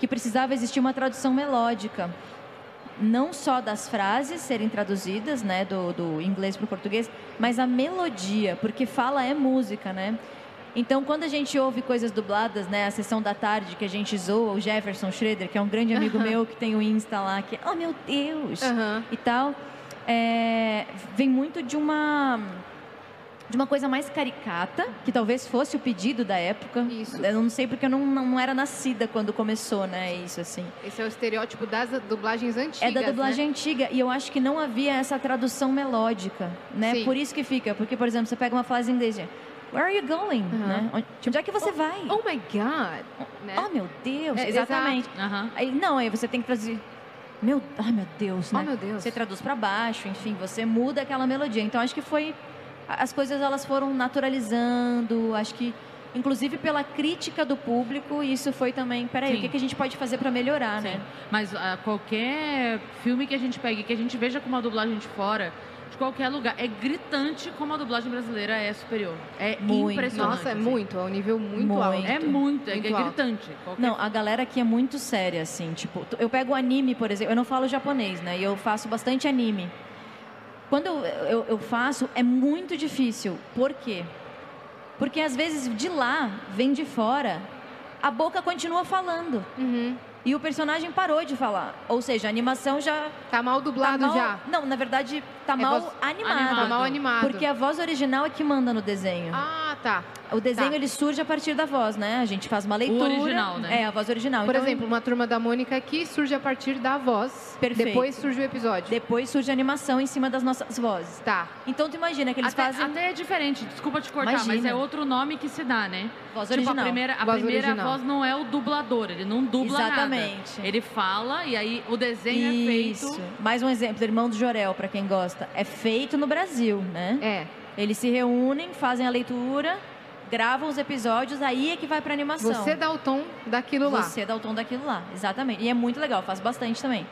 [SPEAKER 4] que precisava existir uma tradução melódica. Não só das frases serem traduzidas, né, do, do inglês para o português, mas a melodia, porque fala é música, né? Então, quando a gente ouve coisas dubladas, né, a sessão da tarde que a gente zoa, o Jefferson Schroeder, que é um grande amigo meu que tem o Insta lá, que, oh meu Deus,
[SPEAKER 2] Aham.
[SPEAKER 4] e tal, é, vem muito de uma de uma coisa mais caricata, que talvez fosse o pedido da época.
[SPEAKER 2] Isso.
[SPEAKER 4] Eu não sei porque eu não, não era nascida quando começou, né? Isso assim.
[SPEAKER 2] Esse é o estereótipo das dublagens antigas.
[SPEAKER 4] É da
[SPEAKER 2] né?
[SPEAKER 4] dublagem antiga e eu acho que não havia essa tradução melódica, né?
[SPEAKER 2] Sim.
[SPEAKER 4] Por isso que fica, porque por exemplo, você pega uma frase em inglês, é, Where are you going?
[SPEAKER 2] Aham.
[SPEAKER 4] Né? Onde, onde é que você vai?
[SPEAKER 2] Oh my God! Né?
[SPEAKER 4] Oh meu Deus,
[SPEAKER 2] É,
[SPEAKER 4] exatamente.
[SPEAKER 1] Aham.
[SPEAKER 4] Aí, não, aí você tem que traduzir. Meu, ai meu Deus,
[SPEAKER 2] Oh
[SPEAKER 4] né?
[SPEAKER 2] meu Deus.
[SPEAKER 4] Você traduz para baixo, enfim, você muda aquela melodia. Então acho que foi as coisas elas foram naturalizando, acho que inclusive pela crítica do público, isso foi também, peraí,
[SPEAKER 1] Sim.
[SPEAKER 4] o que, que a gente pode fazer para melhorar,
[SPEAKER 1] Sim.
[SPEAKER 4] né?
[SPEAKER 1] Mas ah, qualquer filme que a gente pegue, que a gente veja com uma dublagem de fora, de qualquer lugar, é gritante como a dublagem brasileira é superior. É
[SPEAKER 4] Muito.
[SPEAKER 1] impressionante.
[SPEAKER 2] Nossa, é
[SPEAKER 1] assim.
[SPEAKER 2] muito, é um nível muito,
[SPEAKER 4] Muito.
[SPEAKER 2] alto.
[SPEAKER 1] É muito, é,
[SPEAKER 2] Muito
[SPEAKER 1] é
[SPEAKER 2] alto.
[SPEAKER 1] gritante. Qualquer-
[SPEAKER 4] Não, a galera aqui é muito séria, assim. Tipo, tu- eu pego anime, por exemplo. Eu não falo japonês, né? E eu faço bastante anime. Quando eu, eu, eu faço, é muito difícil. Por quê? Porque às vezes de lá, vem de fora, a boca continua falando.
[SPEAKER 2] Uhum.
[SPEAKER 4] E o personagem parou de falar. Ou seja, a animação já.
[SPEAKER 2] Tá mal
[SPEAKER 4] Tá
[SPEAKER 2] dublado
[SPEAKER 4] mal,
[SPEAKER 2] já.
[SPEAKER 4] Não, na verdade, tá
[SPEAKER 2] É
[SPEAKER 4] mal
[SPEAKER 2] voz-
[SPEAKER 4] animada.
[SPEAKER 2] Tá mal animado.
[SPEAKER 4] Porque a voz original é que é manda no desenho.
[SPEAKER 2] Ah, Tá.
[SPEAKER 4] O desenho
[SPEAKER 2] Tá.
[SPEAKER 4] ele surge a partir da voz, né? A gente faz uma leitura.
[SPEAKER 1] original, né?
[SPEAKER 4] É, a voz original.
[SPEAKER 2] Por
[SPEAKER 4] Então,
[SPEAKER 2] exemplo, uma turma da Mônica aqui surge a partir da voz.
[SPEAKER 4] Perfeito.
[SPEAKER 2] Depois surge o episódio.
[SPEAKER 4] depois surge a animação em cima das nossas vozes.
[SPEAKER 2] Tá.
[SPEAKER 4] Então tu imagina que eles
[SPEAKER 1] até,
[SPEAKER 4] fazem
[SPEAKER 1] até é diferente, desculpa te cortar, mas
[SPEAKER 4] Imagina.
[SPEAKER 1] é outro nome que se dá, né?
[SPEAKER 4] voz
[SPEAKER 1] Tipo,
[SPEAKER 4] original.
[SPEAKER 1] a primeira, a
[SPEAKER 2] Voz
[SPEAKER 1] primeira
[SPEAKER 2] original.
[SPEAKER 1] voz não é o dublador, ele não dubla
[SPEAKER 4] Exatamente.
[SPEAKER 1] nada. Ele fala e aí o desenho é
[SPEAKER 4] Isso.
[SPEAKER 1] feito.
[SPEAKER 4] Mais um exemplo, Irmão do Jorel, pra quem gosta. É feito no Brasil, né?
[SPEAKER 2] É.
[SPEAKER 4] Eles se reúnem, fazem a leitura, gravam os episódios, aí é que vai pra animação.
[SPEAKER 2] Você dá o tom daquilo lá.
[SPEAKER 4] Você dá o tom daquilo lá, exatamente. E é muito legal, faz bastante também.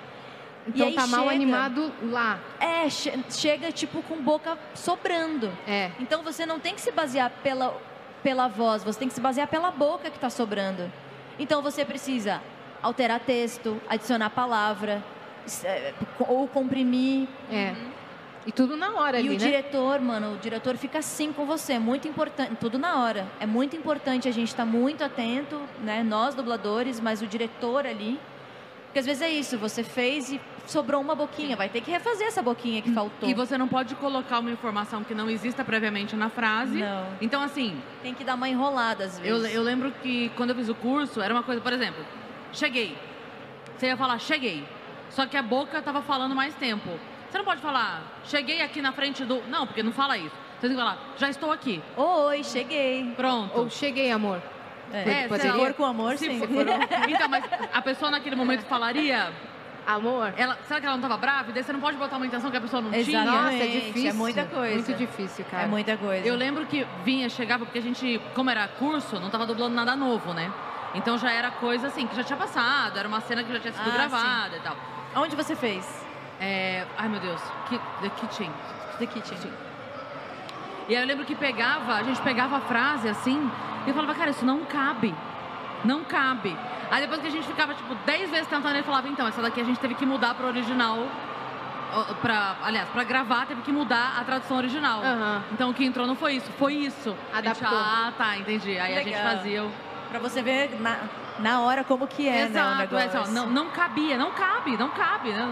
[SPEAKER 2] Então
[SPEAKER 4] aí
[SPEAKER 2] tá mal
[SPEAKER 4] chega.
[SPEAKER 2] animado lá.
[SPEAKER 4] É, che- chega tipo com boca sobrando.
[SPEAKER 2] É.
[SPEAKER 4] Então você não tem que se basear pela, pela voz, você tem que se basear pela boca que está sobrando. Então você precisa alterar texto, adicionar palavra, s- eh, ou comprimir.
[SPEAKER 2] É. E tudo na hora
[SPEAKER 4] Uhum.
[SPEAKER 2] ali,
[SPEAKER 4] e o
[SPEAKER 2] né?
[SPEAKER 4] diretor, mano, o diretor fica assim com você, é muito importante, tudo na hora. É muito importante a gente estar muito atento, né? Nós dubladores, mas o diretor ali. Porque às vezes é isso, você fez e sobrou uma boquinha, vai ter que refazer essa boquinha que faltou.
[SPEAKER 1] E você não pode colocar uma informação que não exista previamente na frase.
[SPEAKER 4] Não.
[SPEAKER 1] Então, assim,
[SPEAKER 4] Tem que dar uma enrolada às
[SPEAKER 1] eu,
[SPEAKER 4] vezes.
[SPEAKER 1] eu lembro que quando eu fiz o curso, era uma coisa, por exemplo, cheguei. Você ia falar, cheguei. Só que a boca tava falando mais tempo. Você não pode falar, cheguei aqui na frente do. Não, porque não fala isso. Você tem que falar, já estou aqui.
[SPEAKER 4] Oi, cheguei.
[SPEAKER 1] Pronto.
[SPEAKER 2] Ou cheguei, amor.
[SPEAKER 4] É,
[SPEAKER 1] sei
[SPEAKER 4] se
[SPEAKER 1] lá.
[SPEAKER 4] for com amor,
[SPEAKER 1] Se
[SPEAKER 4] sim.
[SPEAKER 1] for- *laughs*
[SPEAKER 4] *laughs*
[SPEAKER 1] Então, mas a pessoa naquele momento falaria.
[SPEAKER 2] Amor.
[SPEAKER 1] Ela, será que ela não estava brava? E daí você não pode botar uma intenção que a pessoa não tinha.
[SPEAKER 4] Exatamente.
[SPEAKER 2] Nossa, é difícil.
[SPEAKER 4] é muita coisa.
[SPEAKER 2] Muito difícil, cara.
[SPEAKER 4] É muita coisa.
[SPEAKER 1] Eu lembro que vinha, chegava, porque a gente, como era curso, não tava dublando nada novo, né? Então já era coisa assim, que já tinha passado, era uma cena que já tinha sido
[SPEAKER 4] Ah,
[SPEAKER 1] gravada e tal.
[SPEAKER 4] Onde você fez?
[SPEAKER 1] É, ai meu Deus, que, The Kitchen.
[SPEAKER 4] The Kitchen.
[SPEAKER 1] E aí eu lembro que pegava, a gente pegava a frase assim, e eu falava, cara, isso não cabe. Não cabe. Aí depois que a gente ficava, tipo, 10 vezes tentando, ele falava, então, essa daqui a gente teve que mudar pra original. ó, Pra, aliás, pra gravar, teve que mudar a tradução original.
[SPEAKER 2] Aham.
[SPEAKER 1] Então o que entrou não foi isso, foi isso. A gente,
[SPEAKER 2] Adaptou.
[SPEAKER 1] ah, tá, entendi. Aí a gente
[SPEAKER 4] Legal.
[SPEAKER 1] fazia o.
[SPEAKER 4] Pra você ver na, na hora como que é, né, o
[SPEAKER 1] Exato, é,
[SPEAKER 4] negócio.
[SPEAKER 1] assim, ó, não, não cabia, não cabe, não cabe, né?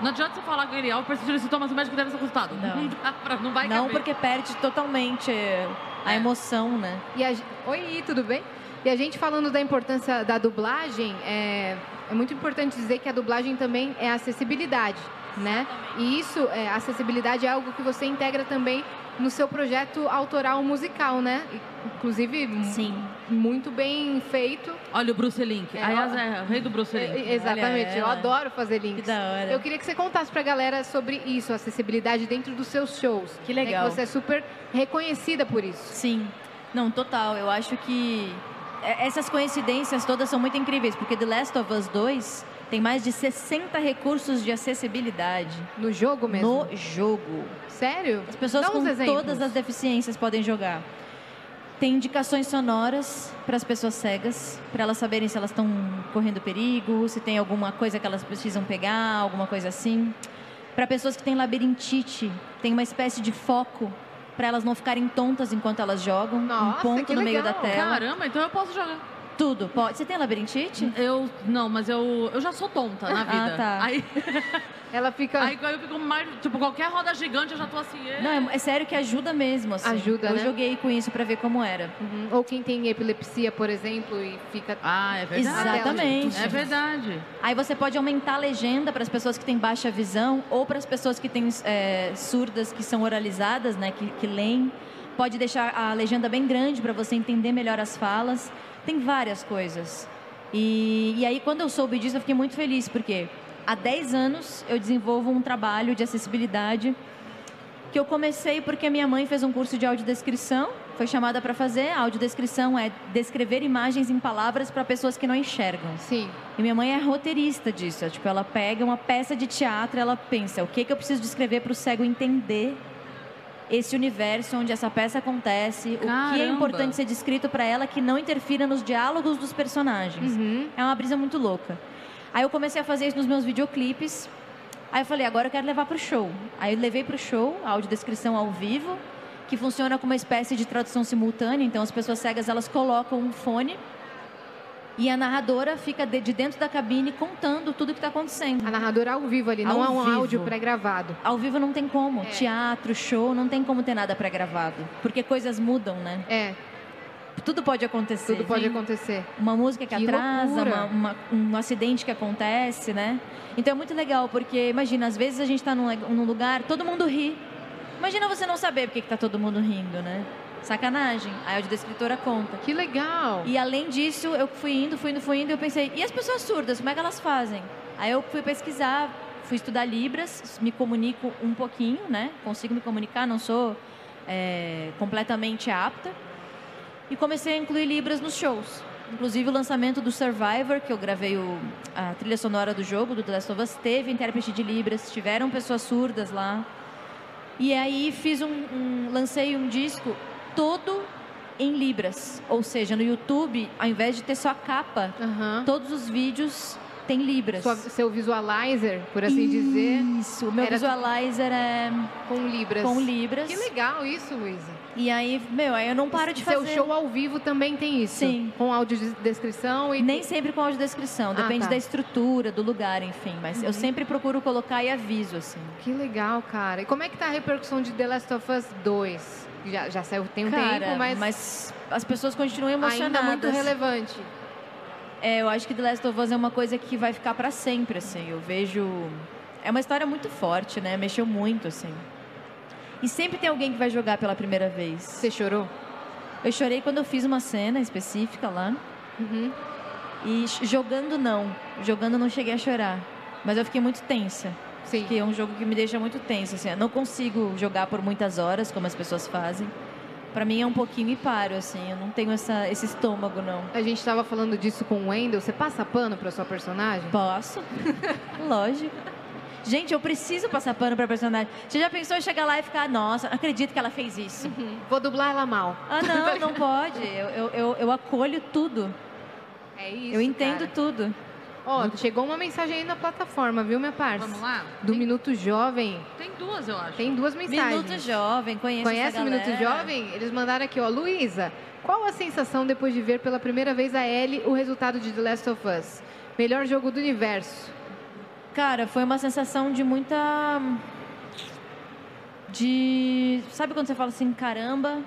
[SPEAKER 1] Não adianta você falar que ele ah, o persistir de sintomas, o médico deve ser consultado.
[SPEAKER 4] Não.
[SPEAKER 1] dá pra- não vai
[SPEAKER 4] Não,
[SPEAKER 1] caber.
[SPEAKER 4] porque perde totalmente a
[SPEAKER 1] É.
[SPEAKER 4] emoção, né?
[SPEAKER 2] E a... gen- Oi, tudo bem? E a gente falando da importância da dublagem, é, é muito importante dizer que a dublagem também é acessibilidade, né? E isso, é, acessibilidade é algo que você integra também no seu projeto autoral musical, né? E, Inclusive, m-
[SPEAKER 4] Sim.
[SPEAKER 2] muito bem feito.
[SPEAKER 1] Olha o Bruce Link.
[SPEAKER 2] É,
[SPEAKER 1] Aliás,
[SPEAKER 2] ó.
[SPEAKER 1] é o rei do Bruce Link.
[SPEAKER 2] E- Exatamente, eu
[SPEAKER 4] ela.
[SPEAKER 2] adoro fazer links.
[SPEAKER 4] Que da hora.
[SPEAKER 2] Eu queria que você contasse pra galera sobre isso, acessibilidade dentro dos seus shows.
[SPEAKER 4] Que
[SPEAKER 2] né,
[SPEAKER 4] legal.
[SPEAKER 2] que você é super reconhecida por isso.
[SPEAKER 4] Sim. Não, total. Eu acho que é- essas coincidências todas são muito incríveis, porque The Last of Us 2 tem mais de 60 recursos de acessibilidade
[SPEAKER 2] No jogo mesmo.
[SPEAKER 4] no jogo.
[SPEAKER 2] Sério?
[SPEAKER 4] As pessoas
[SPEAKER 2] Dá uns
[SPEAKER 4] com
[SPEAKER 2] exemplos.
[SPEAKER 4] todas as deficiências podem jogar. Tem indicações sonoras para as pessoas cegas, para elas saberem se elas estão correndo perigo, se tem alguma coisa que elas precisam pegar, alguma coisa assim. Para pessoas que têm labirintite, tem uma espécie de foco para elas não ficarem tontas enquanto elas jogam,
[SPEAKER 2] Nossa,
[SPEAKER 4] um ponto
[SPEAKER 2] que
[SPEAKER 4] no meio da
[SPEAKER 2] legal.
[SPEAKER 4] tela.
[SPEAKER 1] Caramba, então eu posso jogar.
[SPEAKER 4] Tudo pode. Você tem labirintite?
[SPEAKER 1] Eu. Não, mas eu, eu já sou tonta na
[SPEAKER 4] Ah,
[SPEAKER 1] vida.
[SPEAKER 4] tá.
[SPEAKER 1] Aí,
[SPEAKER 2] Ela fica.
[SPEAKER 1] aí eu fico mais. Tipo, qualquer roda gigante eu já tô assim. eh.
[SPEAKER 4] Não, é, é sério que ajuda mesmo. Assim.
[SPEAKER 2] Ajuda,
[SPEAKER 4] Eu
[SPEAKER 2] né?
[SPEAKER 4] joguei com isso para ver como era.
[SPEAKER 2] Uhum. Ou quem tem epilepsia, por exemplo, e fica.
[SPEAKER 1] Ah, é verdade.
[SPEAKER 4] Exatamente.
[SPEAKER 1] É verdade.
[SPEAKER 4] Aí você pode aumentar a legenda para as pessoas que têm baixa visão ou para as pessoas que têm é, surdas que são oralizadas, né, que, que leem. Pode deixar a legenda bem grande para você entender melhor as falas. Tem várias coisas. E, e aí, quando eu soube disso, eu fiquei muito feliz, porque há 10 anos eu desenvolvo um trabalho de acessibilidade que eu comecei porque minha mãe fez um curso de audiodescrição, foi chamada para fazer. A audiodescrição é descrever imagens em palavras para pessoas que não enxergam.
[SPEAKER 2] Sim.
[SPEAKER 4] E minha mãe é roteirista disso. é, Tipo, ela pega uma peça de teatro e ela pensa, o que, que eu preciso descrever para o cego entender esse universo onde essa peça acontece, o que
[SPEAKER 1] Caramba.
[SPEAKER 4] é importante ser descrito para ela que não interfira nos diálogos dos personagens.
[SPEAKER 2] Uhum.
[SPEAKER 4] É uma brisa muito louca. Aí eu comecei a fazer isso nos meus videoclipes. Aí eu falei, agora eu quero levar pro show. Aí eu levei pro show, a audiodescrição ao vivo, que funciona como uma espécie de tradução simultânea. Então as pessoas cegas, elas colocam um fone E a narradora fica de, de dentro da cabine contando tudo o que está acontecendo.
[SPEAKER 2] A narradora ao vivo ali, não
[SPEAKER 4] Ao
[SPEAKER 2] há um
[SPEAKER 4] vivo.
[SPEAKER 2] áudio pré-gravado.
[SPEAKER 4] Ao vivo não tem como.
[SPEAKER 2] É.
[SPEAKER 4] Teatro, show, não tem como ter nada pré-gravado. Porque coisas mudam, né?
[SPEAKER 2] É,
[SPEAKER 4] Tudo pode acontecer.
[SPEAKER 2] tudo pode
[SPEAKER 4] Sim.
[SPEAKER 2] acontecer.
[SPEAKER 4] Uma música que,
[SPEAKER 2] Que
[SPEAKER 4] atrasa,
[SPEAKER 2] loucura.
[SPEAKER 4] uma- uma- um acidente que acontece, né? Então é muito legal, porque imagina, às vezes a gente tá num, le- num lugar, todo mundo ri. Imagina você não saber porque que tá todo mundo rindo, né? Sacanagem. Aí a audiodescritora conta.
[SPEAKER 2] Que legal.
[SPEAKER 4] E além disso, eu fui indo, fui indo, fui indo, e eu pensei, e as pessoas surdas, como é que elas fazem? Aí eu fui pesquisar, fui estudar Libras, me comunico um pouquinho, né? Consigo me comunicar, não sou é, completamente apta. E comecei a incluir Libras nos shows. Inclusive o lançamento do Survivor, que eu gravei o- a trilha sonora do jogo, do The Last of Us, teve intérprete de Libras, tiveram pessoas surdas lá. E aí fiz um, um- lancei um disco todo em libras, ou seja, no YouTube, ao invés de ter só a capa,
[SPEAKER 2] Aham.
[SPEAKER 4] todos os vídeos têm libras.
[SPEAKER 2] Sua- seu visualizer, por assim dizer,
[SPEAKER 4] Isso, o meu
[SPEAKER 2] era-
[SPEAKER 4] visualizer é
[SPEAKER 2] com libras.
[SPEAKER 4] com libras.
[SPEAKER 2] Que legal isso, Luísa.
[SPEAKER 4] E aí, meu, aí eu não paro de
[SPEAKER 2] Seu
[SPEAKER 4] fazer.
[SPEAKER 2] show ao vivo também tem isso.
[SPEAKER 4] Sim.
[SPEAKER 2] Com audiodescrição e
[SPEAKER 4] Nem sempre com audiodescrição,
[SPEAKER 2] Ah,
[SPEAKER 4] depende
[SPEAKER 2] tá. Uhum.
[SPEAKER 4] da estrutura, do lugar, enfim. Mas eu sempre procuro colocar e aviso, assim.
[SPEAKER 2] Que legal, cara. E como é que tá a repercussão de The Last of Us 2? Já, já saiu tem um
[SPEAKER 4] Cara,
[SPEAKER 2] tempo, mas,
[SPEAKER 4] mas as pessoas continuam
[SPEAKER 2] ainda
[SPEAKER 4] emocionadas.
[SPEAKER 2] muito relevante.
[SPEAKER 4] É, eu acho que The Last of Us é uma coisa que vai ficar pra sempre, assim. Eu vejo. É uma história muito forte, né? Mexeu muito, assim. E sempre tem alguém que vai jogar pela primeira vez.
[SPEAKER 2] Você chorou?
[SPEAKER 4] Eu chorei quando eu fiz uma cena específica lá.
[SPEAKER 2] Uhum.
[SPEAKER 4] E ch- jogando, não. Jogando, eu não cheguei a chorar. Mas eu fiquei muito tensa.
[SPEAKER 2] Sim.
[SPEAKER 4] Que é um jogo que me deixa muito tensa, assim. Eu não consigo jogar por muitas horas, como as pessoas fazem. Pra mim é um pouquinho e paro, assim. Eu não tenho essa, esse estômago, não.
[SPEAKER 2] A gente tava falando disso com o Wendel. Você passa pano pra sua personagem?
[SPEAKER 4] Posso? *laughs* Lógico. Gente, eu preciso passar pano pra personagem. Você já pensou em chegar lá e ficar, nossa, não acredito que ela fez isso.
[SPEAKER 2] Vou dublar ela mal.
[SPEAKER 4] Ah,
[SPEAKER 2] *laughs*
[SPEAKER 4] não, não pode. Eu, eu, eu, eu acolho tudo.
[SPEAKER 2] É isso.
[SPEAKER 4] eu entendo
[SPEAKER 2] cara.
[SPEAKER 4] tudo.
[SPEAKER 2] Ó, chegou uma mensagem aí na plataforma, viu, minha parça?
[SPEAKER 1] Vamos lá?
[SPEAKER 2] Do Minuto Jovem.
[SPEAKER 1] Tem duas, eu acho.
[SPEAKER 2] Tem duas mensagens.
[SPEAKER 4] Minuto Jovem, conheço
[SPEAKER 2] Conhece
[SPEAKER 4] essa
[SPEAKER 2] o Minuto
[SPEAKER 4] galera.
[SPEAKER 2] Jovem? Eles mandaram aqui, ó. Luísa, qual a sensação depois de ver pela primeira vez a Ellie o resultado de The Last of Us? Melhor jogo do universo.
[SPEAKER 4] Cara, foi uma sensação de muita. De. Sabe quando você fala assim, caramba,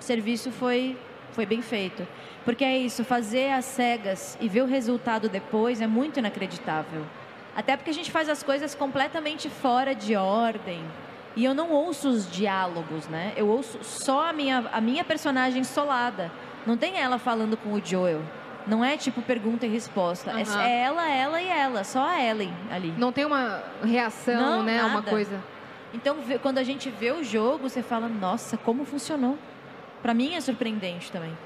[SPEAKER 4] o serviço foi, foi bem feito. Porque é isso, fazer as cegas e ver o resultado depois é muito inacreditável. Até porque a gente faz as coisas completamente fora de ordem. E eu não ouço os diálogos, né? Eu ouço só a minha, a minha personagem solada. Não tem ela falando com o Joel. Não é tipo pergunta e resposta. É-
[SPEAKER 2] Aham.
[SPEAKER 4] É ela, ela e ela. Só a Ellen ali.
[SPEAKER 2] Não tem uma reação,
[SPEAKER 4] Não,
[SPEAKER 2] né? Uma
[SPEAKER 4] nada.
[SPEAKER 2] coisa.
[SPEAKER 4] Então, vê- quando a gente vê o jogo, você fala, nossa, como funcionou. Pra mim é surpreendente também.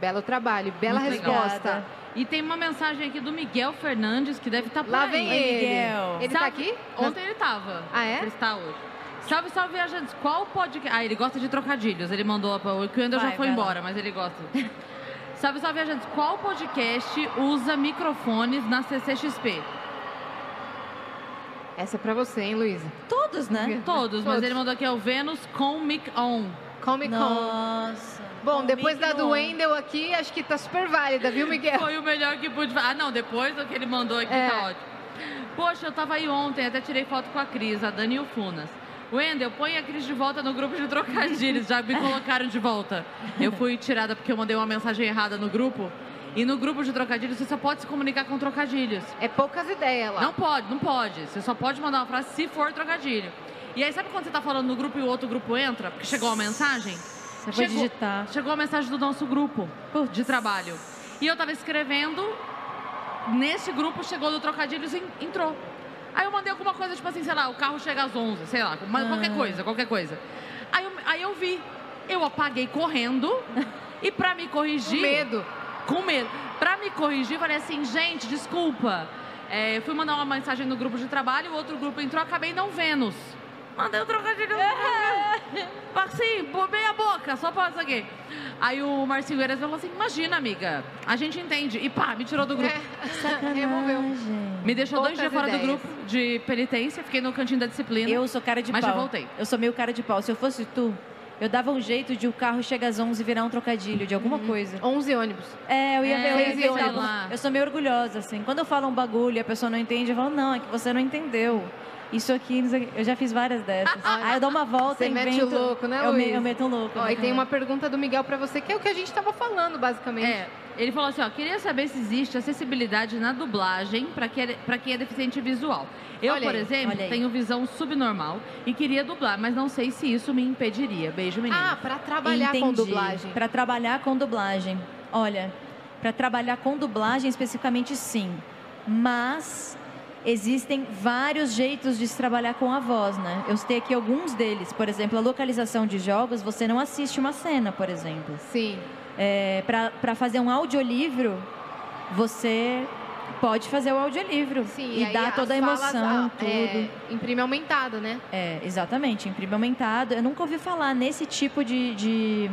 [SPEAKER 2] Belo trabalho, bela
[SPEAKER 1] Muito
[SPEAKER 2] resposta.
[SPEAKER 4] Obrigada.
[SPEAKER 1] E tem uma mensagem aqui do Miguel Fernandes, que deve estar por
[SPEAKER 2] Lá
[SPEAKER 1] aí.
[SPEAKER 2] vem
[SPEAKER 4] Oi,
[SPEAKER 2] ele.
[SPEAKER 4] Miguel.
[SPEAKER 2] Ele tá
[SPEAKER 1] Sabe-
[SPEAKER 2] aqui?
[SPEAKER 1] Ontem ele tava.
[SPEAKER 2] Ah, é?
[SPEAKER 1] Ele está hoje. Salve, salve, viajantes. Qual podcast... Ah, ele gosta de trocadilhos. Ele mandou... Pra... O que o Wendel já
[SPEAKER 4] Vai,
[SPEAKER 1] foi
[SPEAKER 4] vai lá.
[SPEAKER 1] embora, mas ele gosta. *laughs* salve, salve, viajantes. Qual podcast usa microfones na
[SPEAKER 2] *laughs*
[SPEAKER 1] CCXP?
[SPEAKER 2] Essa é pra você, hein, Luísa?
[SPEAKER 4] Todos, né?
[SPEAKER 1] Todos, mas ele mandou aqui é o Vênus com mic on.
[SPEAKER 2] Comic Con.
[SPEAKER 4] Nossa.
[SPEAKER 2] Bom,
[SPEAKER 4] Com
[SPEAKER 2] depois da
[SPEAKER 4] Mickey
[SPEAKER 2] do
[SPEAKER 4] Mouse.
[SPEAKER 2] Wendel aqui, acho que tá super válida, viu, Miguel?
[SPEAKER 1] Foi o melhor que pude falar. Ah, não, depois do que ele mandou aqui
[SPEAKER 2] É.
[SPEAKER 1] tá ótimo. Poxa, eu tava aí ontem, até tirei foto com a Cris, a Dani e o Funas. Wendel, põe a Cris de volta no grupo de trocadilhos, já me
[SPEAKER 2] *laughs*
[SPEAKER 1] colocaram de volta. Eu fui tirada porque eu mandei uma mensagem errada no grupo. E no grupo de trocadilhos você só pode se comunicar com trocadilhos.
[SPEAKER 2] É poucas ideias lá.
[SPEAKER 1] Não pode, não pode. Você só pode mandar uma frase se for trocadilho. E aí, sabe quando você tá falando no grupo e o outro grupo entra? Porque chegou uma mensagem?
[SPEAKER 4] Você vai digitar.
[SPEAKER 1] Chegou a mensagem do nosso grupo de trabalho. E eu tava escrevendo, nesse grupo chegou do Trocadilhos e entrou. Aí eu mandei alguma coisa, tipo assim, sei lá, o carro chega às 11, sei lá, mas qualquer coisa, qualquer coisa. Aí eu, aí eu vi, eu apaguei correndo e pra me
[SPEAKER 2] Com
[SPEAKER 1] corrigir...
[SPEAKER 2] medo.
[SPEAKER 1] Com medo. Pra me corrigir, eu falei assim, gente, desculpa. É, eu fui mandar uma mensagem no grupo de trabalho, o outro grupo entrou, acabei não vendo. Mandei o trocadilho.
[SPEAKER 2] *laughs*
[SPEAKER 1] Assim, bobei a boca, só pra isso aqui. Aí o Marcinho Eiras falou assim, imagina, amiga, a gente entende. E pá, me tirou do grupo.
[SPEAKER 2] É. Removeu.
[SPEAKER 1] Me deixou dois
[SPEAKER 2] poucas
[SPEAKER 1] dias fora do
[SPEAKER 2] ideias.
[SPEAKER 1] grupo de penitência, fiquei no cantinho da disciplina.
[SPEAKER 4] Eu sou cara de
[SPEAKER 1] Mas
[SPEAKER 4] pau.
[SPEAKER 1] já voltei.
[SPEAKER 4] Eu sou meio cara de pau. Se eu fosse tu, Eu dava um jeito de o carro chegar às 11 e virar um trocadilho de alguma
[SPEAKER 2] Uhum.
[SPEAKER 4] coisa.
[SPEAKER 2] 11 ônibus.
[SPEAKER 4] É, eu ia
[SPEAKER 1] É,
[SPEAKER 4] eu ia
[SPEAKER 1] eu
[SPEAKER 4] inventar
[SPEAKER 1] sei
[SPEAKER 4] alguma-
[SPEAKER 1] lá.
[SPEAKER 4] Eu sou meio orgulhosa, assim. Quando eu falo um bagulho e a pessoa não entende, eu falo, não, é que você não entendeu. Isso aqui, não sei o quê." eu já fiz várias
[SPEAKER 2] *laughs*
[SPEAKER 4] dessas. Aí eu dou uma volta
[SPEAKER 2] Você
[SPEAKER 4] e
[SPEAKER 2] mete
[SPEAKER 4] invento.
[SPEAKER 2] o louco, né,
[SPEAKER 4] eu, me,
[SPEAKER 2] Luiz?
[SPEAKER 4] eu meto um louco.
[SPEAKER 2] Ó, e
[SPEAKER 4] né?
[SPEAKER 2] tem uma pergunta do Miguel pra você, que é o que a gente tava falando, basicamente.
[SPEAKER 1] É, ele falou assim, ó, queria saber se existe acessibilidade na dublagem para quem, é, pra quem é deficiente visual. Eu,
[SPEAKER 2] Olha
[SPEAKER 1] por
[SPEAKER 2] aí,
[SPEAKER 1] exemplo,
[SPEAKER 4] olha aí.
[SPEAKER 1] tenho visão subnormal e queria dublar, mas não sei se isso me impediria. Beijo, menino.
[SPEAKER 2] Ah, pra trabalhar com
[SPEAKER 4] Entendi.
[SPEAKER 2] dublagem.
[SPEAKER 4] Pra trabalhar com dublagem. Olha, pra trabalhar com dublagem especificamente, sim. Mas existem vários jeitos de se trabalhar com a voz, né? Eu citei aqui alguns deles. Por exemplo, a localização de jogos, você não assiste uma cena, por exemplo.
[SPEAKER 2] Sim.
[SPEAKER 4] É, para fazer um audiolivro, você pode fazer o audiolivro
[SPEAKER 2] Sim,
[SPEAKER 4] e
[SPEAKER 2] aí
[SPEAKER 4] dar
[SPEAKER 2] as
[SPEAKER 4] toda a
[SPEAKER 2] falas,
[SPEAKER 4] emoção,
[SPEAKER 2] ah,
[SPEAKER 4] tudo.
[SPEAKER 2] É, imprime aumentado, né?
[SPEAKER 4] É, exatamente, imprime aumentado. Eu nunca ouvi falar nesse tipo de, de,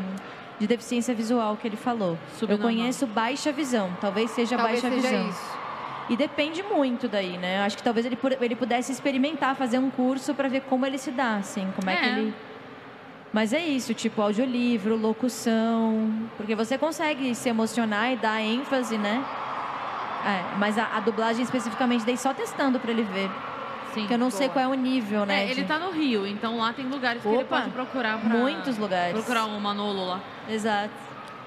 [SPEAKER 4] de deficiência visual que ele falou. Eu
[SPEAKER 1] Subnormal.
[SPEAKER 4] conheço baixa visão, talvez seja
[SPEAKER 2] Talvez
[SPEAKER 4] baixa
[SPEAKER 2] seja
[SPEAKER 4] visão.
[SPEAKER 2] isso.
[SPEAKER 4] E depende muito daí, né? Acho que talvez ele, pu- ele pudesse experimentar, fazer um curso para ver como ele se dá, assim, como é, que
[SPEAKER 1] É.
[SPEAKER 4] ele. Mas é isso, tipo, audiolivro, locução. Porque você consegue se emocionar e dar ênfase, né? É, mas a, a dublagem especificamente dei só testando para ele ver.
[SPEAKER 1] Sim.
[SPEAKER 4] Porque eu não sei
[SPEAKER 2] boa.
[SPEAKER 4] qual é o nível, né?
[SPEAKER 1] É, ele
[SPEAKER 4] de-
[SPEAKER 1] tá no Rio, então lá tem lugares que ele
[SPEAKER 4] Opa,
[SPEAKER 1] pode procurar pra...
[SPEAKER 4] Muitos lugares.
[SPEAKER 1] Procurar um Manolo lá.
[SPEAKER 4] Exato.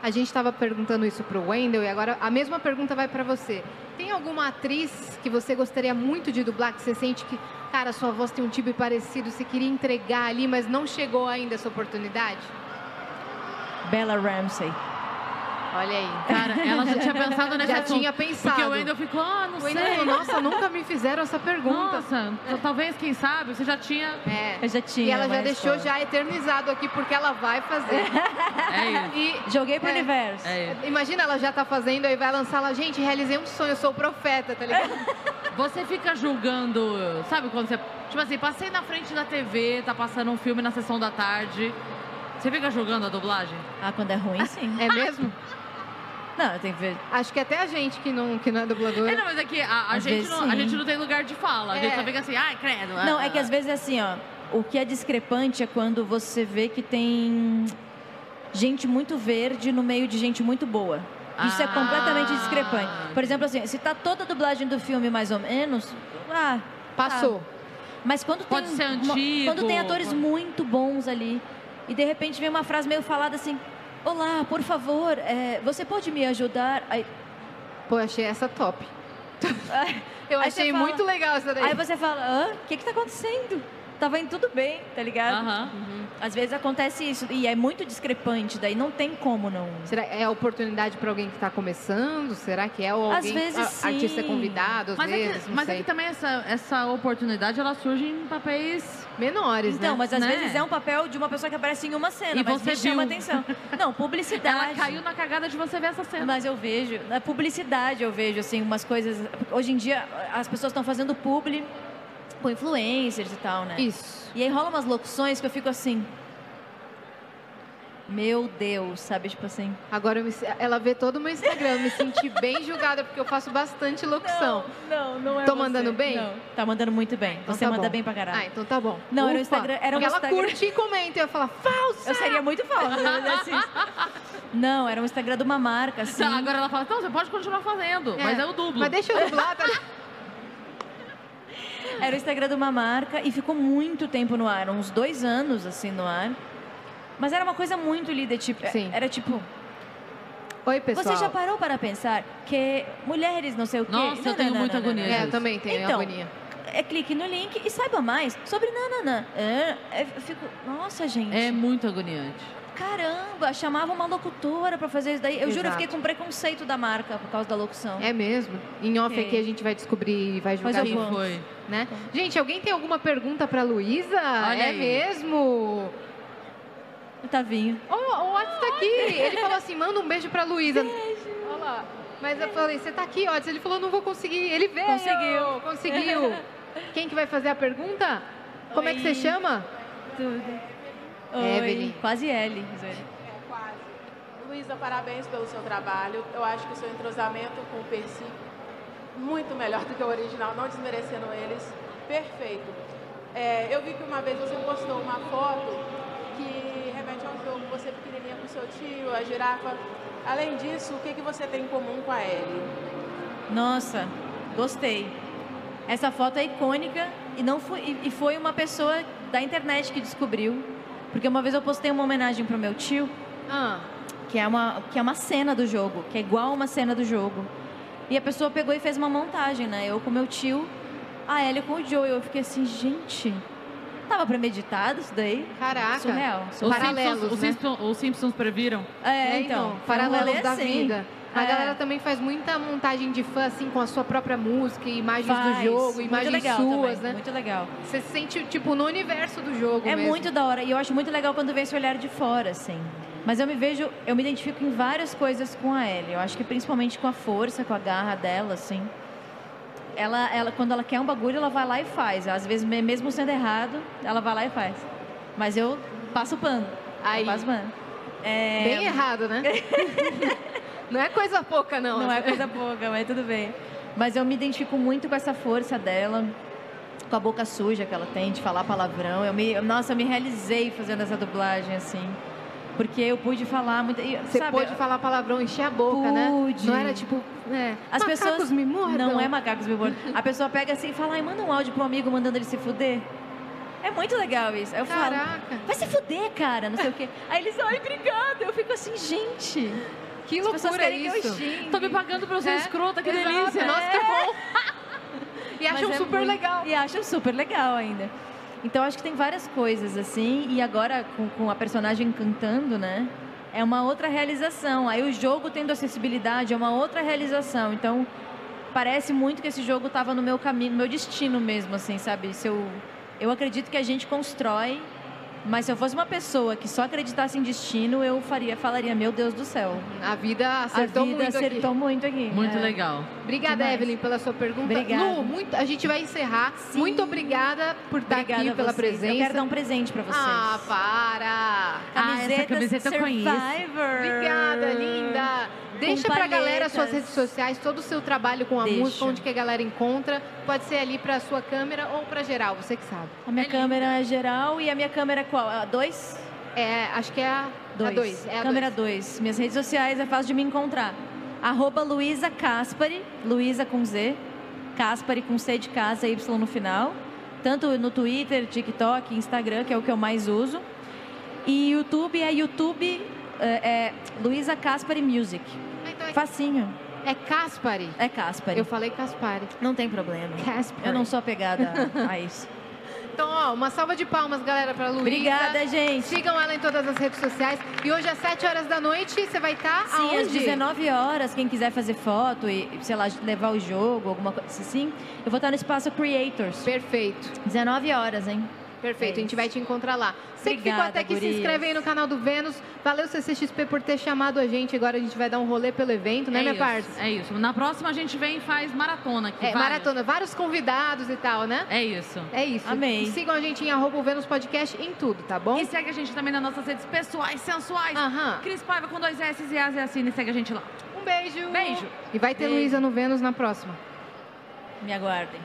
[SPEAKER 2] A gente estava perguntando isso pro Wendel e agora a mesma pergunta vai para você. Tem alguma atriz que você gostaria muito de dublar, que você sente que, cara, sua voz tem um tipo parecido, você queria entregar ali, mas não chegou ainda essa oportunidade?
[SPEAKER 4] Bella Ramsey.
[SPEAKER 2] Olha aí.
[SPEAKER 1] Cara, ela já tinha
[SPEAKER 4] *laughs*
[SPEAKER 1] pensado nesse
[SPEAKER 2] Já
[SPEAKER 1] assunto.
[SPEAKER 2] tinha pensado.
[SPEAKER 1] Porque o Wendel ficou, ah, não
[SPEAKER 2] *laughs* O Wendel falou,
[SPEAKER 1] sei.
[SPEAKER 2] nossa, nunca me fizeram essa pergunta.
[SPEAKER 1] Nossa, então talvez, quem sabe, você já tinha...
[SPEAKER 4] *laughs*
[SPEAKER 2] É.
[SPEAKER 4] Eu já tinha.
[SPEAKER 2] E ela já
[SPEAKER 4] mas,
[SPEAKER 2] deixou
[SPEAKER 4] pô,
[SPEAKER 2] já eternizado aqui, porque ela vai fazer.
[SPEAKER 1] É isso,
[SPEAKER 2] E
[SPEAKER 4] Joguei pro
[SPEAKER 2] É.
[SPEAKER 4] universo.
[SPEAKER 1] é isso.
[SPEAKER 2] imagina, ela já tá fazendo, aí vai lançar lá, gente, realizei um sonho, eu sou o profeta, tá ligado?
[SPEAKER 1] Você fica julgando, sabe quando você. Tipo assim, passei na frente da TV, tá passando um filme na sessão da tarde. Você fica julgando a dublagem?
[SPEAKER 4] Ah, quando é ruim, sim.
[SPEAKER 1] *laughs*
[SPEAKER 2] É mesmo?
[SPEAKER 4] Não, eu tenho que ver.
[SPEAKER 2] Acho que até a gente que não, que não é dubladora.
[SPEAKER 1] É, não, mas é que a, a
[SPEAKER 4] Às
[SPEAKER 1] gente
[SPEAKER 4] vezes,
[SPEAKER 1] não, a
[SPEAKER 4] sim.
[SPEAKER 1] gente não tem lugar de fala. A
[SPEAKER 2] É.
[SPEAKER 1] gente só fica assim, ai, credo.
[SPEAKER 4] Não, é que
[SPEAKER 1] Ah.
[SPEAKER 4] às vezes é assim, ó. O que é discrepante é quando você vê que tem gente muito verde no meio de gente muito boa. Isso é
[SPEAKER 1] Ah,
[SPEAKER 4] completamente discrepante. Por exemplo, assim, se tá toda a dublagem do filme mais ou menos, ah,
[SPEAKER 2] Passou.
[SPEAKER 4] Mas quando
[SPEAKER 1] Pode
[SPEAKER 4] tem
[SPEAKER 1] ser
[SPEAKER 4] uma-
[SPEAKER 1] antigo,
[SPEAKER 4] quando tem atores
[SPEAKER 1] pode-
[SPEAKER 4] muito bons ali e de repente vem uma frase meio falada assim: "Olá, por favor, é, você pode me ajudar?" Aí,
[SPEAKER 2] Pô, achei essa
[SPEAKER 4] *laughs*
[SPEAKER 2] top. Eu
[SPEAKER 4] Aí
[SPEAKER 2] achei
[SPEAKER 4] você fala-
[SPEAKER 2] muito legal essa daí.
[SPEAKER 4] aí você fala: "Hã? O que que tá acontecendo?" Tava indo tudo bem, tá ligado?
[SPEAKER 1] Aham.
[SPEAKER 4] Às vezes acontece isso e é muito discrepante, daí não tem como não.
[SPEAKER 2] Será que é oportunidade para alguém que tá começando? Será que é ou
[SPEAKER 4] Às
[SPEAKER 2] alguém,
[SPEAKER 4] vezes,
[SPEAKER 2] a-
[SPEAKER 4] sim.
[SPEAKER 2] artista convidado, às
[SPEAKER 1] Mas, é
[SPEAKER 2] vezes,
[SPEAKER 1] que,
[SPEAKER 2] não
[SPEAKER 1] mas é
[SPEAKER 2] sei.
[SPEAKER 1] que também essa, essa oportunidade ela surge em papéis.
[SPEAKER 2] Menores,
[SPEAKER 4] Então,
[SPEAKER 2] né?
[SPEAKER 4] mas às
[SPEAKER 1] Né?
[SPEAKER 4] vezes é um papel de uma pessoa que aparece em uma cena,
[SPEAKER 1] E
[SPEAKER 4] mas
[SPEAKER 1] você
[SPEAKER 4] me chama
[SPEAKER 1] viu.
[SPEAKER 2] *laughs*
[SPEAKER 4] atenção. Não, publicidade.
[SPEAKER 1] Ela caiu na cagada de você ver essa cena.
[SPEAKER 4] Tá, Mas eu vejo, na publicidade eu vejo, assim, umas coisas. Hoje em dia as pessoas estão fazendo publi com influencers e tal, né?
[SPEAKER 2] Isso.
[SPEAKER 4] E aí rola umas locuções que eu fico assim. Meu Deus, sabe? Tipo assim.
[SPEAKER 2] Agora eu me se- ela vê todo o meu Instagram, eu me
[SPEAKER 4] *laughs*
[SPEAKER 2] senti bem julgada porque eu faço bastante locução.
[SPEAKER 4] não, não é.
[SPEAKER 2] Tô mandando bem?
[SPEAKER 4] Não. Tá mandando muito bem.
[SPEAKER 2] Então
[SPEAKER 4] Você
[SPEAKER 2] tá
[SPEAKER 4] manda
[SPEAKER 2] bom.
[SPEAKER 4] bem pra caralho.
[SPEAKER 2] Ah, então tá bom.
[SPEAKER 4] Não, era o
[SPEAKER 2] Ufa.
[SPEAKER 4] Instagram- era um
[SPEAKER 2] Porque ela
[SPEAKER 4] Instagram.
[SPEAKER 2] curte e comenta, eu ia falar, falsa!
[SPEAKER 4] Eu seria muito falsa. né, assim. Não, era um Instagram de uma marca, assim.
[SPEAKER 1] Tá, Agora ela fala, não, você pode continuar fazendo,
[SPEAKER 2] É.
[SPEAKER 1] mas é o dublo.
[SPEAKER 2] Mas deixa eu
[SPEAKER 4] *laughs*
[SPEAKER 2] dublar, tá?
[SPEAKER 4] Era o Instagram de uma marca e ficou muito tempo no ar, uns dois anos assim no ar. Mas era uma coisa muito lida, tipo,
[SPEAKER 2] Sim.
[SPEAKER 4] era tipo,
[SPEAKER 2] Oi, pessoal.
[SPEAKER 4] você já parou para pensar que mulheres não sei o quê.
[SPEAKER 1] Nossa, eu
[SPEAKER 4] Não,
[SPEAKER 1] tenho
[SPEAKER 4] não, não,
[SPEAKER 1] muita
[SPEAKER 4] não, não,
[SPEAKER 1] agonia.
[SPEAKER 2] É, eu também tenho
[SPEAKER 4] Então,
[SPEAKER 2] agonia.
[SPEAKER 4] não. É clique no link e saiba mais sobre nananã. É, é, eu fico, nossa, gente.
[SPEAKER 1] É muito agoniante.
[SPEAKER 4] Caramba, chamava uma locutora para fazer isso daí. Eu juro, eu
[SPEAKER 2] Exato.
[SPEAKER 4] fiquei com preconceito da marca por causa da locução.
[SPEAKER 2] É mesmo. Em off
[SPEAKER 4] Ok.
[SPEAKER 2] aqui a gente vai descobrir e vai julgar
[SPEAKER 4] eu
[SPEAKER 1] Quem
[SPEAKER 2] quem
[SPEAKER 4] vou.
[SPEAKER 1] foi?
[SPEAKER 2] né? Gente, alguém tem alguma pergunta para Luísa?
[SPEAKER 1] Olha
[SPEAKER 2] É
[SPEAKER 1] aí.
[SPEAKER 2] mesmo?
[SPEAKER 4] O Tavinho.
[SPEAKER 2] Ó, o Otis tá aqui. Ele falou assim: manda um beijo pra Luísa. Olha lá. Mas eu falei: você tá aqui, Otis. Ele falou: não vou conseguir. Ele veio.
[SPEAKER 4] Conseguiu.
[SPEAKER 2] Conseguiu.
[SPEAKER 4] *laughs*
[SPEAKER 2] Quem que vai fazer a pergunta? Como é que você
[SPEAKER 4] Oi.
[SPEAKER 2] chama?
[SPEAKER 4] Tudo.
[SPEAKER 2] Evelyn.
[SPEAKER 1] É,
[SPEAKER 4] Oi. Quase L. Zoe.
[SPEAKER 8] Quase. Luísa, parabéns pelo seu trabalho. Eu acho que o seu entrosamento com o Percy, muito melhor do que o original, não desmerecendo eles. Perfeito. É, eu vi que uma vez você postou uma foto que remete a um você pequenininha com seu tio, a girafa. Além disso, o que, que você tem em comum com a Ellie?
[SPEAKER 4] Nossa, gostei. Essa foto é icônica e, não foi, e- e foi uma pessoa da internet que descobriu. Porque uma vez eu postei uma homenagem pro meu tio,
[SPEAKER 2] Ah,
[SPEAKER 4] que é, uma, que é uma cena do jogo, que é igual uma cena do jogo. E a pessoa pegou e fez uma montagem, né? Eu com meu tio, a Ellie com o Joe. Eu fiquei assim, gente, tava premeditado isso daí?
[SPEAKER 2] caraca.
[SPEAKER 4] Surreal.
[SPEAKER 2] Os paralelos,
[SPEAKER 1] Simpsons, os,
[SPEAKER 2] né?
[SPEAKER 1] Simpsons, os Simpsons previram.
[SPEAKER 4] É,
[SPEAKER 2] É,
[SPEAKER 4] então,
[SPEAKER 2] então,
[SPEAKER 4] foi um
[SPEAKER 2] paralelos
[SPEAKER 4] rolê
[SPEAKER 2] da
[SPEAKER 4] assim.
[SPEAKER 2] vida. A
[SPEAKER 4] É.
[SPEAKER 2] galera também faz muita montagem de fã, assim, com a sua própria música, e imagens
[SPEAKER 4] Faz.
[SPEAKER 2] do jogo,
[SPEAKER 4] Muito
[SPEAKER 2] imagens
[SPEAKER 4] legal
[SPEAKER 2] suas,
[SPEAKER 4] também,
[SPEAKER 2] né?
[SPEAKER 4] Muito legal.
[SPEAKER 2] Você se sente, tipo, no universo do jogo
[SPEAKER 4] É
[SPEAKER 2] mesmo.
[SPEAKER 4] muito da hora. E eu acho muito legal quando vem esse olhar de fora, assim. Mas eu me vejo, eu me identifico em várias coisas com a Ellie. Eu acho que principalmente com a força, com a garra dela, assim. Ela, ela, quando ela quer um bagulho, ela vai lá e faz. Às vezes, me- mesmo sendo errado, ela vai lá e faz. Mas eu passo o pano.
[SPEAKER 2] Aí.
[SPEAKER 4] Eu passo o pano. É,
[SPEAKER 2] Bem errado,
[SPEAKER 4] *laughs*
[SPEAKER 2] né? não é coisa pouca, não.
[SPEAKER 4] não é coisa pouca, mas tudo bem. Mas eu me identifico muito com essa força dela, com a boca suja que ela tem de falar palavrão. Eu me, nossa, eu me realizei fazendo essa dublagem assim, porque eu pude falar muito. e,
[SPEAKER 2] Você
[SPEAKER 4] sabe,
[SPEAKER 2] pôde falar palavrão, encher a boca, né?
[SPEAKER 4] Pude.
[SPEAKER 2] Não era tipo, né?
[SPEAKER 4] As
[SPEAKER 2] macacos
[SPEAKER 4] pessoas
[SPEAKER 2] me mordam.
[SPEAKER 4] Não é macacos me mordam. A pessoa pega assim e fala, ai, manda um áudio pro amigo mandando ele se fuder. É muito legal isso. Aí Eu falo,
[SPEAKER 2] Caraca,
[SPEAKER 4] vai se fuder, cara, não sei o quê. Aí eles, ai, obrigada. Eu fico assim, gente.
[SPEAKER 2] que
[SPEAKER 4] as pessoas
[SPEAKER 2] loucura é
[SPEAKER 4] querem que eu
[SPEAKER 2] isso.
[SPEAKER 4] xingue.
[SPEAKER 1] Tô me pagando pra eu ser
[SPEAKER 2] É,
[SPEAKER 1] escrota, que
[SPEAKER 2] exato,
[SPEAKER 1] delícia.
[SPEAKER 2] Nossa, que bom. e
[SPEAKER 4] Mas
[SPEAKER 2] acham
[SPEAKER 4] é
[SPEAKER 2] super
[SPEAKER 4] muito-
[SPEAKER 2] legal.
[SPEAKER 4] E acham super legal ainda. Então acho que tem várias coisas, assim, e agora com, com a personagem cantando, né? É uma outra realização. Aí o jogo tendo acessibilidade é uma outra realização. Então parece muito que esse jogo estava no meu caminho, no meu destino mesmo, assim, sabe? Se eu, eu acredito que a gente constrói, mas se eu fosse uma pessoa que só acreditasse em destino, eu faria, falaria, meu Deus do céu.
[SPEAKER 2] A vida acertou
[SPEAKER 4] a vida
[SPEAKER 2] muito
[SPEAKER 4] acertou muito aqui.
[SPEAKER 1] Muito
[SPEAKER 4] É.
[SPEAKER 1] legal.
[SPEAKER 2] aqui. Obrigada,
[SPEAKER 4] demais.
[SPEAKER 2] Evelyn, pela sua pergunta.
[SPEAKER 4] Obrigada.
[SPEAKER 2] Lu, muito, a gente vai encerrar.
[SPEAKER 4] Sim.
[SPEAKER 2] Muito obrigada por estar
[SPEAKER 4] Obrigada
[SPEAKER 2] Tá aqui,
[SPEAKER 4] a
[SPEAKER 2] pela
[SPEAKER 4] vocês.
[SPEAKER 2] presença.
[SPEAKER 4] Eu quero dar um presente pra vocês.
[SPEAKER 2] Ah, para!
[SPEAKER 1] Ah, essa camiseta eu conheço.
[SPEAKER 4] Survivor.
[SPEAKER 2] Obrigada, linda! Deixa pra
[SPEAKER 4] palhetas.
[SPEAKER 2] galera suas redes sociais, todo o seu trabalho com a
[SPEAKER 4] Deixa.
[SPEAKER 2] música, onde que a galera encontra. Pode ser ali pra sua câmera ou pra geral, você que sabe.
[SPEAKER 4] A minha
[SPEAKER 1] É linda.
[SPEAKER 4] câmera é geral e a minha câmera é qual? A 2?
[SPEAKER 2] É, acho que é a 2. A dois, é a
[SPEAKER 4] câmera
[SPEAKER 2] dois.
[SPEAKER 4] 2. Minhas redes sociais é fácil de me encontrar. Arroba Luísa Caspari, Luísa com Z, Caspari com C de casa, Y no final. Tanto no Twitter, TikTok, Instagram, que é o que eu mais uso. E YouTube é YouTube é, é Luísa Caspari Music.
[SPEAKER 2] Ah, Então
[SPEAKER 4] Facinho.
[SPEAKER 2] é, é Caspari.
[SPEAKER 4] É Caspari.
[SPEAKER 2] Eu falei Caspari.
[SPEAKER 4] Não tem problema.
[SPEAKER 2] Caspari.
[SPEAKER 4] Eu não sou apegada a isso.
[SPEAKER 2] Então, ó, uma salva de palmas, galera, pra Luísa.
[SPEAKER 4] Obrigada, gente.
[SPEAKER 2] Sigam ela em todas as redes sociais. E hoje, às 7 horas da noite, você vai estar tá
[SPEAKER 4] Sim,
[SPEAKER 2] aonde?
[SPEAKER 4] às 19 horas, quem quiser fazer foto e, sei lá, levar o jogo, alguma coisa assim, eu vou estar no espaço Creators.
[SPEAKER 2] Perfeito.
[SPEAKER 4] 19 horas, hein?
[SPEAKER 2] Perfeito, a
[SPEAKER 4] É
[SPEAKER 2] gente vai te encontrar lá. Você que ficou
[SPEAKER 4] Obrigada,
[SPEAKER 2] até aqui,
[SPEAKER 4] gurias.
[SPEAKER 2] se inscreve aí no canal do Vênus. Valeu, CCXP, por ter chamado a gente. Agora a gente vai dar um rolê pelo evento, né,
[SPEAKER 1] é
[SPEAKER 2] minha
[SPEAKER 1] isso,
[SPEAKER 2] parça?
[SPEAKER 1] É isso. Na próxima a gente vem e faz maratona aqui.
[SPEAKER 2] É,
[SPEAKER 1] várias.
[SPEAKER 2] maratona, vários convidados e tal, né?
[SPEAKER 1] É isso.
[SPEAKER 2] É isso.
[SPEAKER 4] Amei.
[SPEAKER 2] E sigam a gente em arroba o Vênus Podcast em tudo, tá bom?
[SPEAKER 1] E segue a gente também nas nossas redes pessoais, sensuais.
[SPEAKER 2] Aham.
[SPEAKER 1] Cris Paiva com dois S e As e assim, e segue a gente lá.
[SPEAKER 2] Um beijo.
[SPEAKER 1] Beijo.
[SPEAKER 2] E vai ter
[SPEAKER 4] Beijo.
[SPEAKER 2] Luísa no Vênus na próxima.
[SPEAKER 4] Me aguardem.